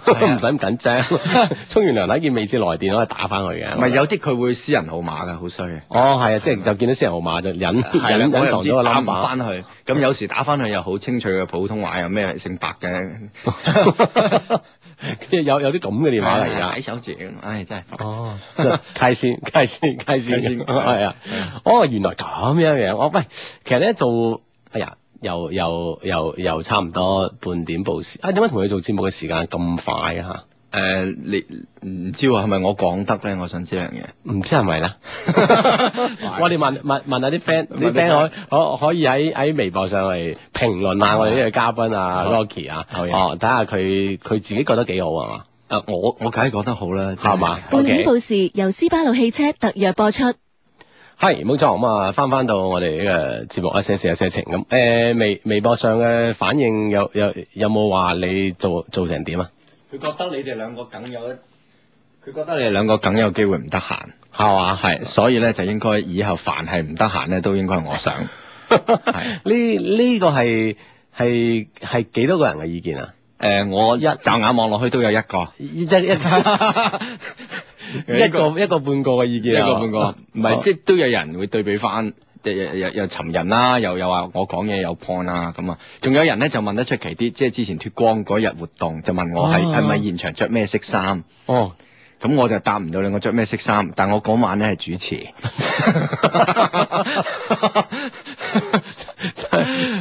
Speaker 3: 係啊
Speaker 1: 唔使咁緊張， [LAUGHS] 沖完涼睇見未接來電可以打翻佢嘅。
Speaker 3: 唔係有啲佢會私人號碼㗎，好衰嘅。
Speaker 1: 哦，係啊，即係就見到私人號碼就隱
Speaker 3: 係啦，
Speaker 1: 隱隱
Speaker 3: 我又唔
Speaker 1: 藏
Speaker 3: 知
Speaker 1: 咗個
Speaker 3: 打唔
Speaker 1: number。
Speaker 3: 翻去，咁有時打翻去又好清脆嘅普通話，又咩姓白嘅
Speaker 1: [LAUGHS] 有有啲咁嘅電
Speaker 3: [LAUGHS]
Speaker 1: 話嚟
Speaker 3: 解
Speaker 1: 㗎。
Speaker 3: 哎手指，唉真係。
Speaker 1: 哦，即係開線開線開
Speaker 3: 開心
Speaker 1: 線，係啊。哦，原來咁樣樣。我喂，其實咧做，哎呀，又又又又差唔多半點報時。啊，點解同你做節目嘅時間咁快啊？
Speaker 3: 誒、你唔知喎，係咪我講得咧？我想知呢樣嘢。
Speaker 1: 唔知係咪咧？我哋問問問下啲 friend，
Speaker 3: 問啲
Speaker 1: 啲 friend 可可可以喺喺微博上嚟評論下我哋呢個嘉賓啊
Speaker 3: 好
Speaker 1: ，Rocky 啊，
Speaker 3: 好嘢
Speaker 1: 哦，睇下佢佢自己覺得幾好啊係嘛？
Speaker 3: 誒、我我梗係講得好啦，
Speaker 1: 係嘛
Speaker 5: 半點
Speaker 1: OK
Speaker 5: 報時由斯巴魯汽車特約播出。
Speaker 1: 係冇錯，咁啊翻翻到我哋呢個節目一些事一些情咁，誒微微博上嘅反應有有有冇話你做做成點啊？
Speaker 3: 佢覺得你哋兩個梗有一，佢覺得你哋兩個梗有機會唔得閒，
Speaker 1: 係嘛？係
Speaker 3: 係，所以咧就應該以後凡係唔得閒咧，都應該係我 [LAUGHS] 上。係誒、
Speaker 1: [LAUGHS] 呢呢個係係係幾多個人嘅意見啊？
Speaker 3: 我一驟眼望落去都有一個， [LAUGHS]
Speaker 1: 一一一一個一個半個嘅意
Speaker 3: 一
Speaker 1: 見啊
Speaker 3: 個半 [LAUGHS] 個，唔係即係都有人會對比翻。又又又又尋人啦，又又話我講嘢有 point 啦，咁啊，仲有人咧就問得出奇啲，即係之前脱光嗰日活動就問我係
Speaker 1: 哦
Speaker 3: 係咪現場着咩色衫，
Speaker 1: 哦。
Speaker 3: 咁我就答唔到你我着咩色衫，但我嗰晚咧係主持，
Speaker 1: [LAUGHS]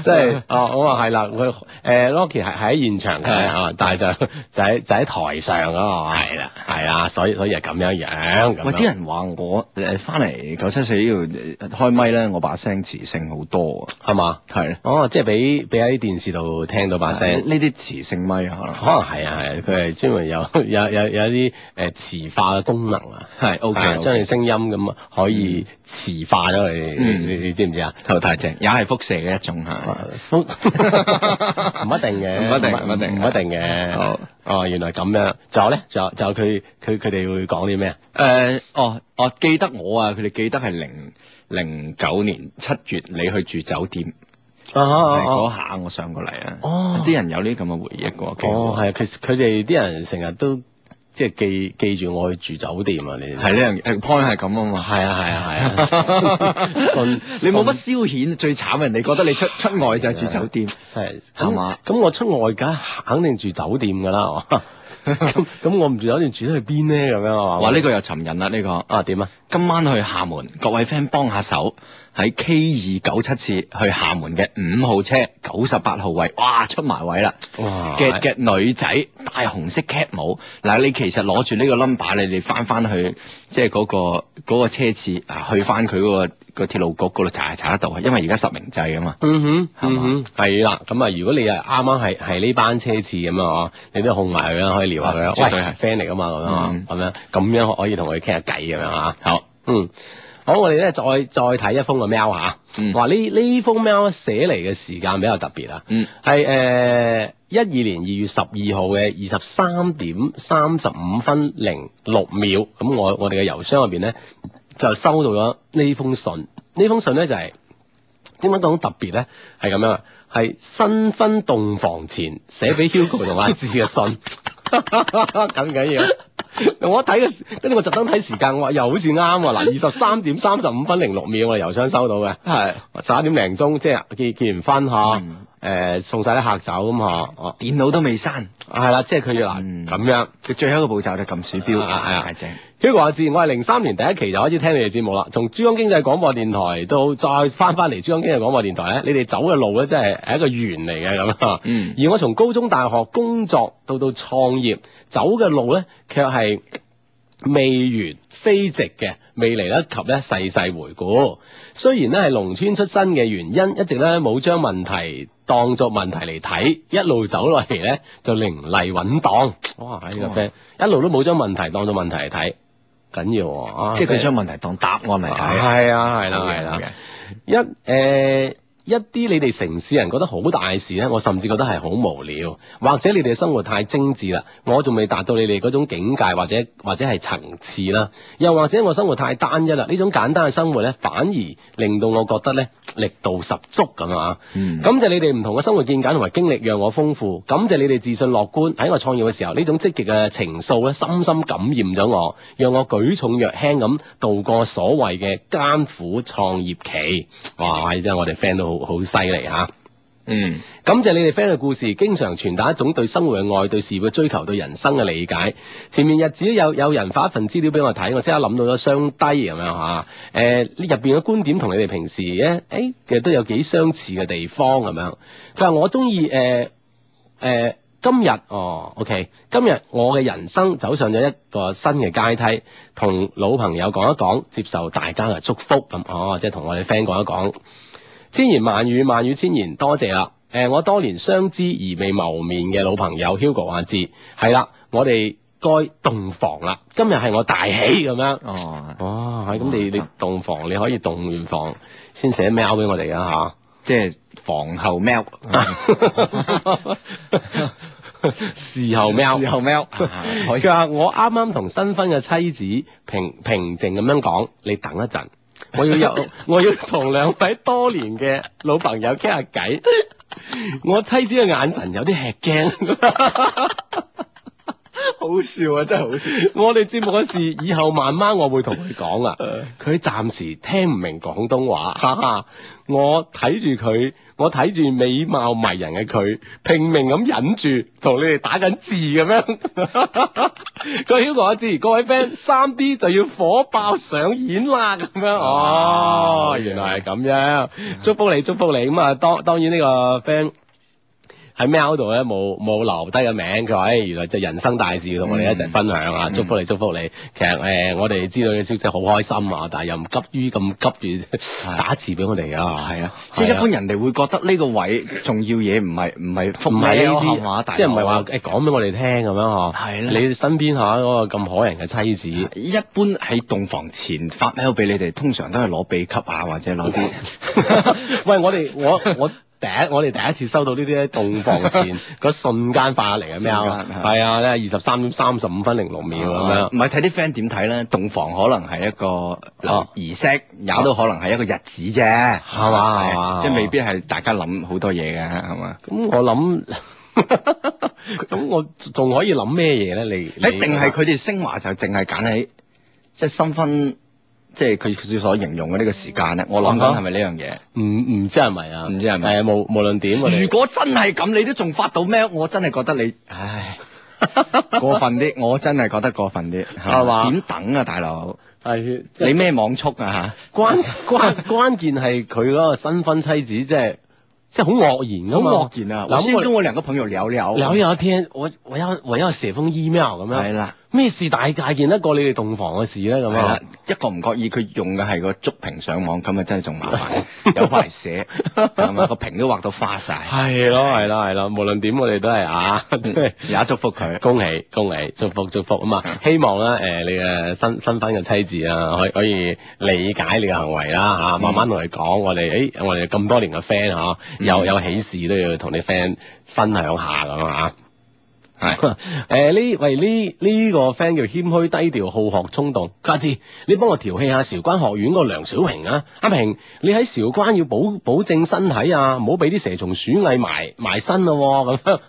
Speaker 1: 即係
Speaker 3: [LAUGHS]
Speaker 1: 哦，我話係啦，佢誒 Rocky 係喺現場嘅
Speaker 3: 係
Speaker 1: 啊，但係就就喺就喺台上啊，係啦，係啦，所以所以係咁樣樣咁樣。
Speaker 3: 喂，啲人話我誒翻嚟九七四呢度呃開咪咧，我把聲磁性好多
Speaker 1: 係嘛？
Speaker 3: 啊，係
Speaker 1: 哦，即係俾俾喺電視度聽到把聲，
Speaker 3: 呃呢啲磁性咪可能
Speaker 1: 可能係啊係啊，佢係專門有有有有啲誒磁化嘅功能啊。
Speaker 3: 係
Speaker 1: 啊
Speaker 3: OK，
Speaker 1: 將你聲音咁可以磁化咗佢，
Speaker 3: 嗯
Speaker 1: 你你知唔知啊？
Speaker 3: 頭太正，也係輻射嘅一種嚇。
Speaker 1: [LAUGHS] 唔一定嘅，
Speaker 3: 唔一定唔一定
Speaker 1: 唔一定嘅。
Speaker 3: 好
Speaker 1: 哦，原來咁樣。仲有咧，仲有仲有佢佢佢哋會講啲咩？啊
Speaker 3: 誒、哦，我、記得我啊，佢哋記得係零零九年七月你去住酒店
Speaker 1: 哦
Speaker 3: 係嗰、
Speaker 1: 哦
Speaker 3: 下，我上過嚟啊。
Speaker 1: 哦
Speaker 3: 啲人有呢啲咁嘅回憶喎。
Speaker 1: 哦，哦，係佢佢哋啲人成日都即係記記住我去住酒店啊！你哋
Speaker 3: 係呢樣嘢係 point 係咁啊嘛。
Speaker 1: 係啊係啊係啊， [LAUGHS] 信
Speaker 3: 你冇乜消遣，最慘人哋覺得你出出外就係住酒店。
Speaker 1: 真係
Speaker 3: 係嘛？
Speaker 1: 咁咁我出外梗係肯定住酒店㗎啦， [LAUGHS] 係嘛咁咁我唔住酒店住得去邊咧？咁樣係嘛？
Speaker 3: 哇！呢、個又尋人啦，呢、個
Speaker 1: 啊點啊？
Speaker 3: 今晚去廈門，各位 friend 幫下手，喺 K 二九七次去廈門嘅五號車九十八號位，哇出埋位啦！
Speaker 1: 哇
Speaker 3: 嘅嘅女仔戴紅色 cap 帽，嗱你其實攞住呢個 number，你哋翻翻去即係嗰、個嗰、個車次啊，去翻佢嗰個、個鐵路局嗰度查係查得到嘅，因為而家實名制啊嘛。
Speaker 1: 嗯哼，
Speaker 3: 係
Speaker 1: 嗯
Speaker 3: 嘛
Speaker 1: 哼，係啦。咁啊，如果你係啱啱係係呢班車次咁啊，你都控埋佢啦，可以聊下佢啦。啊
Speaker 3: 啊絕對係
Speaker 1: 喂，friend 嚟噶嘛，咁樣啊
Speaker 3: 嗯
Speaker 1: 咁樣咁樣可以同佢傾下偈咁樣啊。
Speaker 3: 好，
Speaker 1: 嗯，好，我哋咧再再睇一封嘅 mail 嚇
Speaker 3: 嗯，
Speaker 1: 話呢呢封 mail 寫嚟嘅時間比較特別啊。
Speaker 3: 嗯，
Speaker 1: 係誒呃一二年二月十二號嘅二十三點三十五分零六秒，咁我我哋嘅郵箱入邊咧就收到咗呢封信，呢封信咧就係、點解講特別咧？係咁樣啊，係新婚洞房前寫俾 Hugo 同阿志嘅信，緊唔緊要？我一睇嘅，跟住我特登睇時間，我話又好似啱喎。嗱，二十三點三十五分零六秒，我哋郵箱收到嘅。
Speaker 3: 係
Speaker 1: 十一點零鐘，即係結結完婚嗬，誒、
Speaker 3: 嗯
Speaker 1: 送晒啲客走咁嗬，哦，
Speaker 3: 電腦都未刪，
Speaker 1: 係啦，即係佢要
Speaker 3: 嗯
Speaker 1: 嗱咁樣。
Speaker 3: 佢最後一個步驟就撳鼠標，
Speaker 1: 啊啊啊
Speaker 3: 大正。
Speaker 1: Hugo 阿志，我係零三年第一期就開始聽你哋節目啦，從珠江經濟廣播電台到再翻翻嚟珠江經濟廣播電台咧，你哋走嘅路咧真係係一個圓嚟嘅咁啊。[LAUGHS]
Speaker 3: 嗯
Speaker 1: 而我從高中、大學、工作到到創業走嘅路咧，卻係未完非直嘅，未嚟得及咧細細回顧。雖然咧係農村出身嘅原因，一直咧冇將問題當作問題嚟睇，一路走落嚟咧就凌厲穩當。哇！呢、個 friend 一路都冇將問題當作問題嚟睇，緊要喎、啊
Speaker 3: 即係佢將問題當答案嚟睇。
Speaker 1: 係啊，係啦，
Speaker 3: 好嘅
Speaker 1: 係啦
Speaker 3: 好嘅。
Speaker 1: 一誒、呃一啲你哋城市人覺得好大嘅事咧，我甚至覺得係好無聊，或者你哋嘅生活太精緻啦，我仲未達到你哋嗰種境界或者或者係層次啦，又或者我生活太單一啦，呢種簡單嘅生活咧，反而令到我覺得咧力度十足咁啊！
Speaker 3: 嗯
Speaker 1: 感謝你哋唔同嘅生活見解同埋經歷讓我豐富，感謝你哋自信樂觀喺我創業嘅時候呢種積極嘅情愫咧，深深感染咗我，讓我舉重若輕咁度過所謂嘅艱苦創業期。哇！真係我哋 friend 都好好犀利嚇。
Speaker 3: 嗯，
Speaker 1: 感謝你哋 friend 嘅故事，經常傳達一種對生活嘅愛、對事業嘅追求、對人生嘅理解。前面日子有有人發一份資料俾我睇，我即刻諗到咗雙低咁樣嚇。誒呢入邊嘅觀點同你哋平時咧，誒、其實都有幾相似嘅地方咁樣。佢話我中意誒。誒、今日哦，OK，今日我嘅人生走上咗一個新嘅階梯，同老朋友講一講，接受大家嘅祝福咁哦，即係同我哋 friend 講一講，千言萬語，萬語千言，多謝啦。誒、我多年相知而未謀面嘅老朋友 Hugo 阿志，係啦，我哋該洞房啦，今日係我大喜咁樣。
Speaker 3: 哦，
Speaker 1: 哦，係咁你你洞房你可以洞完房先寫 mail 俾我哋啊嚇。
Speaker 3: 即係房後喵，
Speaker 1: 啊 [LAUGHS] 事後喵。
Speaker 3: 事後喵，
Speaker 1: 啊
Speaker 3: 可以
Speaker 1: 佢話：我啱啱同新婚嘅妻子平平靜咁樣講，你等一陣，我要有 [LAUGHS] 我要同兩位多年嘅老朋友傾下偈。我妻子嘅眼神有啲吃驚，
Speaker 3: 好笑啊！真係好笑。
Speaker 1: 我哋節目嘅事以後慢慢我會同佢講
Speaker 3: [LAUGHS]
Speaker 1: 啊。佢暫時聽唔明廣東話，哈哈。我睇住佢，我睇住美貌迷人嘅佢，拼命咁忍住同你哋打緊字咁樣。 [LAUGHS] 佢 Hugo 阿志，各位 friend，三 D 就要火爆上演啦咁
Speaker 3: 啊
Speaker 1: 樣。哦，原來係咁樣，祝福你，祝福你。咁啊，當當然呢個 friend。喺 mail 度咧冇冇留低個名，佢話：，誒、哎原來就人生大事，同我哋一
Speaker 3: 嗯
Speaker 1: 齊分享啊！祝福你，祝福你。其實誒、我哋知道嘅消息好開心啊，但係又唔急於咁急住打字俾我哋啊，係啊，
Speaker 3: 即係一
Speaker 1: 係啊
Speaker 3: 般人哋會覺得呢個位重要嘢唔係唔係覆
Speaker 1: 唔係呢
Speaker 3: 係嘛
Speaker 1: 啲，
Speaker 3: 大佬啊
Speaker 1: 即係唔係話誒講俾我哋聽咁樣嗬？
Speaker 3: 係啦
Speaker 1: 你身邊嚇嗰個咁可人嘅妻子，
Speaker 3: 一般喺洞房前發 mail 俾你哋，通常都係攞秘笈啊，或者攞啲
Speaker 1: [LAUGHS] 喂，我哋我我。第一，我哋第一次收到呢啲咧，洞房前嗰瞬間發嚟嘅 mail，
Speaker 3: 瞬間
Speaker 1: 係啊，咧二十三點三十五分零六秒咁樣
Speaker 3: 啊唔，係睇啲 friend 點睇咧？洞房可能係一個
Speaker 1: 哦
Speaker 3: 儀式，也都可能係一個日子啫，係啊
Speaker 1: 嘛啊係嘛
Speaker 3: 即係未必係大家諗好多嘢嘅，係嘛？
Speaker 1: 咁我諗， [LAUGHS] 咁我仲可以諗咩嘢咧？你啊
Speaker 3: 一定係佢哋升華就淨係揀喺即係新婚，即係佢佢所形容嘅呢個時間咧。我諗
Speaker 1: 啊
Speaker 3: 緊
Speaker 1: 哈
Speaker 3: 係咪呢樣嘢？
Speaker 1: 唔唔知係咪啊？
Speaker 3: 唔知係咪
Speaker 1: 誒，無無論點，我哋
Speaker 3: 如果真係咁，你都仲發到咩？我真係覺得你，
Speaker 1: [LAUGHS]
Speaker 3: 唉，過分啲，我真係覺得過分啲，
Speaker 1: 係嘛
Speaker 3: 點等啊，大佬？
Speaker 1: 係
Speaker 3: 你咩網速啊
Speaker 1: 關關關鍵係佢嗰個新婚妻子，即係即係好愕
Speaker 3: 嚇？
Speaker 1: 然
Speaker 3: 好
Speaker 1: 啊嘛！
Speaker 3: 愕然啊！我
Speaker 1: 嗱
Speaker 3: 先
Speaker 1: 咁
Speaker 3: 跟
Speaker 1: 我
Speaker 3: 我兩個朋友聊聊，
Speaker 1: 聊有一天，我我要我要寫封 email 咁
Speaker 3: 係
Speaker 1: 樣，
Speaker 3: 啦，
Speaker 1: 咩事大大件得過你哋洞房嘅事咧？咁
Speaker 3: 係啦
Speaker 1: 啊，，
Speaker 3: 一個唔覺意佢用嘅係個觸屏上網，咁啊真係仲麻煩，
Speaker 1: [LAUGHS]
Speaker 3: 有排寫，係嘛？個屏都畫到花晒。
Speaker 1: 係咯係咯係咯，無論點我哋都係
Speaker 3: [LAUGHS]
Speaker 1: 啊， [LAUGHS] 即係。
Speaker 3: 而家祝福佢。
Speaker 1: 恭喜恭喜，祝福祝福咁啊嘛！希望咧誒、你嘅新新婚嘅妻子啊，可以可以理解你嘅行為啦嚇、慢慢同佢講，我哋誒、我哋咁多年嘅 friend 嚇、有有喜事都要同你 friend 分享下咁啊
Speaker 3: 係
Speaker 1: [LAUGHS] 誒呢、喂呢呢、個 friend 叫謙虛低調好學衝動，家志你幫我調戲下韶關學院個梁小平啊，阿平你喺韶關要保保證身體啊，唔好俾啲蛇蟲鼠蟻埋埋身咯、咁樣。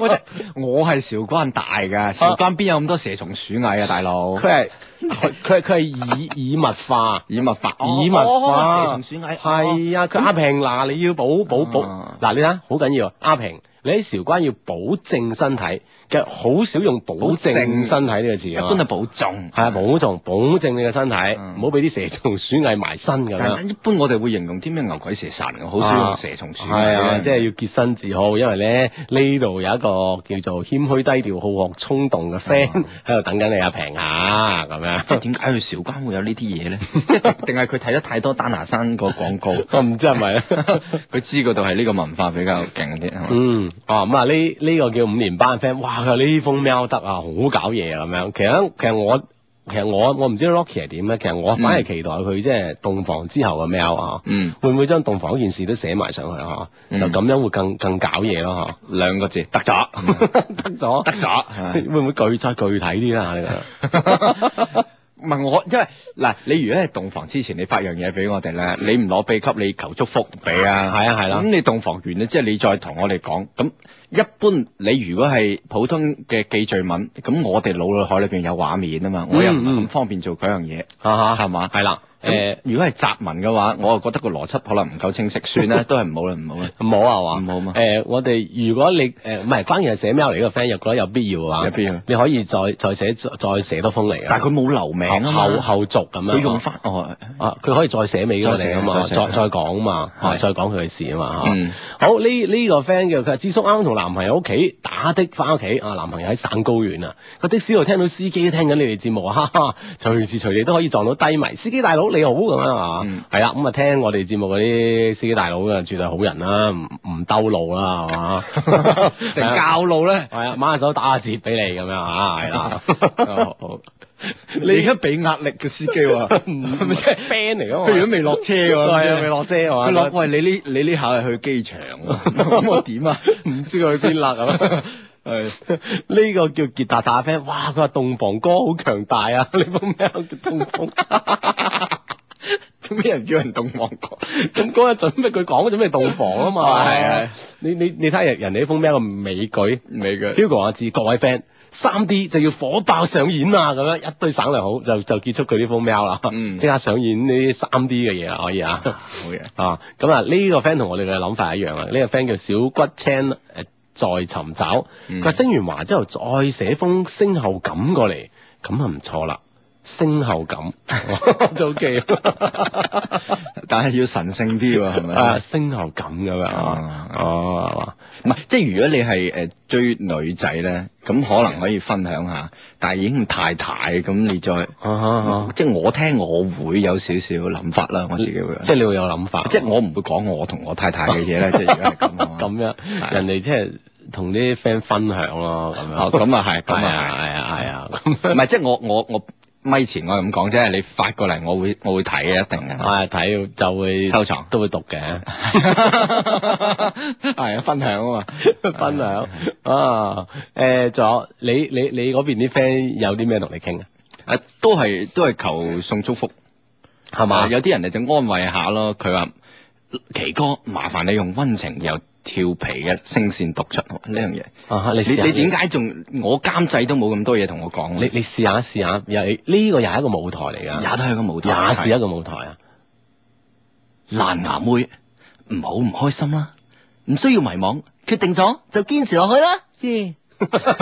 Speaker 3: 我真 [LAUGHS] 啊我係韶關大㗎，韶關邊有咁多蛇蟲鼠蟻啊，大佬？
Speaker 1: 佢係佢佢佢係以以物化。
Speaker 3: 以物化，
Speaker 1: 以物化，
Speaker 3: 哦蛇蟲鼠蟻哦
Speaker 1: 係啊！佢阿平嗱，你要保保保
Speaker 3: 啊
Speaker 1: 嗱，你睇下好緊要啊！阿平，你喺韶關要保正身體，其實好少用保證身體呢個
Speaker 3: 一
Speaker 1: 詞啊嘛
Speaker 3: 般係保重，
Speaker 1: 係啊，保重，保證你嘅身體，
Speaker 3: 嗯
Speaker 1: 唔好俾啲蛇蟲鼠蟻埋身咁
Speaker 3: 但
Speaker 1: 樣。
Speaker 3: 係一啊般我哋會形容啲咩牛鬼蛇神嘅，好少用蛇蟲鼠
Speaker 1: 啊係
Speaker 3: 蟻
Speaker 1: 啊，
Speaker 3: 嘅
Speaker 1: 即係要潔身自好，因為咧呢度有一個叫做謙虛低調、好學衝動嘅 friend 喺度等緊你啊，平下咁
Speaker 3: 即係
Speaker 1: 樣。
Speaker 3: 點解佢韶關會有呢啲嘢 [LAUGHS] 咧？即係定定係佢睇得太多丹拿山個廣 [LAUGHS] 告，
Speaker 1: 我唔知係咪咧。
Speaker 3: 佢知嗰度係呢個文化比較勁啲，係嘛？
Speaker 1: 嗯，哦咁啊，呢呢個叫五年班 friend，哇！佢話呢封 mail 得啊，好搞嘢啊咁樣。其實其實我其實我我唔知 Rocky 係點咧，其實我反而期待佢即係洞房之後嘅 mail 啊，
Speaker 3: 嗯，
Speaker 1: 會唔會將洞房嗰件事都寫埋上去啊？
Speaker 3: 嗯
Speaker 1: 就咁樣會更更搞嘢咯
Speaker 3: 兩個字得咗，
Speaker 1: 嚇，得咗
Speaker 3: 得咗啊係咪
Speaker 1: 會唔會具再具體啲啦？你覺得？
Speaker 3: [LAUGHS] 唔係我，因為嗱，你如果係洞房之前你發樣嘢俾我哋咧，你唔攞秘笈，你求祝福俾啊，
Speaker 1: 係啊係啦
Speaker 3: 咁你洞房完咧，即係你再同我哋講，咁一般你如果係普通嘅記敘文，咁我哋腦裏海裏邊有畫面啊嘛，我又唔係
Speaker 1: 嗯嗯
Speaker 3: 咁方便做嗰樣嘢，
Speaker 1: 啊
Speaker 3: 係嘛？
Speaker 1: 係啦，
Speaker 3: 誒
Speaker 1: 誒，
Speaker 3: 如果係雜文嘅話，我又覺得個邏輯可能唔夠清晰，
Speaker 1: [LAUGHS]
Speaker 3: 算啦，都係唔好啦，唔好啦。
Speaker 1: 冇啊
Speaker 3: 唔
Speaker 1: 嘛，
Speaker 3: 好嘛
Speaker 1: 誒，我哋如果你誒唔係關鍵係寫 mail 嚟呢個 friend，又覺得有必要嘅話，
Speaker 3: 有必要
Speaker 1: 你可以再再寫再寫多封嚟㗎。
Speaker 3: 但係佢冇留名啊嘛
Speaker 1: 後後續咁樣。
Speaker 3: 佢用翻哦，
Speaker 1: 啊，佢可以再寫尾嗰個嚟啊嘛，
Speaker 3: 再寫
Speaker 1: 再
Speaker 3: 再寫
Speaker 1: 再講啊嘛，啊
Speaker 3: 係
Speaker 1: 再講佢嘅事啊嘛嚇。
Speaker 3: 嗯
Speaker 1: 好呢呢個 friend 叫佢話智叔啱啱同男朋友屋企打的翻屋企啊，男朋友喺省高原啊，個的士度聽到司機都聽緊你哋節目啊，哈哈，隨時隨地都可以撞到低迷司機大佬你好咁樣啊
Speaker 3: 嗯，
Speaker 1: 係啦，咁啊聽我哋節目嗰啲司機大佬啊，絕對好人啦，唔唔兜路啦，係嘛，
Speaker 3: [LAUGHS] 成教路咧，
Speaker 1: [LAUGHS] 係啊，馬下手打下折俾你咁樣啊，係
Speaker 3: [LAUGHS]
Speaker 1: 啦。 [LAUGHS]
Speaker 3: 好哦好你而家俾壓力嘅司機
Speaker 1: [LAUGHS]
Speaker 3: 喎，係咪
Speaker 1: 係 friend 嚟㗎嘛
Speaker 3: 佢如果未落車嘅話，
Speaker 1: 係啊，未落車係嘛？
Speaker 3: 佢落喂你呢你呢下係去機場喎，咁我
Speaker 1: [LAUGHS]
Speaker 3: 點啊？ [LAUGHS]
Speaker 1: 唔知佢去邊啦 [LAUGHS] 咁。係呢個叫傑達達 friend，哇！佢話洞房歌好強大啊！ [LAUGHS] 呢封 mail 叫洞房， [LAUGHS]
Speaker 3: 做咩人叫人洞房歌？
Speaker 1: 咁嗰日準備佢講準備洞房啊嘛。
Speaker 3: 係係
Speaker 1: 你你你睇下人人哋呢封 mail 個美句
Speaker 3: 你嘅
Speaker 1: ，Hugo 阿志各位 friend。三 D 就要火爆上演啦，咁樣一堆省略好就就結束佢呢封 mail 啦，
Speaker 3: 嗯
Speaker 1: 即刻上演呢三 D 嘅嘢啦，可以啊。
Speaker 3: 好嘢，
Speaker 1: 啊，咁啊呢個 friend 同我哋嘅諗法一樣啊，呢、個 friend 叫小骨青誒、呃在尋找，
Speaker 3: 嗯
Speaker 1: 佢話升完華之後再寫封升後感過嚟，咁啊唔錯啦，升後
Speaker 3: [LAUGHS]
Speaker 1: 感都 OK
Speaker 3: 但係要神聖啲喎，係
Speaker 1: [LAUGHS]
Speaker 3: 咪
Speaker 1: 啊，升後感咁樣啊
Speaker 3: 啊，
Speaker 1: 哦係嘛，
Speaker 3: 唔係，即係如果你係誒、呃追女仔咧，咁可能可以分享下，但係已經太太咁，你再、
Speaker 1: 啊啊
Speaker 3: 即係我聽我會有少少諗法啦，我自己會，
Speaker 1: 啊即係你會有諗法，
Speaker 3: 即係我唔會講我同我太太嘅
Speaker 1: [LAUGHS]
Speaker 3: 嘢咧，即係如果係咁啊
Speaker 1: 咁樣，人哋即係同啲 friend 分享咯，咁樣，
Speaker 3: 哦咁啊係，咁
Speaker 1: 係啊
Speaker 3: 啊
Speaker 1: 係啊係啊。
Speaker 3: 係，唔係即係我我我咪前我係咁講啫，你發過嚟我會我會睇啊嘅，一定嘅，
Speaker 1: 我係睇就會
Speaker 3: 收藏
Speaker 1: 都會讀
Speaker 3: [LAUGHS]
Speaker 1: 嘅。
Speaker 3: 係啊分享啊嘛，
Speaker 1: 分享啊！誒，仲有你你你嗰邊啲 friend 有啲咩同你傾啊？
Speaker 3: 誒都係都係求送祝福。
Speaker 1: 係
Speaker 3: 啊
Speaker 1: 嘛？
Speaker 3: 有啲人哋就安慰下咯，佢話奇哥，麻煩你用温情又調皮嘅聲線讀出呢樣嘢。
Speaker 1: 啊，你試
Speaker 3: 你
Speaker 1: 下
Speaker 3: 你點？解仲我監製都冇咁多嘢同我講？
Speaker 1: 你你試下試下，又呢個又係一個舞台嚟
Speaker 3: 也
Speaker 1: 㗎，
Speaker 3: 都係個舞台，
Speaker 1: 嗯也是一個舞台啊！
Speaker 3: 爛牙妹，唔好唔開心啦，唔需要迷茫，決定咗就堅持落去啦。啊耶！咁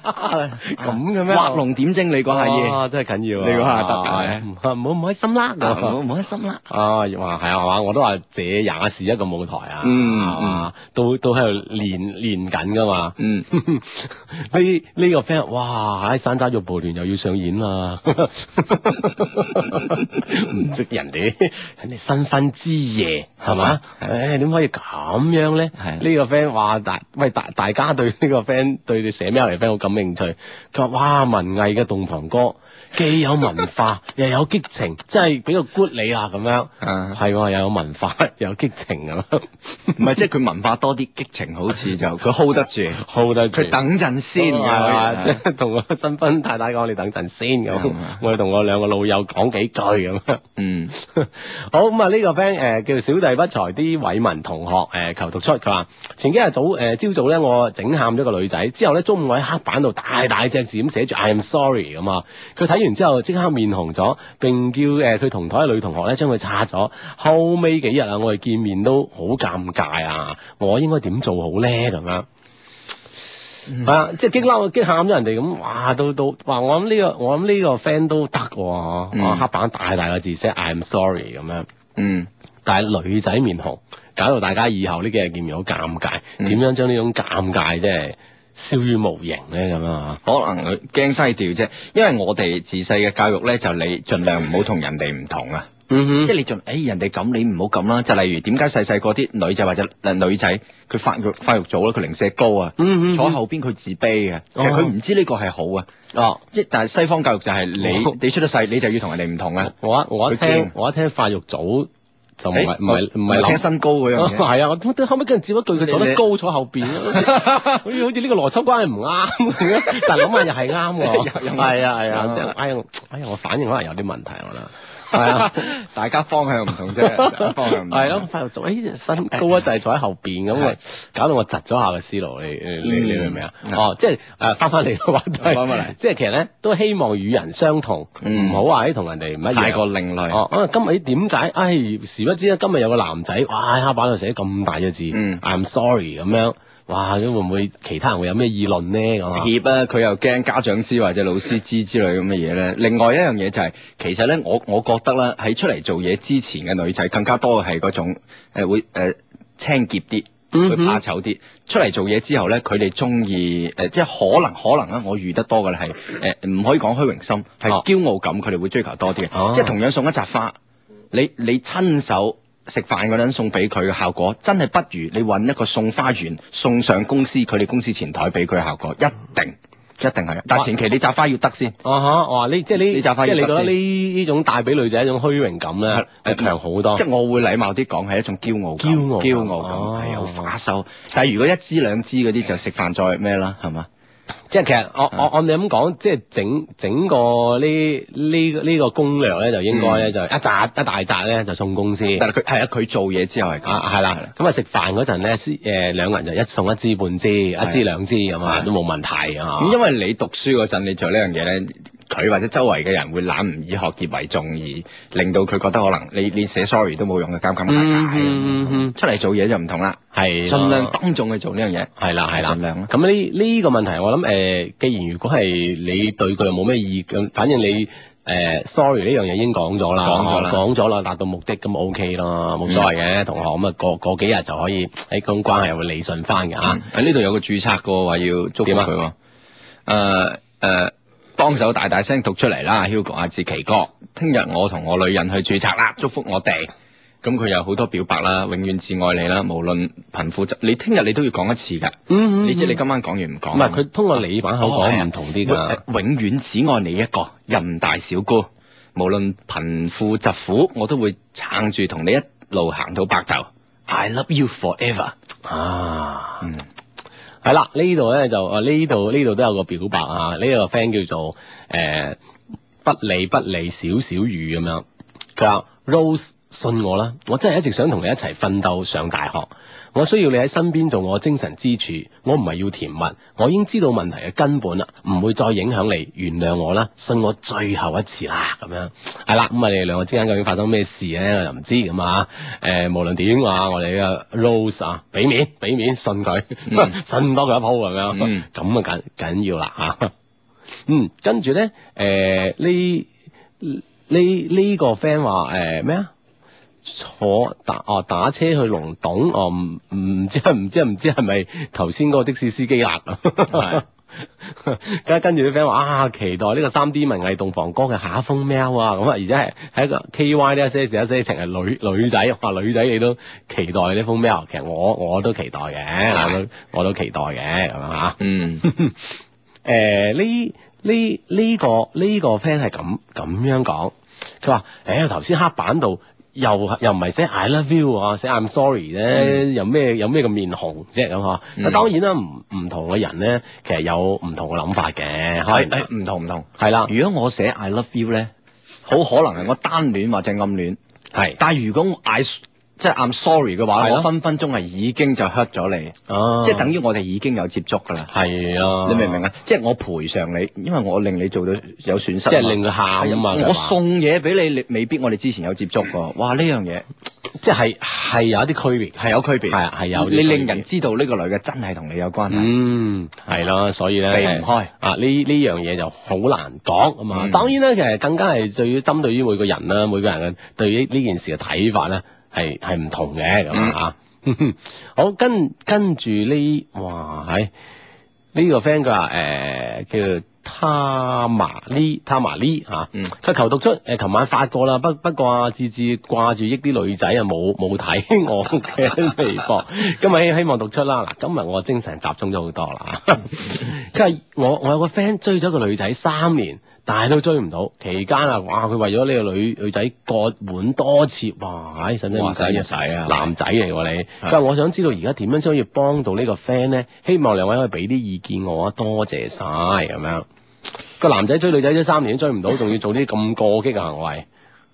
Speaker 1: 啊嘅
Speaker 3: 畫龍點睛，你嗰下嘢，
Speaker 1: 啊，真係緊要啊！
Speaker 3: 你嗰下得
Speaker 1: 啊唔好唔開心啦！
Speaker 3: 嗱啊唔好唔開心啦。
Speaker 1: 啊，話係啊，係嘛？我都話這也是一個舞台啊，
Speaker 3: 嗯
Speaker 1: 係嘛？都都喺度練練緊㗎嘛。
Speaker 3: 嗯，
Speaker 1: [LAUGHS] 呢呢個 friend，哇！喺山楂肉蒲團又要上演啦， [LAUGHS] 唔識人哋人哋新婚之夜係嘛？唉，點可以咁樣咧？
Speaker 3: 係
Speaker 1: 呢個 friend 話大喂大大家對 [LAUGHS] 呢個 friend 對你寫 mail 嚟 friend 好感興趣，佢話哇文藝嘅洞房歌既有文化 [LAUGHS] 又有激情，真係俾個 good 你啊咁樣。
Speaker 3: 啊
Speaker 1: 係喎，又有文化 [LAUGHS] 又有激情咁樣
Speaker 3: 唔係即係佢文化多啲，激情好似就佢 hold 得住。
Speaker 1: ，hold 得住
Speaker 3: 佢等陣先
Speaker 1: 哦係 [LAUGHS] 嘛
Speaker 3: 㗎，
Speaker 1: 啊同我新婚太太講，你等陣先咁
Speaker 3: 嗯啊，
Speaker 1: 我哋同我兩個老友講幾句咁。 [LAUGHS]
Speaker 3: 嗯，
Speaker 1: 好咁啊！呢個 friend 誒叫小弟不才啲偉文同學誒、求讀出，佢話前幾日早誒朝、早咧，我整喊咗個女仔，之後咧中午我喺黑板度大大隻字咁寫住 I am sorry 咁啊。佢睇完之後即刻面紅咗，並叫誒佢、同台嘅女同學咧將佢擦咗。後尾幾日啊，我哋見面都好尷尬啊！我應該點做好咧咁樣？
Speaker 3: 嗯
Speaker 1: 係啊，即係激嬲激喊咗人哋咁，哇！到到哇！我諗呢、個我諗呢個 friend 都得喎，
Speaker 3: 嗯
Speaker 1: 啊黑板大大個字寫 I'm sorry 咁樣，
Speaker 3: 嗯，
Speaker 1: 但係女仔面紅，搞到大家以後呢幾日見面好尷尬，
Speaker 3: 嗯
Speaker 1: 點樣將呢種尷尬即係消於無形咧咁啊？
Speaker 3: 可能佢驚低調啫，因為我哋自細嘅教育咧，就你盡量唔好同人哋唔同啊。
Speaker 1: 嗯哼
Speaker 3: 即係你仲，誒、人哋咁你唔好咁啦。就例如點解細細個啲女仔或者呃女仔，佢發育發育早啦，佢零舍高啊，
Speaker 1: 嗯嗯嗯
Speaker 3: 坐後邊佢自卑嘅，其實佢唔知呢個係好啊。
Speaker 1: 哦，
Speaker 3: 即係但係西方教育就係你、
Speaker 1: 哦
Speaker 3: 你出咗世你就要同人哋唔同啊。
Speaker 1: 我一我一
Speaker 3: 佢驚
Speaker 1: 聽我一聽發育組哦就唔係
Speaker 3: 誒哦
Speaker 1: 唔係唔
Speaker 3: 我
Speaker 1: 係
Speaker 3: 聽
Speaker 1: 諗。
Speaker 3: 身高嗰樣嘢。
Speaker 1: [LAUGHS] 係啊，我都後尾跟人接一句，佢坐得高坐後邊，好似好似呢個邏輯關係唔啱咁
Speaker 3: [LAUGHS]
Speaker 1: 樣，但係諗下又係啱喎。
Speaker 3: [LAUGHS] 又又啱
Speaker 1: 係啊係
Speaker 3: 又 [LAUGHS]
Speaker 1: 啊，
Speaker 3: 啱
Speaker 1: 即係哎呀哎呀，我反應可能有啲問題，我覺得係啊。
Speaker 3: 大家方向唔同啫，大家方向唔同。
Speaker 1: 係咯，發育組，哎身高一滯坐喺後邊咁啊，搞到我窒咗下個思路，你你你你明唔明啊？
Speaker 3: 嗯
Speaker 1: 哦，即係誒翻返嚟嘅話題，
Speaker 3: [LAUGHS] 返返嚟
Speaker 1: 即係其實咧都希望與人相同，唔
Speaker 3: 嗯
Speaker 1: 好話誒同人哋唔一樣。
Speaker 3: 太過另類。
Speaker 1: 哦，啊，今日點解？唉，時不知咧，今日有個男仔，哇，喺黑板度寫咁大隻字
Speaker 3: 嗯
Speaker 1: ，I'm sorry 咁樣，哇，咁會唔會其他人會有咩議論咧？咁
Speaker 3: [LAUGHS]
Speaker 1: 啊，
Speaker 3: 怯啊，佢又驚家長知或者老師知之類咁嘅嘢咧。另外一樣嘢就係、其實咧，我我覺得咧，喺出嚟做嘢之前嘅女仔更加多嘅係嗰種誒、呃、會誒、呃清潔啲，
Speaker 1: 嗯
Speaker 3: 會
Speaker 1: 哼
Speaker 3: 怕醜啲。出嚟做嘢之後咧，佢哋中意誒，即係可能可能啦，我遇得多嘅係誒唔可以講虛榮心，
Speaker 1: 嗯哦
Speaker 3: 係驕傲感，佢哋會追求多啲嘅。
Speaker 1: 哦
Speaker 3: 即係同樣送一扎花，你你親手。食飯嗰陣送俾佢嘅效果，真係不如你揾一個送花員送上公司佢哋公司前台俾佢嘅效果，一定一定係。但前期你扎花要得先，
Speaker 1: 啊哈，哇，呢即係呢，
Speaker 3: 呢
Speaker 1: 即
Speaker 3: 扎花
Speaker 1: 係你
Speaker 3: 要
Speaker 1: 覺得
Speaker 3: 得
Speaker 1: 呢
Speaker 3: 先
Speaker 1: 呢種帶俾女仔一種虛榮感咧，係
Speaker 3: 係
Speaker 1: 強啊好多
Speaker 3: 即。係我會禮貌啲講係一種驕傲感，
Speaker 1: 驕傲感
Speaker 3: 驕傲感
Speaker 1: 哦
Speaker 3: 係好花收。但係如果一支兩支嗰啲就食飯再咩啦，係嘛？
Speaker 1: 即係其實我我按你咁講，即係整整個呢呢呢個攻略咧，就應
Speaker 3: 嗯
Speaker 1: 該咧就一扎一大扎咧就送公司。
Speaker 3: 但係佢係啊，佢做嘢之後係咁
Speaker 1: 啊，係啦，，咁啊食飯嗰陣咧，先誒兩個人就一送一支半支，一支兩支咁啊，
Speaker 3: 係
Speaker 1: 都冇問題啊。
Speaker 3: 咁因為你讀書嗰陣，你做呢樣嘢咧，佢或者周圍嘅人會懶唔以學業為重，而令到佢覺得可能你你寫 sorry 都冇用嘅，尷尷尬尬。
Speaker 1: 嗯嗯嗯
Speaker 3: 啊出嚟做嘢就唔同啦，
Speaker 1: 係
Speaker 3: 盡
Speaker 1: 咯
Speaker 3: 量當眾去做呢樣嘢。
Speaker 1: 係啦係啦，
Speaker 3: 盡量啦
Speaker 1: 咁呢呢個問題，我諗誒、呃既然如果係你對佢又冇咩意見，反正你誒、呃 sorry 呢樣嘢已經講咗啦，
Speaker 3: 講咗啦嗯
Speaker 1: 講咗啦，達到目的咁 OK 咯，冇所謂嘅，同學咁啊，過過幾日就可以喺種關係會理順翻嘅嚇
Speaker 3: 啊。！喺呢度有個註冊嘅喎，話要祝福
Speaker 1: 點啊
Speaker 3: 佢喎。誒誒，幫手大大聲讀出嚟啦，Hugo 阿志奇哥，聽日我同我女人去註冊啦，祝福我哋。咁佢有好多表白啦，永遠至愛你啦，無論貧富，你聽日你都要講一次㗎。
Speaker 1: 嗯
Speaker 3: 你知你今晚講完唔講啊？
Speaker 1: 唔係佢通過你把口
Speaker 3: 哦係
Speaker 1: 講
Speaker 3: 啊
Speaker 1: 唔同啲㗎。
Speaker 3: 永永遠只愛你一個，任大小姑，無論貧富疾苦，我都會撐住同你一路行到白頭。I love you forever。
Speaker 1: 啊，
Speaker 3: 嗯
Speaker 1: 係啦，呢度咧就啊呢度呢度都有個表白啊，呢、個 friend 叫做誒、呃不理不理小小雨咁樣，佢話 Rose 信我啦，我真係一直想同你一齊奮鬥上大學，我需要你喺身邊做我精神支柱，我唔係要甜蜜，我已經知道問題嘅根本啦，唔會再影響你，原諒我啦，信我最後一次啦，咁樣係啦，咁啊你哋兩個之間究竟發生咩事咧，我就唔知咁啊，誒、無論點啊，我哋嘅 Rose 啊，俾面俾面信佢， [LAUGHS] 信多佢一鋪咁樣，
Speaker 3: 嗯
Speaker 1: 咁啊緊緊要啦嚇。嗯，跟住咧，誒呢呢呢個 friend 話誒咩啊？坐打哦打車去龍洞哦，唔唔知唔知唔知係咪頭先嗰個的士司機啦？跟跟住啲 friend 話啊，期待呢個三 D 文藝洞房歌嘅下一封 mail 啊，咁啊，而且係係一個 K Y 呢一些事一些情係女女仔，哇女仔你都期待呢封 mail，其實我我都期待嘅，我都我都期待嘅咁啊樣嚇。
Speaker 3: 嗯。
Speaker 1: 誒呃呢呢呢個呢、個 friend 係咁咁樣講，佢話：誒頭先黑板度又又唔係寫 I love you 啊，寫 I'm sorry 咧、有咩有咩咁面紅啫咁嗬？
Speaker 3: 嗯
Speaker 1: 但當然啦，唔唔同嘅人咧，其實有唔同嘅諗法嘅，可
Speaker 3: 係嗯
Speaker 1: 能
Speaker 3: 啊係唔同唔同。
Speaker 1: 係啦，
Speaker 3: 如果我寫 I love you 咧，好可能係我單戀或者暗戀。
Speaker 1: 係
Speaker 3: 但係如果我 I 即係 I'm sorry 嘅話，
Speaker 1: 係咯
Speaker 3: 我分分鐘係已經就 hurt 咗你，
Speaker 1: 哦，
Speaker 3: 即係等於我哋已經有接觸㗎啦。
Speaker 1: 係咯，
Speaker 3: 你明唔明？啊？即係我賠償你，因為我令你做到有損失嘛。
Speaker 1: 即係令佢喊啊嘛，
Speaker 3: 係
Speaker 1: 佢
Speaker 3: 我
Speaker 1: 話
Speaker 3: 送嘢俾你，你未必我哋之前有接觸喎。哇！呢樣嘢
Speaker 1: 即係係有一啲區別，
Speaker 3: 係有區別，
Speaker 1: 係啊係有啲
Speaker 3: 你
Speaker 1: 區別
Speaker 3: 令人知道呢個女嘅真係同你有關係，
Speaker 1: 嗯，係咯，所以咧
Speaker 3: 啊避唔開
Speaker 1: 啊！呢呢樣嘢就好難講咁啊。
Speaker 3: 嗯
Speaker 1: 當然咧，其實更加係最要針對於每個人啦，每個人嘅對於呢件事嘅睇法咧，係係唔同嘅咁啊。
Speaker 3: 嗯
Speaker 1: [LAUGHS] 好，跟跟住呢，哇，係呢、個 friend 佢話誒叫做 Tamali Tamali 嚇、
Speaker 3: 嗯
Speaker 1: 佢求讀出誒，琴晚發過啦，不不過啊，志志掛住益啲女仔啊，冇冇睇我嘅微博， [LAUGHS] 今日希希望讀出啦。嗱，今日我精神集中咗好多啦。 [LAUGHS] 佢話我我有個 friend 追咗個女仔三年，但係都追唔到，期間啊，哇！佢為咗呢個女女仔割腕多次，哇！唉使唔使
Speaker 3: 哇
Speaker 1: 唔使
Speaker 3: 使唔使啊
Speaker 1: 男仔嚟喎你。佢話我想知道而家點樣先可以幫到呢個 friend 咧？希望兩位可以俾啲意見我啊，多謝晒咁樣。個男仔追女仔追三年都追唔到，仲要做啲咁過激嘅行為，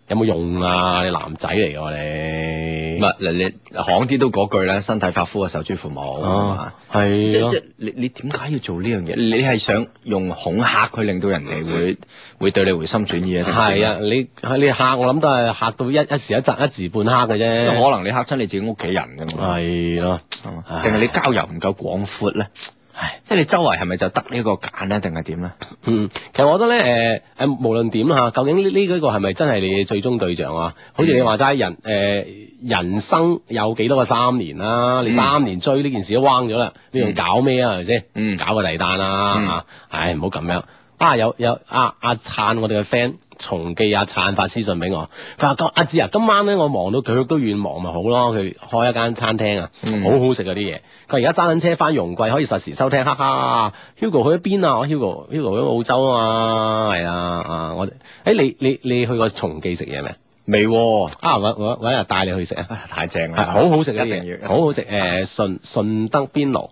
Speaker 1: 有冇用啊？你男仔嚟㗎你
Speaker 3: 唔，係嗱你行啲都嗰句啦，身體髮膚啊，受之父母係嘛
Speaker 1: 啊，係
Speaker 3: 即
Speaker 1: 咯
Speaker 3: 哦即，你你點解要做呢樣嘢？你係想用恐嚇佢，令到人哋會會對你回心轉意啊？定點
Speaker 1: 嗯係啊，你係你嚇我諗都係嚇到一一時一陣一時半刻嘅
Speaker 3: 因為
Speaker 1: 啫，
Speaker 3: 可能你嚇親你自己屋企人㗎嘛，
Speaker 1: 係咯，
Speaker 3: 係嘛
Speaker 1: 啊唉
Speaker 3: 定係你交友唔夠廣闊咧？
Speaker 1: 唉。
Speaker 3: 即係你周圍係咪就得呢個揀咧，定係點咧？
Speaker 1: 嗯，其實我覺得咧，誒、誒，無論點嚇，究竟呢呢呢個係咪真係你最終對象啊？好似你話齋人誒、
Speaker 3: 嗯
Speaker 1: 人生有幾多個三年啦、你三年追呢件事都彎咗啦，你仲搞咩啊？係咪先？
Speaker 3: 嗯
Speaker 1: 搞個第單啦、
Speaker 3: 嗯
Speaker 1: 啊唉，唔好咁樣。啊，有有阿阿燦，我哋嘅 friend 重記阿燦發私信俾我，佢話今阿志啊，今晚咧我忙到腳都軟忙咪好咯，佢開一間餐廳啊，
Speaker 3: 嗯
Speaker 1: 好好食嗰啲嘢。佢而家揸緊車翻容桂，可以實時收聽，哈哈。Hugo 去咗邊啊？我 Hugo Hugo 去澳洲啊嘛，係啊啊！我誒、欸、你你你去過松記食嘢未？
Speaker 3: 未喎，
Speaker 1: 啊，揾揾揾日帶你去食啊！
Speaker 3: 唉太正
Speaker 1: 係
Speaker 3: 啦，
Speaker 1: 好好食嘅
Speaker 3: 嗯一定
Speaker 1: 嘢，
Speaker 3: 要
Speaker 1: 好好食誒順順德邊爐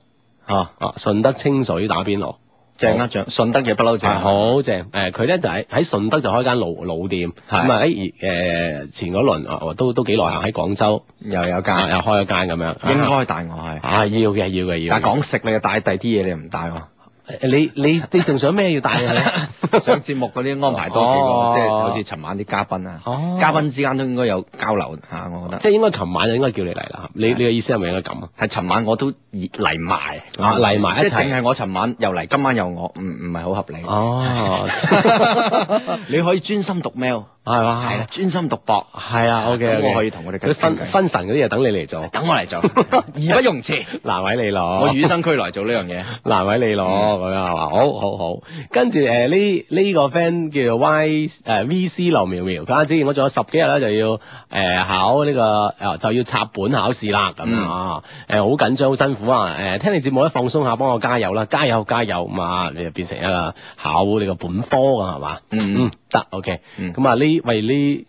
Speaker 3: 嚇
Speaker 1: 啊，順德清水打邊爐。
Speaker 3: 正啊啦，正順德嘢不嬲正
Speaker 1: 係，啊好正，誒佢咧就喺喺順德就開間老老店，
Speaker 3: 係
Speaker 1: 咁啊喺誒前嗰輪啊都都幾耐下喺廣州
Speaker 3: 又有
Speaker 1: 啊
Speaker 3: 價，
Speaker 1: 又開咗間咁樣，
Speaker 3: 應該帶我係。
Speaker 1: 啊要嘅要嘅要嘅，
Speaker 3: 但係講食你又帶第啲嘢，你又唔帶喎。
Speaker 1: 誒你你你仲想咩要帶我
Speaker 3: [LAUGHS]
Speaker 1: 去？
Speaker 3: 上節目嗰啲安排多幾
Speaker 1: 哦
Speaker 3: 個，即係好似尋晚啲嘉賓啊
Speaker 1: 哦，
Speaker 3: 嘉賓之間都應該有交流下，我覺得。
Speaker 1: 即係應該琴晚就應該叫你嚟啦，你你嘅意思係咪應該咁啊？
Speaker 3: 係尋晚我都以嚟埋
Speaker 1: 啊嚟埋一齊
Speaker 3: 即係淨係我尋晚又嚟，今晚又我，唔唔係好合理。
Speaker 1: [LAUGHS] 哦，
Speaker 3: 你可以專心讀 mail，
Speaker 1: 係嘛？
Speaker 3: 係啦，專心讀博，
Speaker 1: 係啊，OK
Speaker 3: 咁
Speaker 1: OK，
Speaker 3: 我可以同佢哋
Speaker 1: 嗰啲分
Speaker 3: 傾偈
Speaker 1: 分神嗰啲嘢等你嚟做，
Speaker 3: 等我嚟 [LAUGHS] 做，義不容辭。
Speaker 1: 難為你咯。
Speaker 3: 我與生俱來做呢樣嘢。
Speaker 1: 難為你攞
Speaker 3: 嗯
Speaker 1: 咁樣係嘛？好好好，跟住誒呢呢個 friend 叫做 Y 誒 VC 劉苗苗，家知我仲有十幾日咧就要誒、呃考呢、個呃就要插本考試啦
Speaker 3: 嗯
Speaker 1: 咁樣啊誒好緊張好辛苦啊誒、聽你節目咧放鬆下，幫我加油啦，加油加油咁啊！你就變成一個考呢個本科㗎係嘛？
Speaker 3: 嗯
Speaker 1: 嗯，得 OK，
Speaker 3: 嗯
Speaker 1: 咁啊呢喂呢。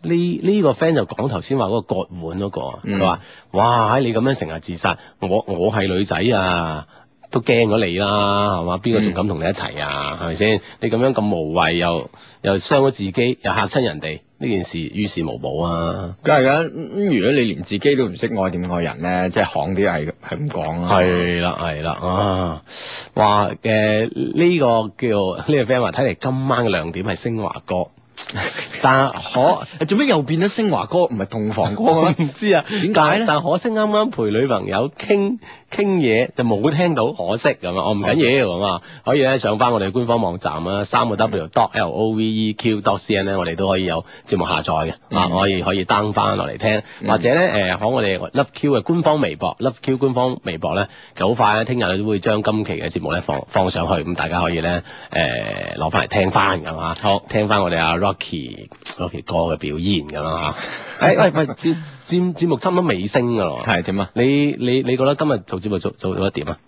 Speaker 1: 呢呢個 friend 就講頭先話嗰個割腕嗰個啊，
Speaker 3: 嗯
Speaker 1: 佢話：哇！你咁樣成日自殺，我我係女仔啊，都驚咗你啦，係嘛？邊個仲敢同你一齊啊？係咪先？你咁樣咁無謂，又又傷咗自己，又嚇親人哋，呢件事於事無補啊！
Speaker 3: 梗係啦，咁如果你連自己都唔識愛點愛人咧，即係行啲係係咁講啊啦。
Speaker 1: 係啦，係啦，啊，哇！誒、呢、個叫呢、個 friend 話，睇嚟今晚嘅亮點係升華哥，但可。
Speaker 3: 係，哦做咩又變咗升華哥唔係洞房哥嘅
Speaker 1: 我
Speaker 3: 咩？
Speaker 1: 唔知啊，
Speaker 3: 嗯點解
Speaker 1: 但
Speaker 3: 咧
Speaker 1: 但可惜啱啱陪女朋友傾傾嘢就冇聽到，可惜咁啊，我唔緊要
Speaker 3: 哦
Speaker 1: 咁啊，可以咧上翻我哋官方網站啊，三個 W dot L O V E Q dot C N 咧，我哋都可以有節目下載嘅，啊
Speaker 3: 嗯，
Speaker 1: 可以可以 down 翻落嚟聽，
Speaker 3: 嗯
Speaker 1: 或者咧誒喺我哋 Love Q 嘅官方微博，Love Q 官方微博咧，其實好快咧，啊聽日都會將今期嘅節目咧放放上去，咁大家可以咧誒攞翻嚟聽翻咁啊，好聽翻我哋阿 Rocky Rocky 哥嘅表演咁
Speaker 3: [LAUGHS]
Speaker 1: 啊嚇，誒喂喂節節節目差唔多尾聲㗎咯，
Speaker 3: [LAUGHS] 係點啊？
Speaker 1: 你你你覺得今日做節目做做到一點啊？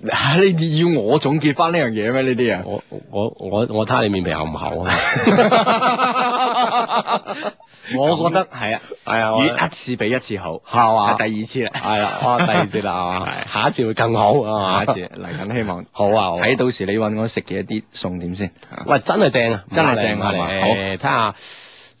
Speaker 3: [LAUGHS] 你要我總結翻呢樣嘢咩？呢啲啊？
Speaker 1: 我我我我睇下你面皮厚唔厚啊？
Speaker 3: 我覺得係啊，
Speaker 1: [LAUGHS] 係啊
Speaker 3: 與一次比一次好，
Speaker 1: 係嘛
Speaker 3: 係第二次啦，
Speaker 1: 係
Speaker 3: [LAUGHS]
Speaker 1: 啊啦，哇！第二 [LAUGHS] 節啦，啊係嘛？
Speaker 3: 係
Speaker 1: 下一次會更好啊！
Speaker 3: 下一次嚟緊希望
Speaker 1: 好啊，好啊
Speaker 3: 睇到時你揾我食嘢啲餸點先。啊
Speaker 1: 喂，真係正啊，
Speaker 3: 真係正啊
Speaker 1: 麻煩你
Speaker 3: 係嘛
Speaker 1: 誒睇下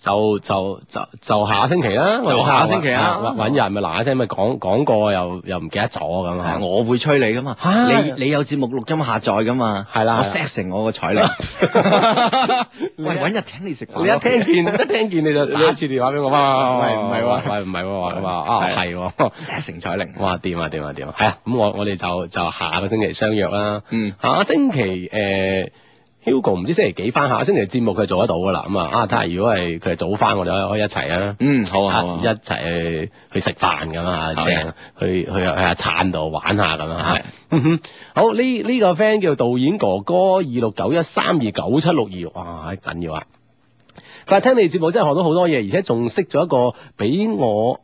Speaker 1: 就就就就下星期啦，我哋
Speaker 3: 就下星期啊
Speaker 1: 揾揾人咪嗱嗱聲咪講講過又又唔記得咗咁啊
Speaker 3: 係，我會催你噶嘛，
Speaker 1: 啊
Speaker 3: 你你有節目錄音下載噶嘛，
Speaker 1: 係啦
Speaker 3: 我
Speaker 1: 係啦
Speaker 3: set 成我個 [LAUGHS] 彩你，喂揾日請你食
Speaker 1: 你
Speaker 3: 飯，
Speaker 1: 一聽見一聽見你就打一次電話俾我哇，
Speaker 3: 喂唔係喎
Speaker 1: 喂唔係喎咁啊啊
Speaker 3: 係
Speaker 1: 係喎。
Speaker 3: set 成彩玲，
Speaker 1: 哇！掂啊掂啊掂啊，係啊！咁我我哋就就下個星期相約啦。
Speaker 3: 嗯，
Speaker 1: 下星期誒、呃 Hugo 唔知星期幾翻，下星期節目佢做得到噶啦。咁啊，啊睇下如果係佢係早翻，我哋可以可以一齊啊。
Speaker 3: 嗯好啊好
Speaker 1: 啊
Speaker 3: 啊
Speaker 1: 一，齊去去食飯咁啊，
Speaker 3: 係
Speaker 1: 正去去去下撐度玩下咁啊
Speaker 3: 係
Speaker 1: 嚇。嗯哼，好呢呢個 friend 叫導演哥哥二六九一三二九七六二，哇緊要啊！佢話聽你節目真係學到好多嘢，而且仲識咗一個俾我，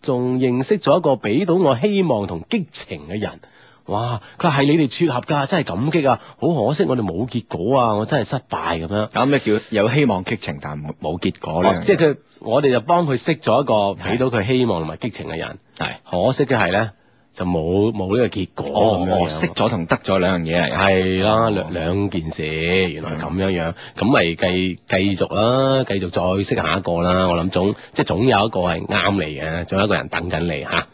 Speaker 1: 仲認識咗一個俾到我希望同激情嘅人。哇！佢話係你哋撮合㗎，真係感激啊！好可惜我哋冇結果啊，我真係失敗咁樣。
Speaker 3: 搞咩叫有希望激情但冇冇結果
Speaker 1: 哦
Speaker 3: 咧？
Speaker 1: 即係佢，我哋就幫佢識咗一個
Speaker 3: 係
Speaker 1: 俾到佢希望同埋激情嘅人。
Speaker 3: 係
Speaker 1: 可惜嘅係咧，就冇冇呢個結果
Speaker 3: 哦
Speaker 1: 咁樣樣。
Speaker 3: 哦，識咗同得咗兩樣嘢嚟，
Speaker 1: 係啦，
Speaker 3: 哦
Speaker 1: 兩兩件事，原來係咁樣樣，咁咪繼繼續啦，繼續再識下一個啦。我諗總即係總有一個係啱你嘅，仲有一個人等緊你嚇。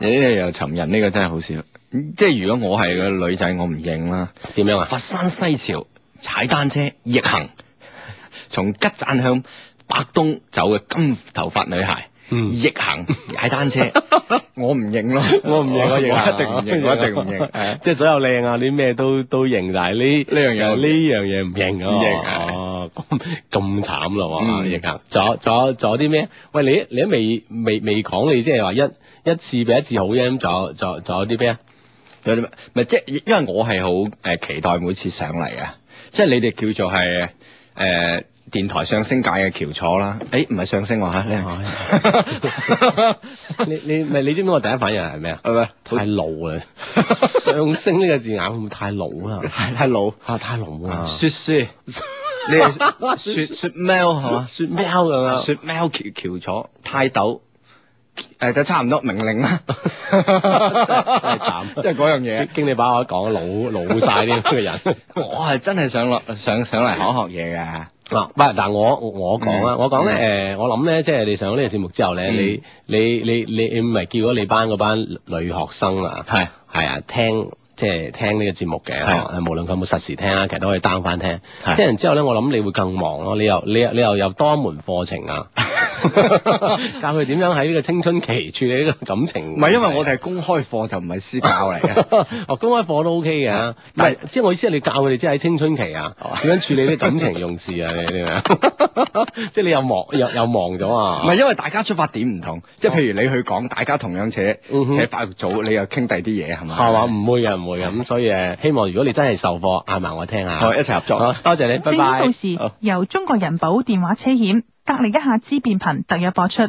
Speaker 3: 咦又尋人呢個真係好少，即係如果我係個女仔，我唔認啦。
Speaker 1: 點樣啊？
Speaker 3: 佛山西樵踩單車逆行，從吉贊向白東走嘅金頭髮女孩。
Speaker 1: 嗯
Speaker 3: 逆行踩單車，我唔認咯，
Speaker 1: 我唔認，我認啊
Speaker 3: 一定唔認，我一定唔認，係啊
Speaker 1: 即係所有靚啊，啲咩都都認，但係呢
Speaker 3: 呢樣嘢我
Speaker 1: 呢樣嘢唔認啊。
Speaker 3: 唔認係
Speaker 1: 哦，咁咁慘咯喎，
Speaker 3: 嗯
Speaker 1: 認啊！仲有仲有仲有啲咩？喂，你你都未未未講，你即係話一一次比一次好啫。咁仲有仲有仲有啲咩
Speaker 3: [LAUGHS]
Speaker 1: 啊？
Speaker 3: 有啲咩？咪即係因為我係好誒期待每次上嚟啊，即係你哋叫做係誒、呃、電台上升界嘅翹楚啦。誒唔係上升話嚇，
Speaker 1: 你你咪你知唔知我第一反應係咩啊？
Speaker 3: 係咪？
Speaker 1: 太老啦，上升呢個字眼會唔會太老啦？
Speaker 3: 太太老
Speaker 1: 啊，太老啦！
Speaker 3: 雪雪，你係 [LAUGHS] 雪 [LAUGHS] 雪喵係嘛？啊
Speaker 1: 雪喵咁樣。
Speaker 3: 雪喵翹翹楚泰斗。誒就差唔多命令啦，真
Speaker 1: 係 [LAUGHS]
Speaker 3: 係
Speaker 1: 慘
Speaker 3: 即係嗰樣嘢
Speaker 1: 經。經理把我一講老老晒啲咁嘅人。
Speaker 3: [LAUGHS] 我係真係想落想上嚟學學嘢嘅，
Speaker 1: 嗱，唔係嗱，我我我講啦，
Speaker 3: 嗯
Speaker 1: 我講咧誒，我諗咧，即係你上咗呢個節目之後咧，
Speaker 3: 嗯
Speaker 1: 你你你你你咪叫咗你班嗰班女學生啊，
Speaker 3: 係
Speaker 1: 係啊，聽即係聽呢個節目嘅，
Speaker 3: 係
Speaker 1: 啊無論佢有冇實時聽啊，其實都可以 down 翻聽。
Speaker 3: 係
Speaker 1: 聽完之後咧，我諗你會更忙咯，你又你又你又有多一門課程
Speaker 3: [LAUGHS]
Speaker 1: 啊， [LAUGHS] 教佢點樣喺呢個青春期處理呢個感情。
Speaker 3: 唔係因為我哋係公開課就唔係私教嚟 [LAUGHS] 嘅。
Speaker 1: [LAUGHS] 哦，公開課都 OK
Speaker 3: 啊
Speaker 1: 嘅，但係即係我意思係你教佢哋即係喺青春期啊，
Speaker 3: 哦
Speaker 1: 點樣處理啲感情用
Speaker 3: [LAUGHS]
Speaker 1: 事啊？你你明啊？ [LAUGHS] 即係你又忙又又忙咗啊？
Speaker 3: 唔係因為大家出發點唔同，即係譬如你去講，大家同樣扯
Speaker 1: 嗯哼
Speaker 3: 扯法律組，你又傾第啲嘢係嘛？
Speaker 1: 係嘛？唔會嘅，唔會嘅。咁所以誒，希望如果你真係授課，嗌埋我聽下。
Speaker 3: 好哦一齊合作
Speaker 1: 好多謝你，拜
Speaker 4: 正點
Speaker 1: 拜
Speaker 4: 報。時
Speaker 3: 好
Speaker 4: 由中國人保電話車險，隔離一下之變頻特約播出。